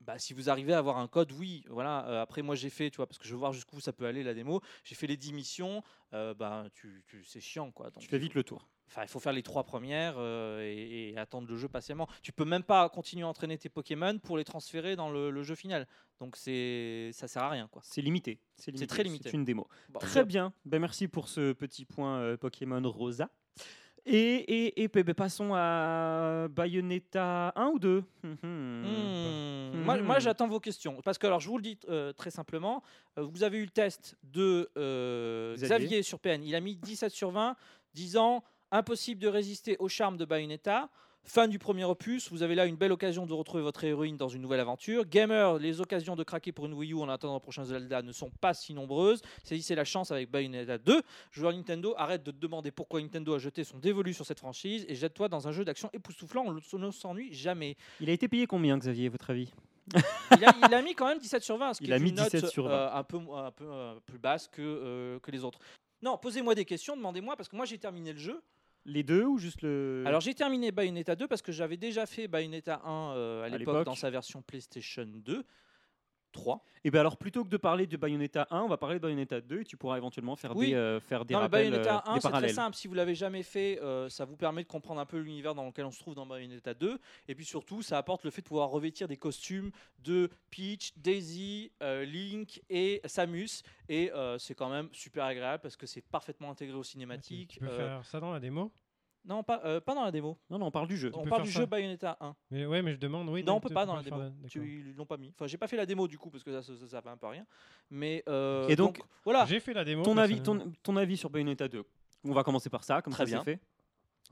[SPEAKER 1] bah, si vous arrivez à avoir un code, oui. Voilà. Euh, après, moi, j'ai fait, tu vois, parce que je veux voir jusqu'où ça peut aller la démo. J'ai fait les 10 missions. Euh, bah, tu, tu- c'est chiant, quoi. Donc,
[SPEAKER 4] Tu fais vite le tour.
[SPEAKER 1] Enfin, il faut faire les trois premières euh, et, et attendre le jeu patiemment. Tu peux même pas continuer à entraîner tes Pokémon pour les transférer dans le, le jeu final. Donc c'est, ça sert à rien, quoi.
[SPEAKER 4] C'est limité. C'est
[SPEAKER 1] très limité.
[SPEAKER 4] C'est une démo.
[SPEAKER 1] Bon,
[SPEAKER 4] Très bien. Ben, merci pour ce petit point euh, Pokémon Rosa. Et, et, et ben, ben, passons à Bayonetta 1 ou 2 Hum, hum.
[SPEAKER 1] Hmm.
[SPEAKER 4] Hmm.
[SPEAKER 1] Moi, moi, j'attends vos questions. Parce que, alors, je vous le dis euh, très simplement, euh, vous avez eu le test de euh,
[SPEAKER 4] Xavier.
[SPEAKER 1] Xavier. sur PN. Il a mis 17 sur 20, disant impossible de résister au charme de Bayonetta. Fan du premier opus, vous avez là une belle occasion de retrouver votre héroïne dans une nouvelle aventure. Gamer, les occasions de craquer pour une Wii U en attendant le prochain Zelda ne sont pas si nombreuses. Saisissez la chance avec Bayonetta 2. Joueur Nintendo, arrête de te demander pourquoi Nintendo a jeté son dévolu sur cette franchise et jette-toi dans un jeu d'action époustouflant, on ne s'ennuie jamais.
[SPEAKER 4] Il a été payé combien, Xavier, à votre avis
[SPEAKER 1] Il a, il a mis quand même 17 sur 20, ce qui
[SPEAKER 4] Il
[SPEAKER 1] est
[SPEAKER 4] a mis
[SPEAKER 1] une note
[SPEAKER 4] 17 sur 20.
[SPEAKER 1] euh, un peu, mo- un peu, euh, plus basse que, euh, que les autres. Non, posez-moi des questions, demandez-moi, parce que moi j'ai terminé le jeu.
[SPEAKER 4] Les deux ou juste le.
[SPEAKER 1] Alors j'ai terminé Bayonetta 2 parce que j'avais déjà fait Bayonetta 1 euh, à l'époque
[SPEAKER 4] l'époque.
[SPEAKER 1] dans sa version PlayStation 2. 3.
[SPEAKER 4] et ben alors, plutôt que de parler de Bayonetta 1, on va parler de Bayonetta 2 et tu pourras éventuellement faire
[SPEAKER 1] Oui.
[SPEAKER 4] des, euh, faire des
[SPEAKER 1] Dans le
[SPEAKER 4] rappels,
[SPEAKER 1] Bayonetta
[SPEAKER 4] euh,
[SPEAKER 1] 1,
[SPEAKER 4] des
[SPEAKER 1] c'est très
[SPEAKER 4] parallèles.
[SPEAKER 1] simple. Si vous l'avez jamais fait, euh, ça vous permet de comprendre un peu l'univers dans lequel on se trouve dans Bayonetta 2. Et puis surtout, ça apporte le fait de pouvoir revêtir des costumes de Peach, Daisy, euh, Link et Samus. Et euh, c'est quand même super agréable parce que c'est parfaitement intégré aux
[SPEAKER 5] Tu
[SPEAKER 1] cinématiques.
[SPEAKER 5] peux
[SPEAKER 1] Euh,
[SPEAKER 5] faire ça dans la démo
[SPEAKER 1] Non, pas, euh, pas dans la démo.
[SPEAKER 4] Non, non, on parle du jeu.
[SPEAKER 1] On
[SPEAKER 5] peux
[SPEAKER 1] parle
[SPEAKER 5] faire
[SPEAKER 1] du
[SPEAKER 5] ça.
[SPEAKER 1] jeu Bayonetta 1.
[SPEAKER 5] Mais ouais, mais je demande, oui.
[SPEAKER 1] non,
[SPEAKER 5] de-
[SPEAKER 1] on peut
[SPEAKER 5] de-
[SPEAKER 1] pas
[SPEAKER 5] de
[SPEAKER 1] dans la
[SPEAKER 5] faire
[SPEAKER 1] démo.
[SPEAKER 5] ça,
[SPEAKER 1] Tu-
[SPEAKER 5] d'accord.
[SPEAKER 1] ils l'ont pas mis. Enfin, j'ai pas fait la démo du coup parce que ça, ça, ça, sert un peu à rien. Mais euh,
[SPEAKER 4] Et donc,
[SPEAKER 1] voilà.
[SPEAKER 5] J'ai fait la démo.
[SPEAKER 4] Ton avis,
[SPEAKER 5] personnellement.
[SPEAKER 4] ton, ton avis sur Bayonetta 2 On va commencer par ça, comme
[SPEAKER 1] Très
[SPEAKER 4] ça
[SPEAKER 1] bien.
[SPEAKER 4] c'est fait.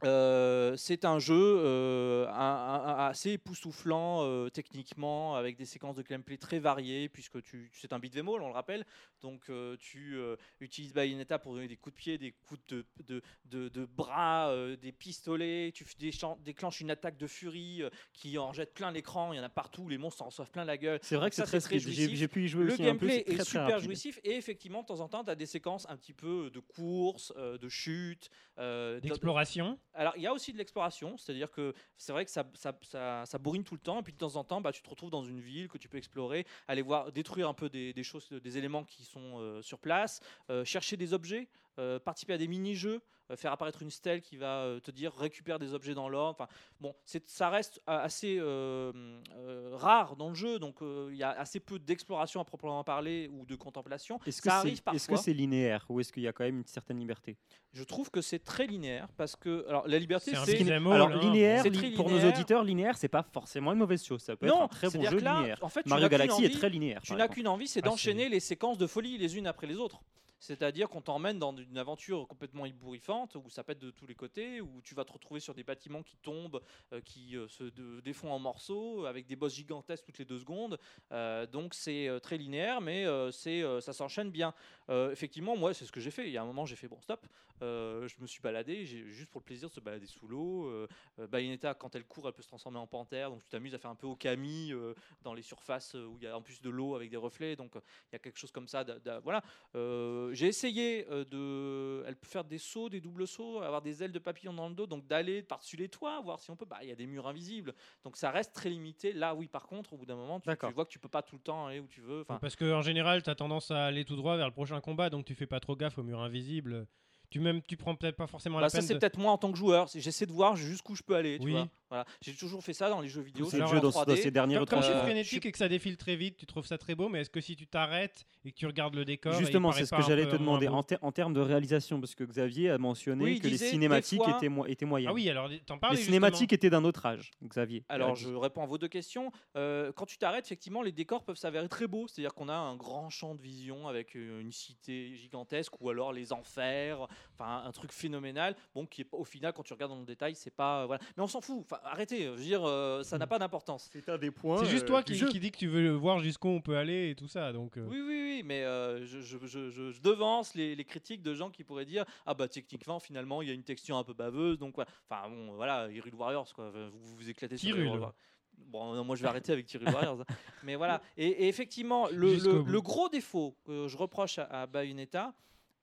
[SPEAKER 1] Euh, c'est un jeu euh, un- un- un- assez époustouflant euh, techniquement, avec des séquences de gameplay très variées, puisque tu, c'est un beat'em all, on le rappelle. Donc euh, tu euh, utilises Bayonetta pour donner des coups de pied, des coups de, de, de- de bras, euh, des pistolets, tu f- déchan- déclenches une attaque de furie euh, qui en jette plein l'écran, il y en a partout, les monstres en reçoivent plein la gueule.
[SPEAKER 4] C'est vrai que
[SPEAKER 1] Ça,
[SPEAKER 4] c'est très,
[SPEAKER 1] c'est très
[SPEAKER 4] speed. J'ai
[SPEAKER 1] jouissif.
[SPEAKER 4] j'ai pu y jouer
[SPEAKER 1] Le
[SPEAKER 4] aussi un peu.
[SPEAKER 1] gameplay
[SPEAKER 4] c'est
[SPEAKER 1] est
[SPEAKER 4] très, très
[SPEAKER 1] super
[SPEAKER 4] rapide.
[SPEAKER 1] jouissif et effectivement, de temps en temps, tu as des séquences un petit peu de course, euh, de chute, euh, d-
[SPEAKER 5] D'exploration.
[SPEAKER 1] alors, il y a aussi de l'exploration, c'est-à-dire que c'est vrai que ça, ça, ça- ça bourrine tout le temps, et puis de temps en temps, bah, tu te retrouves dans une ville que tu peux explorer, aller voir, détruire un peu des, des choses, des éléments qui sont euh, sur place, euh, chercher des objets, euh, participer à des mini-jeux, euh, faire apparaître une stèle qui va euh, te dire récupère des objets dans l'ordre. Enfin, bon, c'est- ça reste euh, assez euh, euh, rare dans le jeu, donc euh, il y a assez peu d'exploration à proprement parler ou de contemplation.
[SPEAKER 4] Est-ce que
[SPEAKER 1] Ça arrive
[SPEAKER 4] c'est est -ce
[SPEAKER 1] parfois.
[SPEAKER 4] c'est linéaire ou est-ce qu'il y a quand même une certaine liberté
[SPEAKER 1] Je trouve que c'est très linéaire parce que, alors, la liberté,
[SPEAKER 5] C'est un
[SPEAKER 1] c'est
[SPEAKER 5] beat'em all,
[SPEAKER 4] Alors
[SPEAKER 5] hein.
[SPEAKER 4] linéaire,
[SPEAKER 1] C'est
[SPEAKER 4] li-
[SPEAKER 1] très
[SPEAKER 4] pour nos
[SPEAKER 1] linéaire.
[SPEAKER 4] auditeurs, linéaire, c'est pas forcément une mauvaise chose. Ça peut être un très bon
[SPEAKER 1] c'est-à-dire
[SPEAKER 4] jeu
[SPEAKER 1] que là,
[SPEAKER 4] linéaire.
[SPEAKER 1] En fait, tu
[SPEAKER 4] Mario
[SPEAKER 1] n'as qu'une
[SPEAKER 4] Galaxy est
[SPEAKER 1] envie-
[SPEAKER 4] très linéaire.
[SPEAKER 1] Tu
[SPEAKER 4] par
[SPEAKER 1] n'as
[SPEAKER 4] exemple.
[SPEAKER 1] qu'une envie, c'est
[SPEAKER 5] Ah, c'est-
[SPEAKER 1] d'enchaîner les séquences de folie les unes après les autres. C'est-à-dire qu'on t'emmène dans une aventure complètement ébouriffante où ça pète de tous les côtés, où tu vas te retrouver sur des bâtiments qui tombent, euh, qui euh, se de- défont en morceaux, avec des boss gigantesques toutes les deux secondes. Euh, donc c'est euh, très linéaire, mais euh, c'est euh, ça s'enchaîne bien. Euh, effectivement, moi c'est ce que j'ai fait. Il y a un moment j'ai fait bon stop. Euh, je me suis baladé, j'ai juste pour le plaisir de se balader sous l'eau. Euh, euh, Bayonetta quand elle court, elle peut se transformer en panthère, donc tu t'amuses à faire un peu au Camille dans les surfaces euh, où il y a en plus de l'eau avec des reflets, donc euh, il y a quelque chose comme ça. d'a- d'a- voilà. Euh, J'ai essayé euh, de. Elle peut faire des sauts, des doubles sauts, avoir des ailes de papillon dans le dos, donc d'aller par-dessus les toits, voir si on peut. Bah, il y a des murs invisibles, donc ça reste très limité. Là, oui, par contre, au bout d'un moment, tu,
[SPEAKER 4] D'accord.
[SPEAKER 1] tu vois que tu peux pas tout le temps aller où tu veux. Enfin,
[SPEAKER 5] Parce que en général, t'as tendance à aller tout droit vers le prochain combat, donc tu fais pas trop gaffe au mur invisible. Tu même, tu prends peut-être pas forcément
[SPEAKER 1] bah,
[SPEAKER 5] la
[SPEAKER 1] ça,
[SPEAKER 5] peine.
[SPEAKER 1] c'est
[SPEAKER 5] de-
[SPEAKER 1] peut-être moi en tant que joueur. c'est- J'essaie de voir jusqu'où je peux aller. tu
[SPEAKER 5] Oui.
[SPEAKER 1] vois. Voilà. J'ai toujours fait ça dans les jeux vidéo.
[SPEAKER 4] C'est
[SPEAKER 5] C'est
[SPEAKER 4] le
[SPEAKER 5] leur
[SPEAKER 4] jeu
[SPEAKER 1] en
[SPEAKER 4] dans,
[SPEAKER 1] 3D.
[SPEAKER 4] dans ces derniers
[SPEAKER 5] Comme quand
[SPEAKER 4] retours.
[SPEAKER 5] tu es
[SPEAKER 1] euh,
[SPEAKER 5] frénétique et que ça défile très vite, tu trouves ça très beau, mais est-ce que si tu t'arrêtes et que tu regardes le décor. et il
[SPEAKER 4] Justement,
[SPEAKER 5] paraît
[SPEAKER 4] c'est ce
[SPEAKER 5] pas
[SPEAKER 4] que
[SPEAKER 5] un
[SPEAKER 4] j'allais
[SPEAKER 5] peu
[SPEAKER 4] te
[SPEAKER 5] moins
[SPEAKER 4] demander
[SPEAKER 5] beau Ah
[SPEAKER 4] en, ter- en termes de réalisation, parce que Xavier a mentionné
[SPEAKER 1] Oui, il
[SPEAKER 4] que les
[SPEAKER 1] disait, des
[SPEAKER 4] cinématiques
[SPEAKER 1] fois-
[SPEAKER 4] étaient, mo- étaient moyennes.
[SPEAKER 5] Ah oui, alors t'en parles.
[SPEAKER 4] les cinématiques étaient d'un autre âge, Xavier.
[SPEAKER 1] Alors,
[SPEAKER 4] a dit.
[SPEAKER 1] je réponds à vos deux questions. Euh, quand tu t'arrêtes, effectivement, les décors peuvent s'avérer très beaux. C'est-à-dire qu'on a un grand champ de vision avec euh, une cité gigantesque ou alors les enfers, enfin un truc phénoménal. Bon, qui est- au final, quand tu regardes dans le détail, c'est pas voilà. Mais on s'en fout. Enfin, arrêtez. Je veux dire, euh, ça n'a pas d'importance.
[SPEAKER 4] c'est un des points.
[SPEAKER 5] C'est juste
[SPEAKER 4] euh,
[SPEAKER 5] toi
[SPEAKER 4] du
[SPEAKER 5] qui,
[SPEAKER 4] jeu.
[SPEAKER 5] qui dis que tu veux voir jusqu'où on peut aller et tout ça. Donc, euh,
[SPEAKER 1] Oui, oui, oui, mais euh, je, je- je- je- je devance les, les critiques de gens qui pourraient dire Ah, bah, techniquement, finalement, il y a une texture un peu baveuse, donc voilà. Enfin, bon, voilà, Hyrule Warriors, quoi. Enfin, Vous vous, vous éclatez sur Hyrule
[SPEAKER 5] Hyrule.
[SPEAKER 1] Warriors. Bon, non, moi, je vais arrêter avec Hyrule Warriors.
[SPEAKER 5] (laughs)
[SPEAKER 1] hein. Mais voilà. Et, et effectivement, le,
[SPEAKER 5] Jusqu'au
[SPEAKER 1] le-
[SPEAKER 5] bout.
[SPEAKER 1] le gros défaut que je reproche à, à Bayonetta.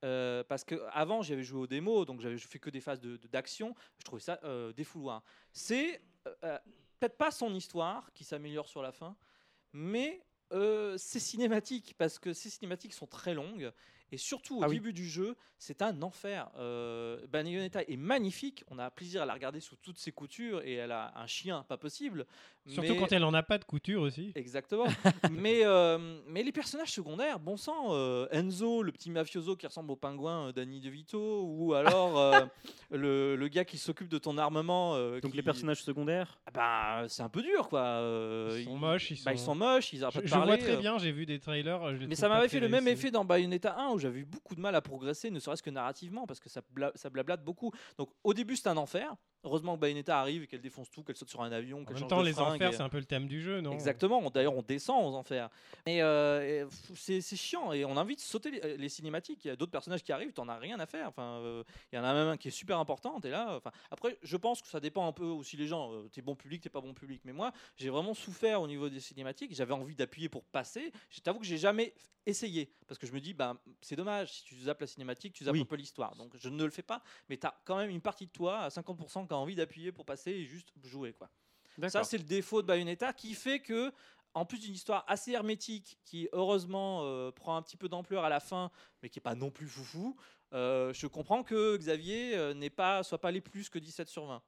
[SPEAKER 1] euh, parce que avant j'avais joué aux démos, donc j'avais fait que des phases de- de- d'action. je trouvais ça euh, défouloir. C'est euh, euh, peut-être pas son histoire qui s'améliore sur la fin, mais euh, ses cinématiques, parce que ces cinématiques sont très longues. Et surtout au
[SPEAKER 4] Ah oui.
[SPEAKER 1] début du jeu, c'est un enfer. Euh, Bayonetta est magnifique, on a plaisir à la regarder sous toutes ses coutures et elle a un chien pas possible.
[SPEAKER 5] surtout
[SPEAKER 1] mais-
[SPEAKER 5] quand elle en a pas de couture aussi.
[SPEAKER 4] (laughs)
[SPEAKER 1] Exactement. mais, euh, mais les personnages secondaires, bon sang, euh, Enzo, le petit mafioso qui ressemble au pingouin euh, Danny DeVito, ou alors
[SPEAKER 4] (laughs)
[SPEAKER 1] euh, le, le gars qui s'occupe de ton armement. euh,
[SPEAKER 4] Donc
[SPEAKER 1] qui-
[SPEAKER 4] les personnages secondaires.
[SPEAKER 1] Ah bah, c'est un peu dur, quoi. euh,
[SPEAKER 5] Ils sont moches, ils
[SPEAKER 1] bah, ils
[SPEAKER 5] sont-
[SPEAKER 1] sont moches, ils arrêtent
[SPEAKER 5] Je,
[SPEAKER 1] pas de
[SPEAKER 5] je
[SPEAKER 1] parler.
[SPEAKER 5] vois très
[SPEAKER 1] euh,
[SPEAKER 5] bien, j'ai vu des trailers. je les
[SPEAKER 1] mais
[SPEAKER 5] trouve
[SPEAKER 1] ça
[SPEAKER 5] pas
[SPEAKER 1] m'avait
[SPEAKER 5] très
[SPEAKER 1] fait le même
[SPEAKER 5] réussis.
[SPEAKER 1] effet dans Bayonetta 1 où j'avais eu beaucoup de mal à progresser, ne serait-ce que narrativement, parce que ça, bla- ça blablate beaucoup. Donc au début c'est un enfer. Heureusement que Bayonetta arrive et qu'elle défonce tout, qu'elle saute sur un avion,
[SPEAKER 5] En
[SPEAKER 1] qu'elle
[SPEAKER 5] même
[SPEAKER 1] change
[SPEAKER 5] temps,
[SPEAKER 1] de
[SPEAKER 5] les
[SPEAKER 1] fringue
[SPEAKER 5] enfers,
[SPEAKER 1] et-
[SPEAKER 5] c'est un peu le thème du jeu, non
[SPEAKER 1] Exactement, on- d'ailleurs on descend aux enfers. Mais euh, et, pff, c'est c'est chiant et on a envie de sauter les, les cinématiques. Il y a d'autres personnages qui arrivent, t'en as rien à faire. Enfin, euh, il y en a même un qui est super important. Et là, enfin, après, je pense que ça dépend un peu aussi les gens. Euh, T'es bon public, t'es pas bon public. Mais moi, j'ai vraiment souffert au niveau des cinématiques. J'avais envie d'appuyer pour passer. Je t'avoue que j'ai jamais essayé parce que je me dis, bah, c'est dommage. Si tu zappes la cinématique, tu zappes
[SPEAKER 4] Oui.
[SPEAKER 1] un peu l'histoire. Donc je ne le fais pas. Mais t'as quand même une partie de toi à 50% qui a envie d'appuyer pour passer et juste jouer, quoi. Ça, c'est le défaut de Bayonetta qui fait que, en plus d'une histoire assez hermétique, qui heureusement euh, prend un petit peu d'ampleur à la fin, mais qui n'est pas non plus foufou, euh, je comprends que Xavier euh, n'est pas, soit pas allé plus que 17 sur 20.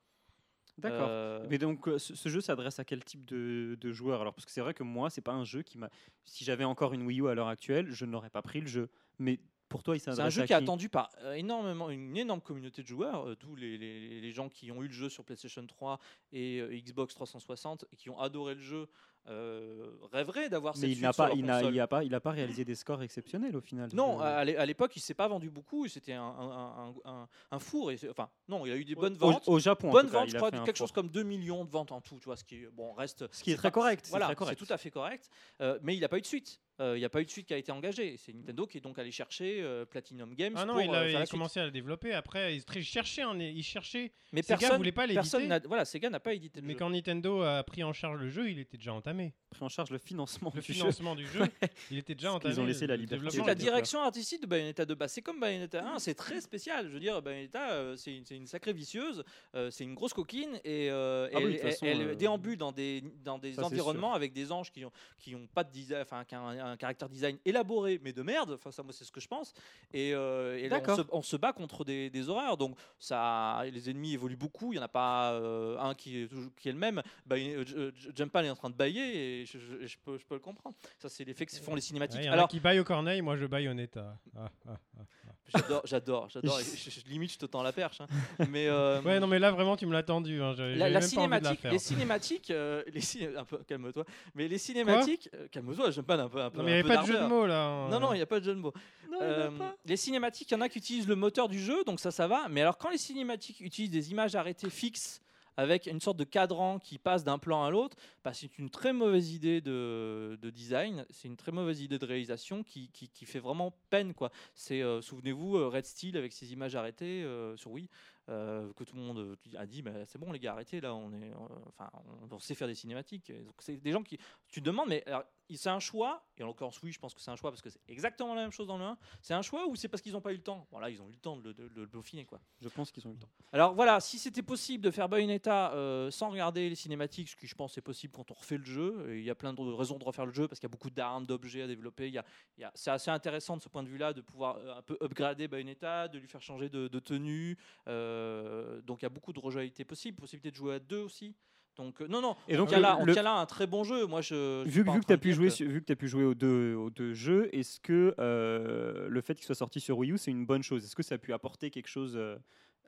[SPEAKER 4] D'accord.
[SPEAKER 1] Euh,
[SPEAKER 4] Mais donc, euh, ce, ce jeu s'adresse à quel type de, de joueur Alors, parce que c'est vrai que moi, c'est pas un jeu qui m'a. Si j'avais encore une Wii U à l'heure actuelle, je n'aurais pas pris le jeu. Mais pour toi, il s'adresse
[SPEAKER 1] C'est
[SPEAKER 4] à
[SPEAKER 1] un jeu qui est
[SPEAKER 4] qui
[SPEAKER 1] attendu par euh, énormément, une énorme communauté de joueurs, euh, tous les, les- les gens qui ont eu le jeu sur PlayStation 3 et euh, Xbox 360 et qui ont adoré le jeu euh, rêverait d'avoir cette
[SPEAKER 4] Mais il
[SPEAKER 1] suite
[SPEAKER 4] n'a
[SPEAKER 1] sur
[SPEAKER 4] pas,
[SPEAKER 1] leur
[SPEAKER 4] il n'a,
[SPEAKER 1] console.
[SPEAKER 4] il a pas, il a pas réalisé des scores exceptionnels au final.
[SPEAKER 1] Non, euh,
[SPEAKER 4] Je-
[SPEAKER 1] à l'é- à l'époque, il s'est pas vendu beaucoup. et C'était un, un- un- un- un four. Et c'est- enfin, non, il a eu des bonnes
[SPEAKER 4] au,
[SPEAKER 1] ventes.
[SPEAKER 4] au Japon. en
[SPEAKER 1] bonnes
[SPEAKER 4] tout cas,
[SPEAKER 1] ventes,
[SPEAKER 4] il
[SPEAKER 1] je
[SPEAKER 4] a
[SPEAKER 1] crois,
[SPEAKER 4] fait un
[SPEAKER 1] quelque chose
[SPEAKER 4] fort.
[SPEAKER 1] comme 2 millions de ventes en tout, tu vois, ce qui est- bon, reste.
[SPEAKER 4] Ce qui est
[SPEAKER 1] c'est
[SPEAKER 4] très
[SPEAKER 1] pas-
[SPEAKER 4] correct. c'est
[SPEAKER 1] Voilà,
[SPEAKER 4] très
[SPEAKER 1] c'est
[SPEAKER 4] correct.
[SPEAKER 1] tout à fait correct. Euh, mais il n'a pas eu de suite. Euh, il n'y a pas eu de suite qui a été engagée. C'est Nintendo qui est donc allé chercher euh, Platinum Games.
[SPEAKER 5] Ah non,
[SPEAKER 1] pour,
[SPEAKER 5] il
[SPEAKER 1] euh,
[SPEAKER 5] a,
[SPEAKER 1] faire
[SPEAKER 5] il
[SPEAKER 1] la
[SPEAKER 5] a
[SPEAKER 1] suite.
[SPEAKER 5] commencé à le développer. Après, il il cherchait, un- il cherchait.
[SPEAKER 1] Mais
[SPEAKER 5] Sega
[SPEAKER 1] personne,
[SPEAKER 5] voulait pas
[SPEAKER 1] personne
[SPEAKER 5] l'éditer.
[SPEAKER 1] n'a- voilà, Sega n'a pas édité le
[SPEAKER 5] Mais
[SPEAKER 1] jeu.
[SPEAKER 5] quand Nintendo a pris en charge le jeu, il était
[SPEAKER 1] (laughs)
[SPEAKER 5] déjà entamé.
[SPEAKER 4] Pris en charge le financement
[SPEAKER 5] Le
[SPEAKER 4] du jeu.
[SPEAKER 5] financement du jeu, il était déjà
[SPEAKER 4] Parce qu'ils
[SPEAKER 5] entamé.
[SPEAKER 4] ont laissé la
[SPEAKER 5] le
[SPEAKER 4] liberté.
[SPEAKER 5] développement
[SPEAKER 1] C'est
[SPEAKER 4] Vraiment,
[SPEAKER 1] la
[SPEAKER 5] était-
[SPEAKER 1] direction artistique de Bayonetta 2. Bah, c'est comme Bayonetta 1, c'est très spécial. Je veux dire, Bayonetta, euh, c'est une, c'est une sacrée vicieuse, euh, c'est une grosse coquine et euh, elle,
[SPEAKER 4] Ah oui, de toute
[SPEAKER 1] elle-
[SPEAKER 4] façon,
[SPEAKER 1] elle
[SPEAKER 4] euh,
[SPEAKER 1] déambule dans des, dans des
[SPEAKER 4] ça, c'est
[SPEAKER 1] environnements avec des anges qui ont, qui ont pas de design, enfin, qui ont un, un caractère design élaboré, mais de merde. Enfin, ça, moi, c'est ce que je pense. Et, euh, et là, on,
[SPEAKER 4] D'accord.
[SPEAKER 1] se, on se bat contre des, des horreurs. Donc, ça, les ennemis évoluent beaucoup. Il n'y en a pas euh, un qui est, toujours- qui est le même. Bah, euh, J- euh, J- Jumpan est en train de bailler et je, je- je peux, je peux le comprendre. Ça, c'est l'effet que font les
[SPEAKER 5] Ouais,
[SPEAKER 1] cinématiques.
[SPEAKER 5] il y en a
[SPEAKER 1] Alors,
[SPEAKER 5] qui baille au Corneille, moi je baille au Netta. Ah, ah, ah.
[SPEAKER 1] J'adore, j'adore,
[SPEAKER 5] (laughs)
[SPEAKER 1] j'adore. Je- je- je- limite, je te tends la perche. hein. Mais euh,
[SPEAKER 5] Ouais, non, mais là vraiment, tu me l'as tendu. hein, j'avais-
[SPEAKER 1] la,
[SPEAKER 5] j'avais
[SPEAKER 1] la
[SPEAKER 5] même pas envie de la
[SPEAKER 1] cinématique,
[SPEAKER 5] faire.
[SPEAKER 1] les cinématiques, euh, (laughs) les ciné- un peu, calme-toi. Mais les cinématiques, euh, calme-toi. J'aime pas un peu, un peu.
[SPEAKER 5] Non, mais il n'y
[SPEAKER 1] un
[SPEAKER 5] avait
[SPEAKER 1] peu
[SPEAKER 5] pas de jeu de
[SPEAKER 1] d'ardeur.
[SPEAKER 5] mots là. hein.
[SPEAKER 1] Non, non, il n'y a pas de jeu de mots.
[SPEAKER 7] Non,
[SPEAKER 1] Euh, les cinématiques, il y en a qui utilisent le moteur du jeu, donc ça, ça va. Mais alors, quand les cinématiques utilisent des images arrêtées fixes avec une sorte de cadran qui passe d'un plan à l'autre, bah, c'est une très mauvaise idée de, de design, c'est une très mauvaise idée de réalisation qui, qui- qui fait vraiment peine. quoi. C'est, euh, Souvenez-vous, euh, Red Steel avec ses images arrêtées euh, sur Wii, euh, que tout le monde euh, a dit bah, c'est bon, les gars, arrêtez là, on, est, euh, enfin, on, on sait faire des cinématiques. Et donc, C'est des gens qui. Tu te demandes, mais alors, il- c'est un choix, et encore oui, je pense que c'est un choix parce que c'est exactement la même chose dans le 1. C'est un choix ou c'est parce qu'ils n'ont pas eu le temps Voilà, ils ont eu le temps de le, de- de le peaufiner, quoi.
[SPEAKER 4] Je pense qu'ils ont eu le temps.
[SPEAKER 1] Alors voilà, si c'était possible de faire Bayonetta euh, sans regarder les cinématiques, ce qui je pense est possible quand on refait le jeu, et il y a plein de raisons de refaire le jeu parce qu'il y a beaucoup d'armes, d'objets à développer. il y a- il y a- c'est assez intéressant de ce point de vue-là de pouvoir euh, un peu upgrader Bayonetta, de lui faire changer de, de tenue. euh, donc il y a beaucoup de rejouabilité possible, possibilité de jouer à deux aussi. Donc euh, non, non,
[SPEAKER 4] Et
[SPEAKER 1] donc il
[SPEAKER 4] donc
[SPEAKER 1] y a là,
[SPEAKER 4] le-
[SPEAKER 1] on
[SPEAKER 4] le-
[SPEAKER 1] tient là un très bon jeu. Moi, je, je suis
[SPEAKER 4] Vu,
[SPEAKER 1] pas euh,
[SPEAKER 4] que-
[SPEAKER 1] en
[SPEAKER 4] vu que tu
[SPEAKER 1] train
[SPEAKER 4] as
[SPEAKER 1] de
[SPEAKER 4] pu
[SPEAKER 1] dire
[SPEAKER 4] jouer,
[SPEAKER 1] que-
[SPEAKER 4] su- vu que as pu jouer aux deux, aux deux jeux, est-ce que euh, le fait qu'il soit sorti sur Wii U, c'est une bonne chose Est-ce que ça a pu apporter quelque chose euh,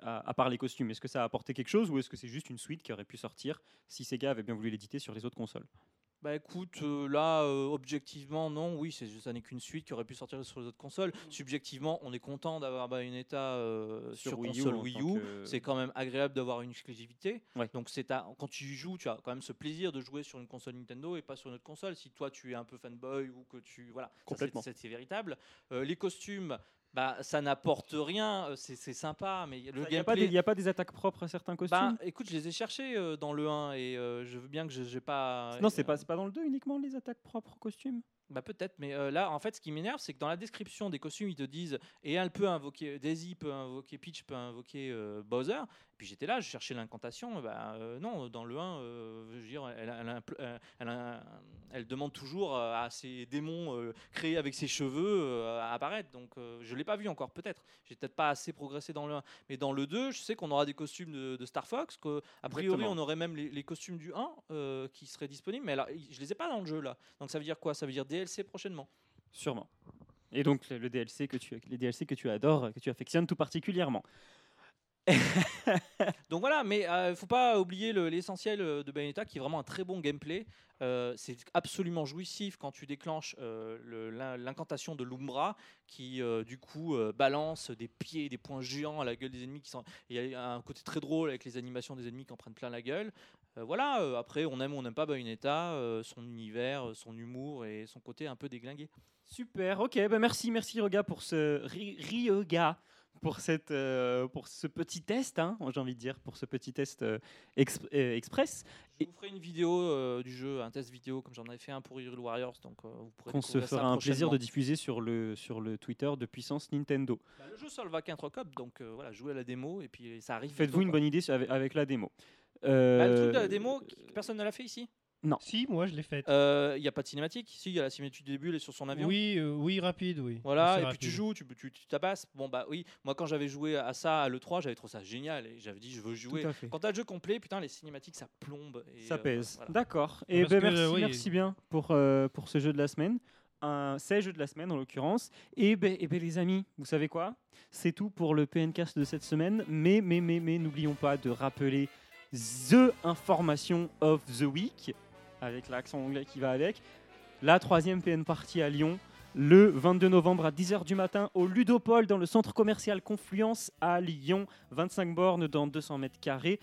[SPEAKER 4] à, à part les costumes Est-ce que ça a apporté quelque chose ou est-ce que c'est juste une suite qui aurait pu sortir si Sega avait bien voulu l'éditer sur les autres consoles
[SPEAKER 1] Bah écoute, euh, là, euh, objectivement, non, oui, c'est- ça n'est qu'une suite qui aurait pu sortir sur les autres consoles.
[SPEAKER 4] Mm.
[SPEAKER 1] Subjectivement, on est content d'avoir Bayonetta euh, sur, console
[SPEAKER 4] en
[SPEAKER 1] Wii
[SPEAKER 4] tant
[SPEAKER 1] U.
[SPEAKER 4] que-
[SPEAKER 1] C'est quand même agréable d'avoir une exclusivité.
[SPEAKER 4] Ouais.
[SPEAKER 1] Donc c'est à- quand tu y joues, tu as quand même ce plaisir de jouer sur une console Nintendo et pas sur une autre console. Si toi tu es un peu fanboy ou que tu voilà, ça, c'est-
[SPEAKER 4] Complètement.
[SPEAKER 1] c'est c'est véritable. Euh, les costumes, bah ça n'apporte rien. euh, C'est c'est sympa, mais le
[SPEAKER 4] Il n'y a, pas des-
[SPEAKER 1] gameplay.
[SPEAKER 4] y a pas des attaques propres à certains
[SPEAKER 1] Bah,
[SPEAKER 4] costumes
[SPEAKER 1] écoute, je les ai cherchés euh, dans le 1 et euh, je veux bien que je j'ai pas. euh,
[SPEAKER 4] Non, c'est pas, c'est pas dans le 2 uniquement les attaques propres aux costumes
[SPEAKER 1] Bah peut-être, mais euh, là, en fait, ce qui m'énerve, c'est que dans la description des costumes, ils te disent et elle peut invoquer Daisy, peut invoquer Peach, peut invoquer euh, Bowser. Puis j'étais là, je cherchais l'incantation. et Bah euh, non, dans le 1, euh, je veux dire, elle, elle, impl- euh, elle, euh, elle demande toujours euh, à ses démons euh, créés avec ses cheveux euh, à apparaître. Donc euh, je l'ai pas vu encore, peut-être. J'ai peut-être pas assez progressé dans le 1, mais dans le 2, je sais qu'on aura des costumes de, de Star Fox. Que, a priori,
[SPEAKER 4] Exactement.
[SPEAKER 1] on aurait même les, les costumes du 1 euh, qui seraient disponibles. Mais alors, ils- je les ai pas dans le jeu là. Donc ça veut dire quoi Ça veut dire DLC prochainement.
[SPEAKER 4] Sûrement. Et donc le, le DLC que tu, les DLC que tu adores, que tu affectionnes tout particulièrement.
[SPEAKER 1] Donc voilà, mais euh, faut pas oublier le- l'essentiel euh, de Bayonetta qui est vraiment un très bon gameplay. Euh, c'est absolument jouissif quand tu déclenches euh, le- l'in- l'incantation de l'Umbra qui euh, du coup euh, balance des pieds, des points géants à la gueule des ennemis. qui sont- Il y a un côté très drôle avec les animations des ennemis qui en prennent plein la gueule. Euh, voilà, euh, après on aime ou on n'aime pas Bayonetta, euh, son univers, euh, son humour et son côté un peu déglingué.
[SPEAKER 4] Super, ok, bah merci, merci Ryoga pour ce Ry- Ryoga pour cette euh, pour ce petit test, hein, j'ai envie de dire pour ce petit test euh, exp- euh, express
[SPEAKER 1] Je vous ferai une vidéo euh, du jeu, un test vidéo comme j'en avais fait un pour Hyrule Warriors, donc euh, vous pourrez
[SPEAKER 4] qu'on se
[SPEAKER 1] découvrir ça
[SPEAKER 4] fera un plaisir
[SPEAKER 1] prochainement.
[SPEAKER 4] de diffuser sur le sur le Twitter de Puissance Nintendo.
[SPEAKER 1] Bah, le jeu sort le 24 octobre, donc euh, voilà, jouez à la démo et puis ça arrive.
[SPEAKER 4] Faites-vous
[SPEAKER 1] bientôt,
[SPEAKER 4] une
[SPEAKER 1] quoi.
[SPEAKER 4] bonne idée sur- avec, avec la démo.
[SPEAKER 1] Bah, le truc de
[SPEAKER 4] Euh,
[SPEAKER 1] la démo, qui- que personne ne l'a fait ici.
[SPEAKER 5] Si, moi je l'ai faite.
[SPEAKER 1] Il n'y a pas de cinématique. Si, il y a la cinématique du début, elle est sur son Euh, avion.
[SPEAKER 5] Oui, euh, oui, rapide, oui.
[SPEAKER 1] Voilà,
[SPEAKER 5] Assez
[SPEAKER 1] et puis tu
[SPEAKER 5] rapide.
[SPEAKER 1] joues, tu, tu, tu tabasses. Bon, bah oui, moi quand j'avais joué à ça, à l'E3, j'avais trouvé ça génial et j'avais dit je veux
[SPEAKER 4] tout
[SPEAKER 1] jouer.
[SPEAKER 4] à fait.
[SPEAKER 1] Quand t'as le jeu complet, putain, les cinématiques ça plombe. Et,
[SPEAKER 4] Ça
[SPEAKER 1] euh,
[SPEAKER 4] pèse.
[SPEAKER 1] voilà.
[SPEAKER 4] D'accord. Et
[SPEAKER 5] Parce
[SPEAKER 4] ben
[SPEAKER 5] que,
[SPEAKER 4] merci,
[SPEAKER 5] euh, oui.
[SPEAKER 4] merci bien pour, euh, pour ce jeu de la semaine. Un, ces jeux de la semaine en l'occurrence. Et ben, eh ben, les amis, vous savez quoi C'est tout pour le PNcast de cette semaine. Mais, mais, mais, mais, n'oublions pas de rappeler The Information of the Week. avec l'accent anglais qui va avec. La troisième PN Party à Lyon, le 22 novembre à 10h du matin au Ludopole dans le centre commercial Confluence à Lyon. 25 bornes dans 200 mètres carrés.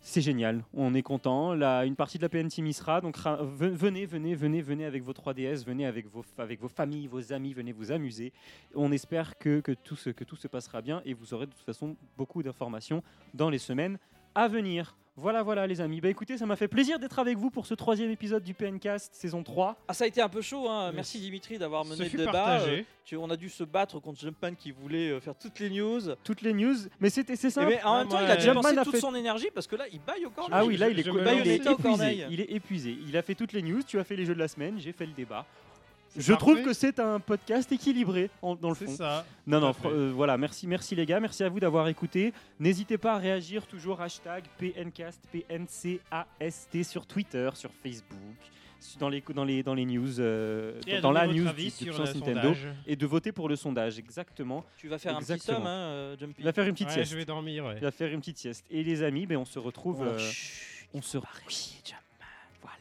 [SPEAKER 4] C'est génial, on est content. Là, une partie de la PN Team y sera. Donc ra- ve- venez, venez, venez, venez avec vos 3DS, venez avec vos, avec vos familles, vos amis, venez vous amuser. On espère que, que tout se, que tout se passera bien et vous aurez de toute façon beaucoup d'informations dans les semaines à venir. Voilà, voilà les amis. Bah écoutez, ça m'a fait plaisir d'être avec vous pour ce troisième épisode du PNcast saison 3.
[SPEAKER 1] Ah, ça a été un peu chaud, hein.
[SPEAKER 5] Oui.
[SPEAKER 1] merci Dimitri d'avoir
[SPEAKER 5] Ce
[SPEAKER 1] mené
[SPEAKER 5] fut
[SPEAKER 1] le débat.
[SPEAKER 5] partagé.
[SPEAKER 1] Euh, tu- on a dû se battre contre Jumpman qui voulait euh, faire toutes les news.
[SPEAKER 4] Toutes les news, mais c'était c'est
[SPEAKER 1] Eh
[SPEAKER 4] simple.
[SPEAKER 1] Mais en même temps, il a
[SPEAKER 5] ouais.
[SPEAKER 4] Jumpman
[SPEAKER 1] dépensé
[SPEAKER 4] a
[SPEAKER 1] toute
[SPEAKER 4] fait-
[SPEAKER 1] son énergie parce que là, il baille au corps.
[SPEAKER 4] Ah
[SPEAKER 5] ben, Je-
[SPEAKER 4] oui, là
[SPEAKER 5] je-
[SPEAKER 4] il est,
[SPEAKER 5] je
[SPEAKER 4] co-
[SPEAKER 5] me
[SPEAKER 4] là, il est
[SPEAKER 1] Bayonetta au
[SPEAKER 4] épuisé.
[SPEAKER 1] corneille.
[SPEAKER 4] Il est épuisé. Il a fait toutes les news, tu as fait les jeux de la semaine, j'ai fait le débat.
[SPEAKER 5] C'est
[SPEAKER 4] Je trouve
[SPEAKER 5] parfait.
[SPEAKER 4] que c'est un podcast équilibré en- dans le
[SPEAKER 5] C'est
[SPEAKER 4] fond.
[SPEAKER 5] ça.
[SPEAKER 4] Non,
[SPEAKER 5] Tout
[SPEAKER 4] non,
[SPEAKER 5] à fait.
[SPEAKER 4] fr- euh, voilà, merci, merci les gars, merci à vous d'avoir écouté. N'hésitez pas à réagir toujours hashtag PNcast, PNCAST sur Twitter, sur Facebook, su- dans les, co- dans les, dans les news, euh,
[SPEAKER 5] Et à
[SPEAKER 4] dans la
[SPEAKER 5] donner votre
[SPEAKER 4] news
[SPEAKER 5] avis
[SPEAKER 4] du- du
[SPEAKER 5] sur
[SPEAKER 4] puissance
[SPEAKER 5] le
[SPEAKER 4] Nintendo,
[SPEAKER 5] sondage.
[SPEAKER 4] et de voter pour le sondage, exactement.
[SPEAKER 1] Tu vas faire un
[SPEAKER 4] Exactement.
[SPEAKER 1] petit somme, hein, euh, Jumpy.
[SPEAKER 4] Il va faire une petite
[SPEAKER 5] Ouais,
[SPEAKER 4] sieste.
[SPEAKER 5] je vais dormir. ouais.
[SPEAKER 4] Il va faire une petite sieste. Et les amis, ben, on se retrouve.
[SPEAKER 1] Oh,
[SPEAKER 4] euh, on se
[SPEAKER 6] Oui, Jumpman, voilà.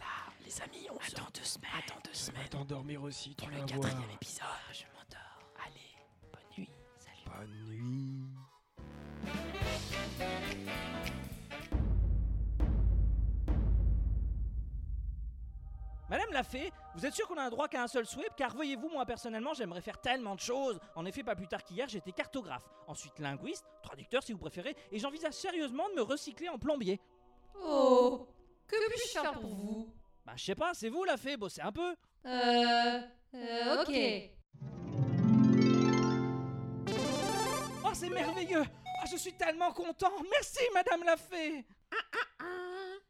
[SPEAKER 6] Les amis, on Attends deux semaines. Attends deux semaines.
[SPEAKER 5] Attends, dormir aussi, tu
[SPEAKER 6] Pour
[SPEAKER 5] vas
[SPEAKER 6] le
[SPEAKER 5] voir.
[SPEAKER 6] quatrième épisode, je m'endors. Allez, bonne nuit. Salut.
[SPEAKER 5] Bonne nuit.
[SPEAKER 6] Madame la fée, vous êtes sûre qu'on a un droit qu'à un seul souhait Car veuillez-vous, moi personnellement, j'aimerais faire tellement de choses. En effet, pas plus tard qu'hier, j'étais cartographe, ensuite linguiste, traducteur si vous préférez, et j'envisage sérieusement de me recycler en plombier.
[SPEAKER 3] Oh, que puis-je faire pour vous
[SPEAKER 6] Bah, je sais pas, c'est vous la fée, bossez un peu.
[SPEAKER 3] Euh, euh, ok.
[SPEAKER 6] Oh, c'est merveilleux Ah, je suis tellement content Merci, Madame la Fée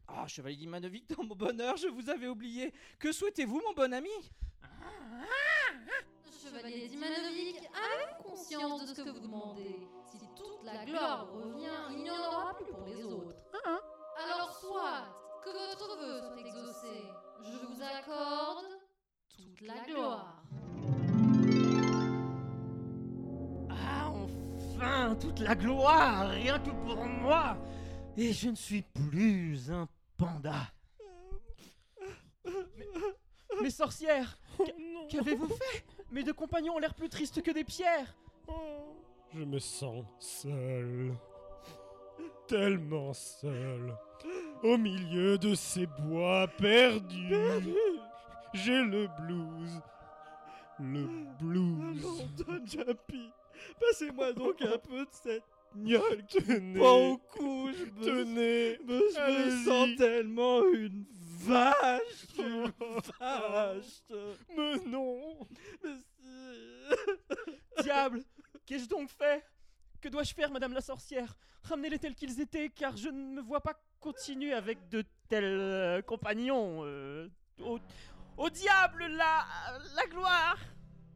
[SPEAKER 6] Ah, Chevalier Dimanovic, dans mon bonheur, je vous avais oublié. Que souhaitez-vous, mon bon ami
[SPEAKER 3] Chevalier Dimanovic, avez-vous conscience de ce que vous demandez Si toute la gloire revient, il n'y en aura plus pour les autres. Alors soit que votre vœu soit exaucé, je vous accorde toute la gloire.
[SPEAKER 7] Ah, enfin Toute la gloire Rien que pour moi Et je ne suis plus un panda. Mais, mais sorcière Qu'avez-vous fait Mes deux compagnons ont l'air plus tristes que des pierres
[SPEAKER 5] Je me sens seul. Tellement seul. Au milieu de ces bois perdus. J'ai le blues. Le blues.
[SPEAKER 8] Jumpy, passez-moi donc un peu de cette gnole qui me
[SPEAKER 5] Tenez,
[SPEAKER 8] pend au cou. Je me,
[SPEAKER 5] tenez,
[SPEAKER 8] me- je me
[SPEAKER 5] allez-y.
[SPEAKER 8] sens tellement une vache,
[SPEAKER 5] (laughs)
[SPEAKER 8] une vache.
[SPEAKER 5] Mais non
[SPEAKER 8] Mais si.
[SPEAKER 7] Diable Qu'ai-je donc fait Que dois-je faire, madame la sorcière Ramenez-les tels qu'ils étaient, car je ne me vois pas continuer avec de tels euh, compagnons. euh, au, au diable, la, la gloire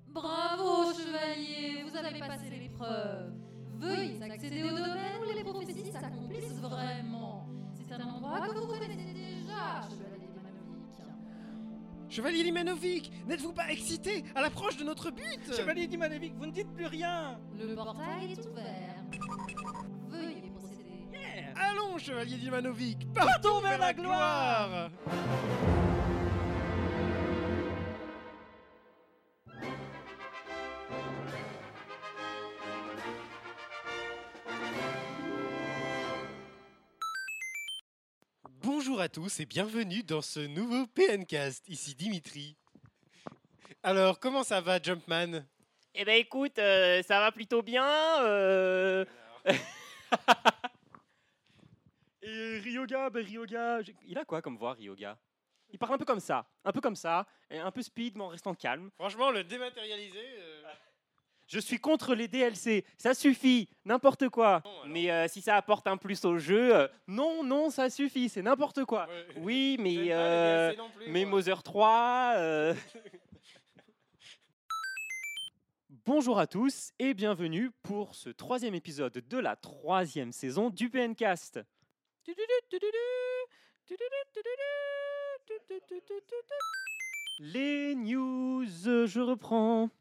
[SPEAKER 3] Bravo, chevalier, vous avez passé l'épreuve. Veuillez accéder au domaine où les prophéties s'accomplissent vraiment. C'est un endroit que vous connaissez déjà, Chevalier Dimanovic.
[SPEAKER 5] Chevalier Limanovic, n'êtes-vous pas excité à l'approche de notre but
[SPEAKER 6] Chevalier Dimanovic, vous ne dites plus rien
[SPEAKER 3] Le portail est ouvert. Veuillez procéder.
[SPEAKER 5] Allons, Chevalier Dimanovic, partons vers la gloire Bonjour à tous et bienvenue dans ce nouveau PNcast. Ici Dimitri. Alors, comment ça va, Jumpman
[SPEAKER 9] Eh ben écoute, euh, ça va plutôt bien. euh,
[SPEAKER 4] (laughs) Et Ryoga, ben Ryoga, j'ai- il a quoi comme voix, Ryoga Il parle un peu comme ça, un peu comme ça, et un peu speed, mais en restant calme.
[SPEAKER 5] Franchement, le dématérialisé. euh,
[SPEAKER 4] Je suis contre les DLC, ça suffit, n'importe quoi.
[SPEAKER 9] mais
[SPEAKER 5] Mais.
[SPEAKER 9] euh, si ça apporte un plus au jeu, euh,
[SPEAKER 4] Non, non, ça suffit, c'est n'importe quoi.
[SPEAKER 9] Ah. oui, mais euh, mais Mother 3. euh,
[SPEAKER 4] Bonjour à tous et bienvenue pour ce troisième épisode de la troisième saison du PNcast. Les news, je reprends.